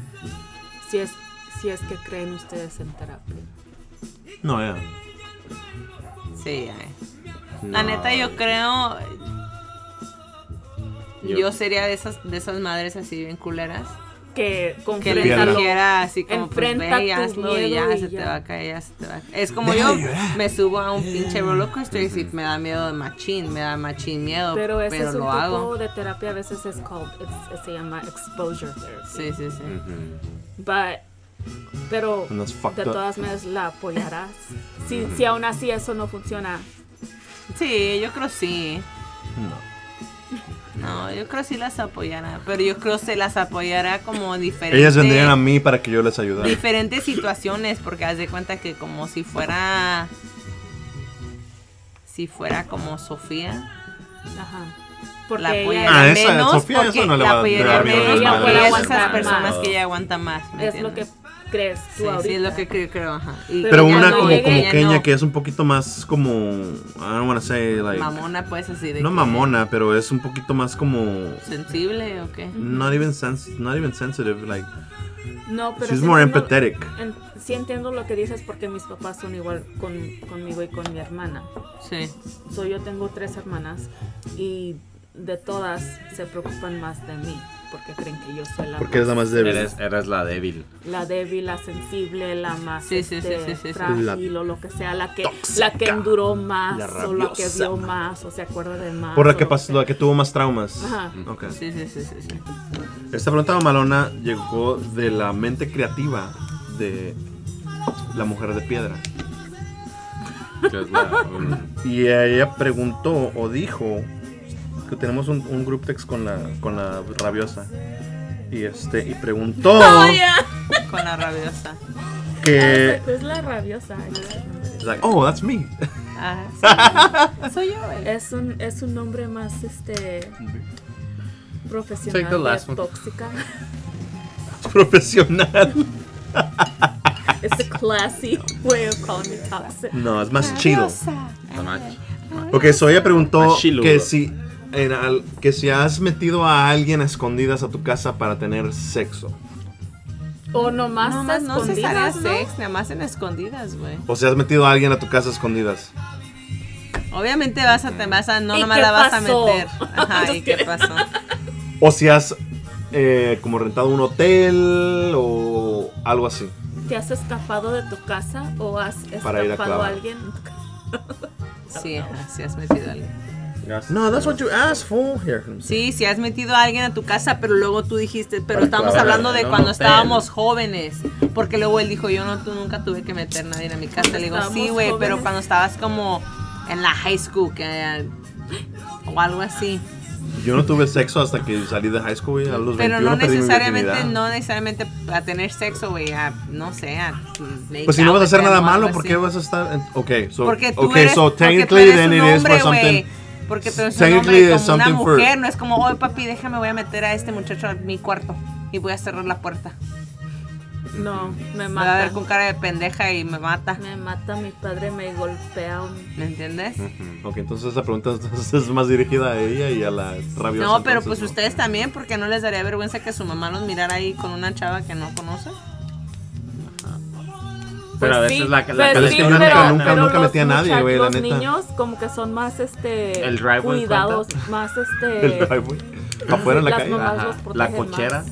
Speaker 4: si es, si es que creen ustedes en terapia.
Speaker 3: No, ya.
Speaker 2: Sí, ay. La neta, yo creo.
Speaker 6: Yo-
Speaker 2: Yo, sería de esas, de esas madres así bien culeras.
Speaker 4: Que
Speaker 2: Que le
Speaker 3: Enfréntalo.
Speaker 4: confrontarlo.
Speaker 2: dijera así como pues
Speaker 4: Enfrenta
Speaker 2: ve y
Speaker 4: tu
Speaker 2: hazlo y
Speaker 4: miedo
Speaker 2: ya
Speaker 4: y
Speaker 2: se
Speaker 4: ya.
Speaker 2: te va a caer, ya se te va a caer. Es como
Speaker 3: Deja
Speaker 2: yo
Speaker 3: de llorar. Eh.
Speaker 2: me subo a un pinche roller coaster y si me da miedo de machín, me da machín miedo, pero,
Speaker 4: Pero ese es un
Speaker 2: lo
Speaker 4: tipo
Speaker 2: hago.
Speaker 4: de terapia a veces es called, it's- se llama exposure therapy.
Speaker 2: Sí, sí, sí.
Speaker 4: But- pero
Speaker 3: And that's fucked
Speaker 4: de
Speaker 3: up.
Speaker 4: todas maneras la apoyarás. Si, si aún así eso no funciona,
Speaker 2: Sí, yo creo sí. No, yo creo sí las apoyará, pero yo creo se las apoyará como diferente.
Speaker 3: Ellas vendrían a mí para que yo les ayudara.
Speaker 2: diferentes situaciones porque haz de cuenta que como si fuera si fuera como Sofía
Speaker 4: ajá. Porque
Speaker 2: la
Speaker 4: ella
Speaker 3: Ah,
Speaker 2: apoyaría
Speaker 3: esa,
Speaker 2: menos
Speaker 3: Sofía,
Speaker 2: porque
Speaker 3: eso no le
Speaker 2: la
Speaker 3: va a
Speaker 2: apoyaría
Speaker 3: dar miedo a
Speaker 2: menos
Speaker 3: las
Speaker 2: porque
Speaker 3: madres.
Speaker 2: ella es
Speaker 4: Aguanta
Speaker 2: esas
Speaker 4: más.
Speaker 2: personas que ella aguanta más ¿me
Speaker 4: es lo que
Speaker 2: entiendes?
Speaker 4: crees tú
Speaker 2: sí,
Speaker 4: ahorita.
Speaker 2: sí es lo que creo, creo, ajá Y
Speaker 4: Pero
Speaker 3: Pero
Speaker 2: ya
Speaker 3: una
Speaker 2: no
Speaker 3: como,
Speaker 2: llegue,
Speaker 3: como
Speaker 2: ya
Speaker 3: Kenia
Speaker 2: no.
Speaker 3: que es un poquito más como. I don't wanna say like.
Speaker 2: mamona pues así de
Speaker 3: No
Speaker 2: que-
Speaker 3: mamona, pero es un poquito más como.
Speaker 2: sensible o qué
Speaker 3: Not even, sens not even sensitive. Like,
Speaker 4: No, pero
Speaker 3: she's
Speaker 4: sí
Speaker 3: more
Speaker 4: entiendo-
Speaker 3: empathetic.
Speaker 4: en- sí entiendo lo que dices porque mis papás son igual con, conmigo y con mi hermana.
Speaker 2: sí
Speaker 4: So, yo tengo tres hermanas y de todas se preocupan más de mí porque creen que yo soy la
Speaker 3: Porque es la más débil.
Speaker 6: Eres, eres la débil.
Speaker 4: la débil, la sensible, la más
Speaker 2: Sí, sí, sí,
Speaker 4: este,
Speaker 2: sí, sí, sí.
Speaker 4: frágil o lo que sea, la que la que enduró más o la que vio más o se acuerda de más.
Speaker 3: Por la
Speaker 4: o
Speaker 3: que,
Speaker 4: lo
Speaker 3: pas- la que tuvo más traumas.
Speaker 4: Ajá.
Speaker 3: Ok.
Speaker 2: sí sí sí sí, sí.
Speaker 3: Esta pregunta mamalona llegó de la mente creativa de la mujer de piedra.
Speaker 6: que es la- un-
Speaker 3: Y ella preguntó o dijo que tenemos un, un group text con la, con la rabiosa. Y este, y preguntó
Speaker 2: Oh, con la rabiosa
Speaker 3: que.
Speaker 4: Es la rabiosa. ¿eh?
Speaker 3: It's like, oh, that's me.
Speaker 2: ah, sí. soy yo eh.
Speaker 4: Es un es un nombre más este profesional
Speaker 6: Take the last
Speaker 4: de
Speaker 6: one.
Speaker 4: tóxica.
Speaker 3: Profesional.
Speaker 4: It's a classy way of calling me toxic.
Speaker 3: No, es más chido.
Speaker 6: la machi.
Speaker 3: Ok, so ella preguntó
Speaker 6: Más chiludo.
Speaker 3: que si, en al- que si has metido a alguien a escondidas a tu casa para tener sexo.
Speaker 4: O nomás
Speaker 2: no más no se sale a
Speaker 4: escondidas, ¿no?
Speaker 2: sex nada más en escondidas güey
Speaker 3: O si has metido a alguien a tu casa a escondidas.
Speaker 2: Obviamente vas a, te vas a, no
Speaker 4: ¿Y
Speaker 2: nomás
Speaker 4: qué
Speaker 2: la vas
Speaker 4: pasó?
Speaker 2: a meter. Ajá, ¿y
Speaker 4: Just
Speaker 2: qué
Speaker 4: kidding.
Speaker 2: pasó?
Speaker 3: O si has eh, como rentado un hotel o algo así.
Speaker 4: ¿Te has escapado de tu casa o has
Speaker 3: Para ir a
Speaker 4: escapado a
Speaker 3: clavar.
Speaker 4: alguien? en tu casa?
Speaker 2: Sí, ajá, sí has metido a alguien.
Speaker 3: No, that's what you asked for. Here.
Speaker 2: Sí, sí has metido a alguien a tu casa, pero luego tú dijiste, pero
Speaker 6: Para
Speaker 2: estamos
Speaker 6: clavar
Speaker 2: hablando de
Speaker 6: en un
Speaker 2: cuando
Speaker 6: hotel.
Speaker 2: estábamos jóvenes. Porque luego él dijo, yo no, tú nunca tuve que meter a nadie a mi casa. Le digo, sí,
Speaker 4: Estábamos
Speaker 2: güey, pero
Speaker 4: jóvenes.
Speaker 2: cuando estabas como en la high school que, o algo así.
Speaker 3: Yo no tuve sexo hasta que salí de high school, güey. A los
Speaker 2: Pero
Speaker 3: 21
Speaker 2: no
Speaker 3: perdí mi
Speaker 2: necesariamente,
Speaker 3: virginidad.
Speaker 2: no necesariamente a tener sexo, güey, a, no sé, a make
Speaker 3: Pues si no
Speaker 2: out
Speaker 3: vas a hacer
Speaker 2: with them
Speaker 3: nada
Speaker 2: o
Speaker 3: malo,
Speaker 2: algo
Speaker 3: ¿por
Speaker 2: así.
Speaker 3: qué vas a estar...? en- Ok, so,
Speaker 2: Porque tú
Speaker 3: okay,
Speaker 2: eres,
Speaker 3: so
Speaker 2: porque tú
Speaker 3: technically
Speaker 2: eres
Speaker 3: then
Speaker 2: un
Speaker 3: it is
Speaker 2: hombre,
Speaker 3: for
Speaker 2: güey.
Speaker 3: something...
Speaker 2: Porque tú eres un
Speaker 3: Technically
Speaker 2: hombre
Speaker 3: it's
Speaker 2: como una
Speaker 3: something for-
Speaker 2: mujer, no es como, oye papi, déjame, voy a meter a este muchacho a mi cuarto y voy a cerrar la puerta.
Speaker 4: No,
Speaker 2: Me
Speaker 4: me
Speaker 2: va a
Speaker 4: mata.
Speaker 2: ver con cara de pendeja y me mata,
Speaker 4: Me mata mi padre, me golpea. un-
Speaker 2: ¿me entiendes?
Speaker 3: Ok, entonces esa pregunta entonces, es más dirigida a ella y a la rabiosa.
Speaker 2: No, pero
Speaker 3: entonces,
Speaker 2: pues
Speaker 3: ¿no?
Speaker 2: ustedes también, porque no les daría vergüenza que su mamá los mirara ahí con una chava que no conoce.
Speaker 1: Pero a
Speaker 4: Pues
Speaker 1: veces
Speaker 4: sí,
Speaker 1: la, la
Speaker 3: pero
Speaker 4: pues
Speaker 3: es que
Speaker 4: sí,
Speaker 3: nunca-
Speaker 4: pero-
Speaker 3: nunca-
Speaker 4: pero
Speaker 3: nunca
Speaker 4: los
Speaker 3: metí a nadie, güey, la
Speaker 4: muchachos,
Speaker 3: neta.
Speaker 4: Los niños como que son más este
Speaker 1: El driveway
Speaker 4: cuidados, más este
Speaker 3: El driveway. Afuera en la
Speaker 4: las
Speaker 3: calle.
Speaker 4: mamás
Speaker 1: Ajá.
Speaker 4: los
Speaker 1: La
Speaker 4: protegen
Speaker 1: cochera.
Speaker 4: más.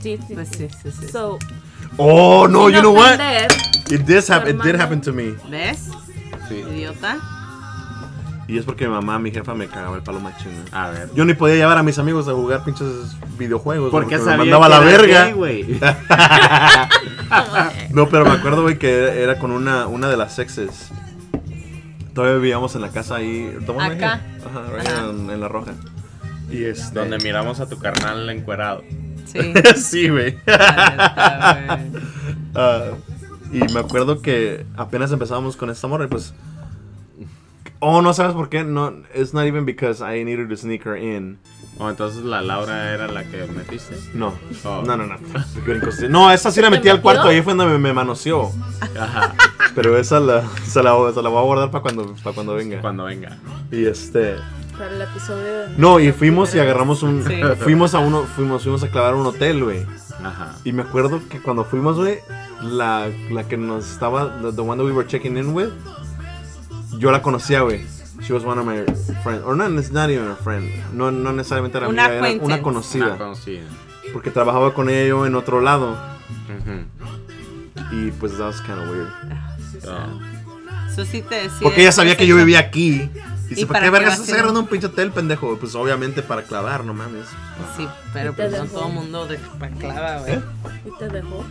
Speaker 4: Sí, sí.
Speaker 2: Pues
Speaker 4: sí.
Speaker 2: sí, sí, sí.
Speaker 4: So,
Speaker 3: Oh, no,
Speaker 4: sin
Speaker 3: you know what?
Speaker 4: ofender,
Speaker 3: It, did hap- it did happen to me.
Speaker 2: ¿Ves?
Speaker 1: Sí.
Speaker 2: Idiota.
Speaker 3: Y es porque mi mamá, mi jefa, me cagaba el palo machín.
Speaker 1: A ver.
Speaker 3: Yo ni podía llevar a mis amigos a jugar pinches videojuegos.
Speaker 1: Porque
Speaker 3: me
Speaker 1: sabía
Speaker 3: mandaba a
Speaker 1: que
Speaker 3: la
Speaker 1: era
Speaker 3: verga.
Speaker 1: gay, güey.
Speaker 3: No, pero me acuerdo, güey, que era- era con una, una de las sexes. Todavía vivíamos en la casa ahí. ¿toma una
Speaker 2: Acá.
Speaker 3: here? Ajá, right
Speaker 2: Ajá.
Speaker 3: En, en la roja. Y este.
Speaker 1: Donde miramos a tu carnal encuerado.
Speaker 2: Sí.
Speaker 3: sí, güey.
Speaker 2: La neta, güey.
Speaker 3: Ah, y me acuerdo que apenas empezábamos con esta morra y pues. Oh, no sabes por qué. No, it's not even because I needed to sneak her in.
Speaker 1: O entonces la Laura era la que metiste.
Speaker 3: No.
Speaker 1: Oh.
Speaker 3: No, no, no. Qué inconsci- No, esa sí la metí al cuarto. Ahí fue donde me, me manoseó.
Speaker 1: Ajá.
Speaker 3: Pero esa la, se, la, se la voy a guardar para cuando, para cuando venga.
Speaker 1: Cuando venga.
Speaker 3: Y este.
Speaker 4: para el episodio de-
Speaker 3: No, y fuimos y agarramos un.
Speaker 2: Sí.
Speaker 3: Fuimos a uno. Fuimos, fuimos a clavar un hotel, güey.
Speaker 1: Ajá.
Speaker 3: Y me acuerdo que cuando fuimos, güey, la, la que nos estaba, the, the one that we were checking in with, yo la conocía, güey. She was one of my friends. Or not, it's not even a friend. No, no necesariamente era
Speaker 2: Una
Speaker 3: amiga, era
Speaker 2: acquaintance.
Speaker 3: una
Speaker 1: Una
Speaker 3: conocida.
Speaker 1: conocida.
Speaker 3: porque trabajaba con ella yo en otro lado.
Speaker 1: Ujú.
Speaker 3: Y pues that was kind of weird.
Speaker 1: So,
Speaker 2: Eso sí te decía.
Speaker 3: Porque ella sabía que yo vivía aquí. Y dice,
Speaker 2: ¿Y para
Speaker 3: ¿para qué
Speaker 2: qué
Speaker 3: vergas
Speaker 2: vas a
Speaker 3: estás
Speaker 2: ir?
Speaker 3: agarrando un pinche hotel, pendejo? Pues obviamente para clavar, no mames.
Speaker 2: Sí, pero pues no todo el mundo de clava, güey.
Speaker 4: ¿Y te dejó?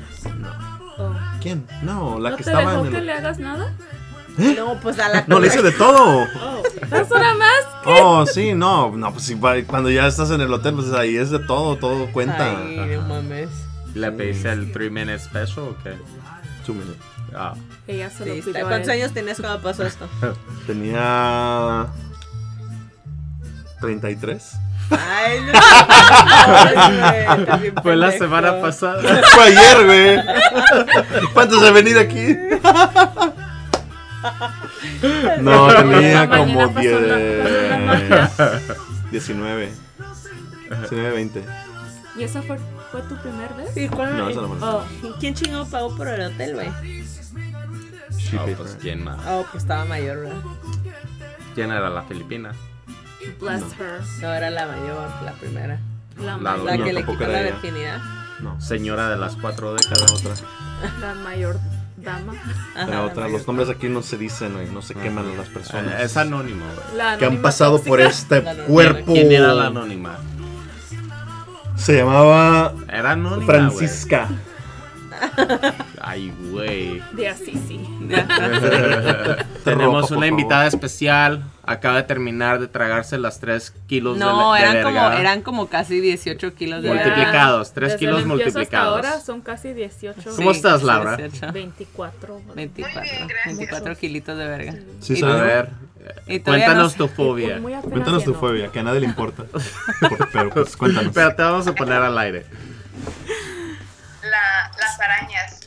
Speaker 4: Oh.
Speaker 3: ¿Quién? No, la
Speaker 4: ¿No
Speaker 3: que
Speaker 4: te
Speaker 3: estaba
Speaker 4: dejó
Speaker 3: en
Speaker 4: que le
Speaker 3: el...
Speaker 4: hagas nada?
Speaker 2: No, pues a la
Speaker 3: No, le hice de todo.
Speaker 4: Oh, ¿das una más?
Speaker 3: Oh, sí, no, no, pues sí, va- cuando ya estás en el hotel, pues ahí es de todo, todo cuenta.
Speaker 2: Ay, no mames.
Speaker 1: ¿Le pediste el 3 minute special o qué?
Speaker 3: Súmele.
Speaker 1: Ah.
Speaker 4: Ella se
Speaker 2: Sí,
Speaker 4: lo
Speaker 2: está-
Speaker 4: pidió a
Speaker 2: ¿Cuántos
Speaker 4: él.
Speaker 2: años tenías cuando pasó esto?
Speaker 3: Tenía 33.
Speaker 2: Ay, no. no, güey, también
Speaker 1: Fue la
Speaker 2: pendejo.
Speaker 1: semana pasada.
Speaker 3: Fue ayer, güey. ¿Cuántos he venido aquí? No, tenía
Speaker 4: Mañana
Speaker 3: como
Speaker 4: pasó
Speaker 3: 10.
Speaker 4: la-
Speaker 3: 19. 19, 20.
Speaker 4: ¿Y esa fue, fue tu primer vez?
Speaker 2: ¿Y cuál-
Speaker 3: No, esa no fue.
Speaker 4: Oh,
Speaker 2: ¿y ¿Quién chingó pagó por el hotel, güey?
Speaker 3: She
Speaker 1: Oh,
Speaker 3: paid
Speaker 1: pues
Speaker 3: for it.
Speaker 1: quién más.
Speaker 2: Oh, pues estaba mayor, ¿verdad?
Speaker 1: ¿Quién era la filipina?
Speaker 4: bless her.
Speaker 2: pues, No, era la mayor, la primera.
Speaker 4: La,
Speaker 1: La-
Speaker 4: mayor,
Speaker 2: La
Speaker 3: Ah, No,
Speaker 2: que le
Speaker 3: tampoco
Speaker 2: quitó
Speaker 3: era
Speaker 2: la
Speaker 3: ella.
Speaker 2: virginidad.
Speaker 3: No,
Speaker 1: Señora de las cuatro décadas.
Speaker 3: la otra.
Speaker 4: la mayor dama.
Speaker 2: Ajá,
Speaker 3: La otra.
Speaker 2: mayor.
Speaker 3: Los nombres aquí no se dicen, güey. No se queman a las personas.
Speaker 1: Eh, Es anónimo, güey.
Speaker 4: La
Speaker 3: que han
Speaker 4: anónima
Speaker 3: pasado por
Speaker 4: tóxica.
Speaker 3: este
Speaker 2: La anónima.
Speaker 3: cuerpo.
Speaker 1: ¿Quién era la anónima?
Speaker 3: Se llamaba
Speaker 1: Era anónima.
Speaker 3: Francisca.
Speaker 1: güey. Ay, güey.
Speaker 4: De Assisi.
Speaker 3: ropa,
Speaker 1: Tenemos
Speaker 3: por
Speaker 1: una
Speaker 3: favor.
Speaker 1: invitada especial. Acaba de terminar de tragarse las 3 kilos de,
Speaker 2: No,
Speaker 1: le- de
Speaker 2: eran como,
Speaker 1: verga.
Speaker 2: eran como casi 18 kilos de
Speaker 4: Multiplica-
Speaker 2: verga.
Speaker 1: Multiplicados, 3
Speaker 4: Desde
Speaker 1: kilos
Speaker 4: el empiezo
Speaker 1: multiplicados.
Speaker 4: Hasta ahora son casi 18.
Speaker 1: ¿Cómo estás, Laura?
Speaker 2: 18,
Speaker 4: 24.
Speaker 2: 24, 24 kilitos de verga.
Speaker 3: Sí,
Speaker 2: Y
Speaker 3: sabe.
Speaker 1: A
Speaker 2: luego-
Speaker 1: ver,
Speaker 2: Y todavía
Speaker 1: cuéntanos
Speaker 2: no-
Speaker 1: tu fobia.
Speaker 4: Muy apenas
Speaker 3: Cuéntanos tu
Speaker 4: llenó.
Speaker 3: fobia, que a nadie le importa. Por- Pero pues cuéntanos.
Speaker 1: Pero te vamos a poner al aire.
Speaker 6: La- las arañas.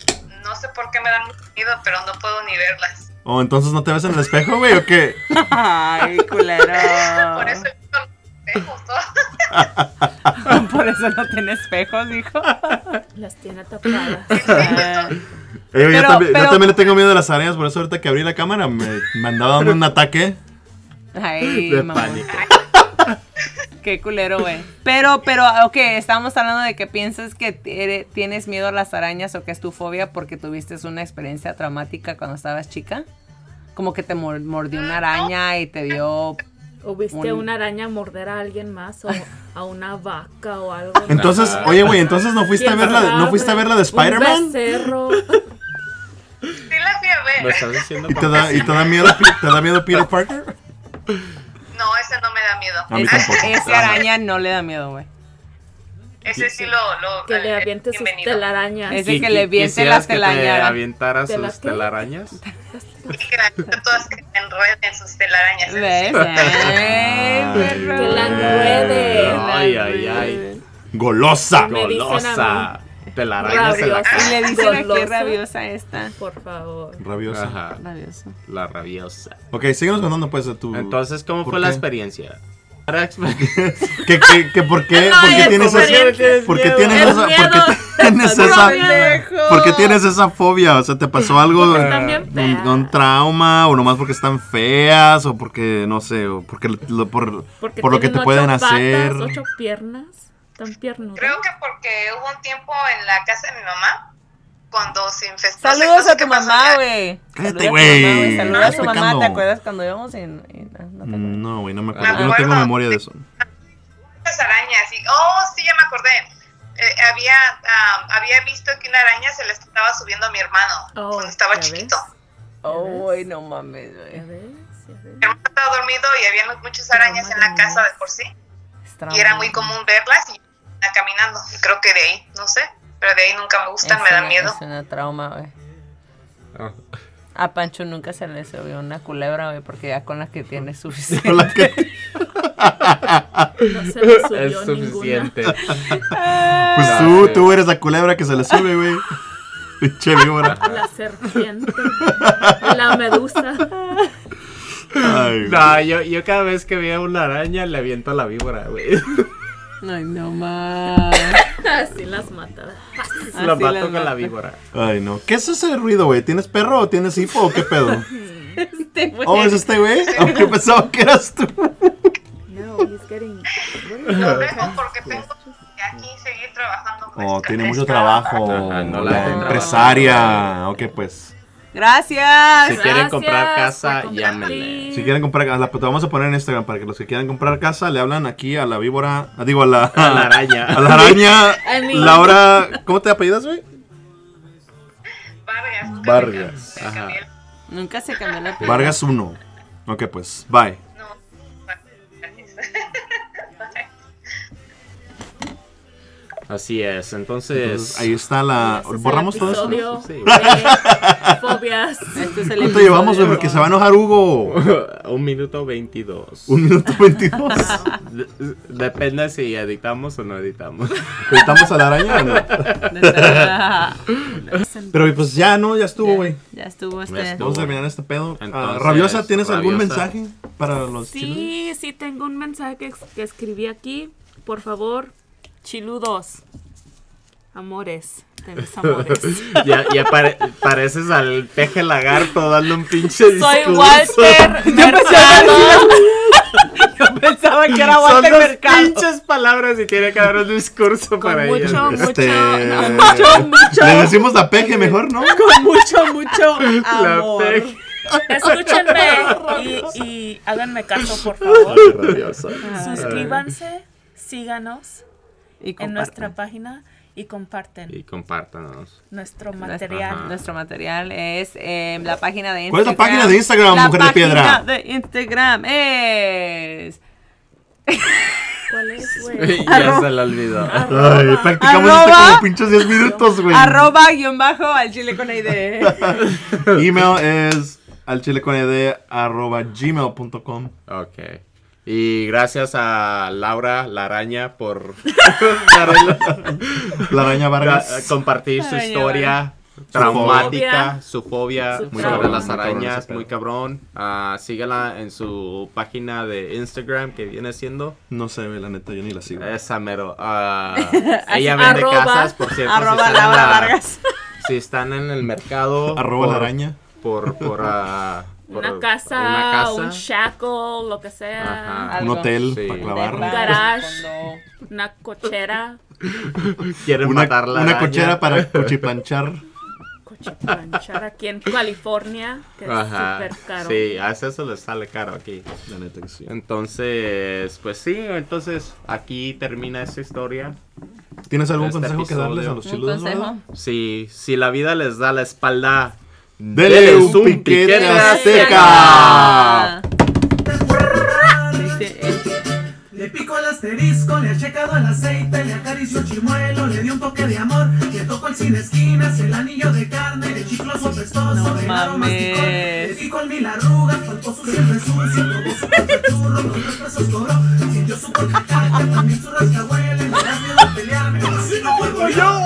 Speaker 6: No sé por qué me dan mucho miedo, pero no puedo ni verlas.
Speaker 3: ¿O Oh, entonces no te ves en el espejo, güey, o qué? Eh,
Speaker 2: Ay, culero.
Speaker 6: Por eso yo los dejo todo.
Speaker 2: Por eso no tiene espejos, dijo.
Speaker 4: Las tiene tapadas.
Speaker 2: Ah,
Speaker 3: Eh, güey, yo,
Speaker 2: Pero-
Speaker 3: también, yo
Speaker 2: pero-
Speaker 3: también le tengo miedo a las arañas, por eso ahorita que abrí la cámara me, me andaba dando un ataque.
Speaker 2: Ay,
Speaker 1: De
Speaker 2: mamón.
Speaker 1: pánico.
Speaker 2: Qué culero, güey. Pero, pero, ok, estábamos hablando de que piensas que te- tienes miedo a las arañas o que es tu fobia porque tuviste una experiencia traumática cuando estabas chica. Como que te mor- mordió una araña y te dio.
Speaker 4: O viste
Speaker 2: Un-
Speaker 4: a una araña morder a alguien más o a una vaca o algo.
Speaker 3: Entonces,
Speaker 1: Ajá.
Speaker 3: oye, güey, entonces no fuiste a
Speaker 4: ¿Quién
Speaker 3: verla, no
Speaker 4: sabe?
Speaker 3: fuiste a verla de
Speaker 4: Un
Speaker 3: Spider-Man
Speaker 4: becerro.
Speaker 6: Sí las fui a
Speaker 1: ¿Lo
Speaker 6: ver.
Speaker 1: estás diciendo
Speaker 3: y te
Speaker 1: como-
Speaker 3: da y te da miedo te da miedo Peter Parker?
Speaker 6: No, ese no me da miedo.
Speaker 3: A mí
Speaker 2: Es-
Speaker 3: tampoco.
Speaker 2: Esa
Speaker 1: Ah,
Speaker 2: araña no le da miedo, güey.
Speaker 6: Ese sí lo... lo
Speaker 4: Que le
Speaker 6: eh,
Speaker 4: aviente sus
Speaker 6: bienvenido.
Speaker 4: telarañas.
Speaker 2: Es- de que
Speaker 1: Qui-
Speaker 2: le
Speaker 1: qui-
Speaker 2: viente
Speaker 1: quisieras
Speaker 2: la
Speaker 1: que te
Speaker 2: telaraña.
Speaker 1: aventara
Speaker 4: ¿Te la
Speaker 1: sus
Speaker 4: qué?
Speaker 1: telarañas?
Speaker 6: Y que la gente todas que se enreden en sus telarañas.
Speaker 2: ¿Ves? Ay, perro.
Speaker 4: Que la
Speaker 2: Que
Speaker 4: ruede.
Speaker 2: la
Speaker 1: Ay, ay,
Speaker 2: ruede.
Speaker 1: ay.
Speaker 3: Golosa.
Speaker 4: Me dicen a
Speaker 1: Golosa. Telarañas en la
Speaker 4: Rabiosa.
Speaker 2: Y
Speaker 1: cara.
Speaker 2: le dicen aquí
Speaker 4: Golosa.
Speaker 2: rabiosa esta.
Speaker 4: Por favor.
Speaker 3: Rabiosa.
Speaker 1: Ajá,
Speaker 2: Rabiosa.
Speaker 1: la rabiosa.
Speaker 3: Ok, síguenos contando pues de tu
Speaker 1: Entonces, ¿cómo
Speaker 3: ¿Por
Speaker 1: fue la
Speaker 3: qué?
Speaker 1: experiencia?
Speaker 7: Ahora explica-
Speaker 3: ¿Qué, qué, qué, ¿Por qué,
Speaker 4: No,
Speaker 3: por qué
Speaker 4: es
Speaker 3: tienes
Speaker 4: diferente.
Speaker 3: esa, por qué
Speaker 1: Es
Speaker 3: tienes esa, por qué
Speaker 4: miedo.
Speaker 3: tienes
Speaker 4: Es
Speaker 3: esa,
Speaker 4: miedo.
Speaker 3: por qué tienes esa fobia? O sea, ¿te pasó algo,
Speaker 4: Porque están bien
Speaker 3: un,
Speaker 4: feas.
Speaker 3: un trauma, o nomás porque están feas, o porque, no sé, o porque, lo- por,
Speaker 4: Porque
Speaker 3: por lo que te
Speaker 4: tienen
Speaker 3: pueden
Speaker 4: ocho
Speaker 3: hacer?
Speaker 4: Patas, ocho piernas. Tan piernos.
Speaker 8: Creo que porque hubo un tiempo en la casa de mi mamá cuando se infestó. ese
Speaker 2: Saludos
Speaker 8: cosa
Speaker 2: a
Speaker 8: que
Speaker 2: tu
Speaker 8: pasó
Speaker 2: mamá,
Speaker 8: acá.
Speaker 2: güey.
Speaker 3: Cállate,
Speaker 2: Saludos a tu
Speaker 3: este güey.
Speaker 2: mamá, güey. Saludos a
Speaker 3: Estás
Speaker 2: su mamá.
Speaker 3: pecando. Mm.
Speaker 2: ¿Te acuerdas cuando íbamos en. en- ah, no, te acuerdas.
Speaker 3: No, güey, no me
Speaker 8: Me
Speaker 3: acuerdo. Yo no tengo
Speaker 8: acuerdo.
Speaker 3: memoria de eso.
Speaker 8: Las arañas. Y, oh, sí, ya me acordé. Eh, había, ah, había visto que una araña se le estaba subiendo a mi hermano
Speaker 4: Oh,
Speaker 8: cuando estaba
Speaker 4: ¿ya ves?
Speaker 8: chiquito.
Speaker 2: Oh, güey, no mames,
Speaker 4: Ya
Speaker 2: güey.
Speaker 4: ves, ya ves.
Speaker 8: Mi hermano estaba dormido y había muchas arañas en la casa de por sí.
Speaker 2: Está
Speaker 8: Y era
Speaker 2: mal.
Speaker 8: muy común verlas y iba caminando. Y creo que de ahí, no sé. Pero de ahí nunca me gustan,
Speaker 2: Es
Speaker 8: me dan
Speaker 2: una-
Speaker 8: miedo.
Speaker 2: Es una trauma, güey.
Speaker 3: Ah.
Speaker 2: A Pancho nunca se le subió una culebra, güey, porque ya con la que tiene es suficiente.
Speaker 3: Con la que-
Speaker 4: No se me
Speaker 1: Es
Speaker 4: subió ninguna.
Speaker 1: suficiente.
Speaker 3: Pues tú, tú eres la culebra que se le sube, güey. Pinche víbora.
Speaker 4: La serpiente. La medusa.
Speaker 3: Ay, güey.
Speaker 1: No, yo, yo cada vez que veo una araña le aviento la víbora, güey.
Speaker 2: Ay, no mames.
Speaker 4: Así las mata.
Speaker 1: La
Speaker 2: Así las
Speaker 1: mato con
Speaker 2: Ah, mata.
Speaker 1: la víbora.
Speaker 3: Ay, no. ¿Qué es ese ruido, güey? ¿Tienes perro o tienes hipo o qué pedo?
Speaker 2: Este, güey.
Speaker 3: ¿Oh, es este güey? Aunque pensaba que eras tú.
Speaker 4: No, he's getting.
Speaker 8: Lo dejo porque tengo que aquí seguir trabajando. pues,
Speaker 3: Oh, tiene mucho
Speaker 8: está-
Speaker 3: trabajo.
Speaker 1: Ajá, no la
Speaker 3: la
Speaker 1: hacen
Speaker 3: empresaria. Ok, pues.
Speaker 2: Gracias.
Speaker 1: Si quieren comprar
Speaker 4: Gracias
Speaker 1: casa,
Speaker 4: por
Speaker 1: llámenle.
Speaker 3: Si quieren comprar casa, la te vamos a poner en Instagram para que los que quieran comprar casa le hablan aquí a la víbora, ah, digo a la,
Speaker 1: A la araña.
Speaker 3: a la araña.
Speaker 4: A mí.
Speaker 3: Laura, ¿cómo te apellidas, güey?
Speaker 8: Vargas. nunca me cambié-
Speaker 3: Vargas.
Speaker 8: me cambié el-
Speaker 2: Nunca se cambió la película.
Speaker 3: Vargas 1. Ok, pues, bye.
Speaker 8: No. Gracias.
Speaker 1: Así es, entonces.
Speaker 3: Entonces, ahí está la.
Speaker 4: Ese es el
Speaker 3: ¿Borramos todo eso?
Speaker 4: episodio
Speaker 1: Sí.
Speaker 4: de Fobias.
Speaker 2: Este es el
Speaker 3: ¿Cuánto
Speaker 2: episodio
Speaker 3: llevamos, güey?
Speaker 2: de-
Speaker 3: Porque se va a enojar Hugo.
Speaker 1: Un minuto veintidós.
Speaker 3: Un minuto veintidós.
Speaker 1: De- Depende si editamos o no editamos.
Speaker 3: ¿Editamos a la araña o no?
Speaker 2: de-
Speaker 3: Pero pues ya, ¿no? Ya estuvo, güey.
Speaker 2: Ya estuvo este.
Speaker 1: Ya estuvo.
Speaker 3: Vamos a terminar este pedo. Ah,
Speaker 1: Entonces,
Speaker 3: Rabiosa, ¿tienes algún
Speaker 1: Rabiosa.
Speaker 3: mensaje para los chiles?
Speaker 4: Sí, sí, tengo un mensaje que, que escribí aquí. Por favor, chiludos. Amores de mis amores.
Speaker 1: ya ya pare- pareces al peje lagarto dando un pinche discurso.
Speaker 2: Soy Walter Mercado. Yo pensaba que era
Speaker 1: Son
Speaker 2: Walter
Speaker 1: dos
Speaker 2: Mercado.
Speaker 1: pinches palabras y tiene que haber un discurso para
Speaker 4: mucho,
Speaker 1: ellas.
Speaker 4: mucho-
Speaker 3: Este.
Speaker 2: Mucho, mucho,
Speaker 3: Le decimos la peje mejor, ¿no?
Speaker 2: con mucho, mucho
Speaker 1: La
Speaker 2: amor.
Speaker 1: peje.
Speaker 4: Escúchenme y, y háganme caso, por favor.
Speaker 1: Rabiosa.
Speaker 4: Suscríbanse, síganos
Speaker 2: Y
Speaker 4: en
Speaker 2: compartan
Speaker 4: nuestra página y comparten
Speaker 1: Y compártanos.
Speaker 4: nuestro
Speaker 2: nuestro-
Speaker 4: material.
Speaker 2: Nuestro material es eh, la página de Instagram.
Speaker 3: ¿Cuál es la página de Instagram,
Speaker 2: La
Speaker 3: mujer de piedra?
Speaker 2: página de Instagram es
Speaker 4: ¿Cuál es, güey?
Speaker 1: ya se la olvidó.
Speaker 3: Ay, practicamos esto
Speaker 2: Arroba-
Speaker 3: como pinches 10 minutos, güey.
Speaker 2: arroba guión bajo al chile con ID.
Speaker 3: Email es alchileconed arroba gmail.com.
Speaker 1: Ok. Y gracias a Laura la araña por darle-
Speaker 3: La araña
Speaker 1: Gra-
Speaker 3: Vargas.
Speaker 1: compartir su
Speaker 2: Araña,
Speaker 1: historia traumática,
Speaker 4: fobia.
Speaker 1: su fobia,
Speaker 4: Su
Speaker 1: muy
Speaker 4: trauma.
Speaker 1: sobre las
Speaker 3: Muy cabrón ese
Speaker 1: arañas,
Speaker 3: pedo.
Speaker 1: muy cabrón. Ah, sígala en su página de Instagram que viene siendo
Speaker 3: No sé, güey, la neta, yo ni la sigo.
Speaker 1: esa mero. Ah,
Speaker 4: Así,
Speaker 1: ella vende
Speaker 4: arroba-
Speaker 1: casas, por cierto. si
Speaker 2: Arroba
Speaker 1: están en
Speaker 2: Laura
Speaker 1: la-
Speaker 2: Vargas.
Speaker 1: Si están en el mercado.
Speaker 3: Arroba
Speaker 1: por-
Speaker 3: la araña.
Speaker 1: Por, por, ah, por
Speaker 4: Una casa,
Speaker 1: una casa.
Speaker 4: un shackle, lo que sea.
Speaker 1: Ajá.
Speaker 3: Un
Speaker 2: Algo.
Speaker 3: hotel
Speaker 1: Sí.
Speaker 3: para
Speaker 2: Un
Speaker 3: clavar.
Speaker 4: garage.
Speaker 2: Cuando-
Speaker 4: Una cochera.
Speaker 1: Quieren
Speaker 3: Una,
Speaker 1: matar la
Speaker 3: una
Speaker 1: araña.
Speaker 3: cochera para cuchiplanchar.
Speaker 4: Cochiplanchar aquí en California, que es
Speaker 1: Ajá.
Speaker 4: súper caro.
Speaker 1: Sí, a eso les sale caro aquí.
Speaker 3: La neta que sí.
Speaker 1: Entonces, pues sí, entonces aquí termina esta historia.
Speaker 3: ¿Tienes algún
Speaker 1: Este
Speaker 3: consejo que darles a
Speaker 1: episodio.
Speaker 3: los
Speaker 2: Un
Speaker 3: chiludos?
Speaker 2: consejo.
Speaker 3: Laura?
Speaker 1: Si, si la vida les da la espalda,
Speaker 3: Dele
Speaker 1: Deles
Speaker 3: un piquete azteca.
Speaker 2: Dice el-
Speaker 6: Le pico el asterisco, le he checado el aceite, le acaricio el chimuelo, le di un toque de amor, le toco el sin esquinas, el anillo de carne, el chicloso
Speaker 2: No
Speaker 6: apestoso, el aro masticón,
Speaker 2: mames.
Speaker 6: le pico el mil arrugas, faltó pues, su siempre sucio, probó su golpe churro, con los pesos cobró, sintió su golpe caca, también su rascahuele, me da miedo pelearme, así no vuelvo yo.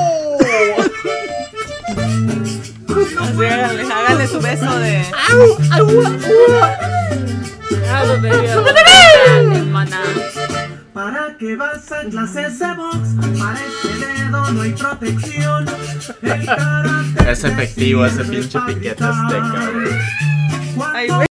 Speaker 2: Así, háganle, háganle su beso de.
Speaker 4: Ah, lo de- hermana.
Speaker 9: ¿Para qué vas a clases de box? Para este dedo no hay protección. El karate
Speaker 1: Es efectivo ese
Speaker 9: siempre
Speaker 1: pinche
Speaker 9: va a
Speaker 1: piquete
Speaker 9: gritar.
Speaker 1: azteca, güey.
Speaker 2: Ay,
Speaker 9: Cuando
Speaker 2: güey.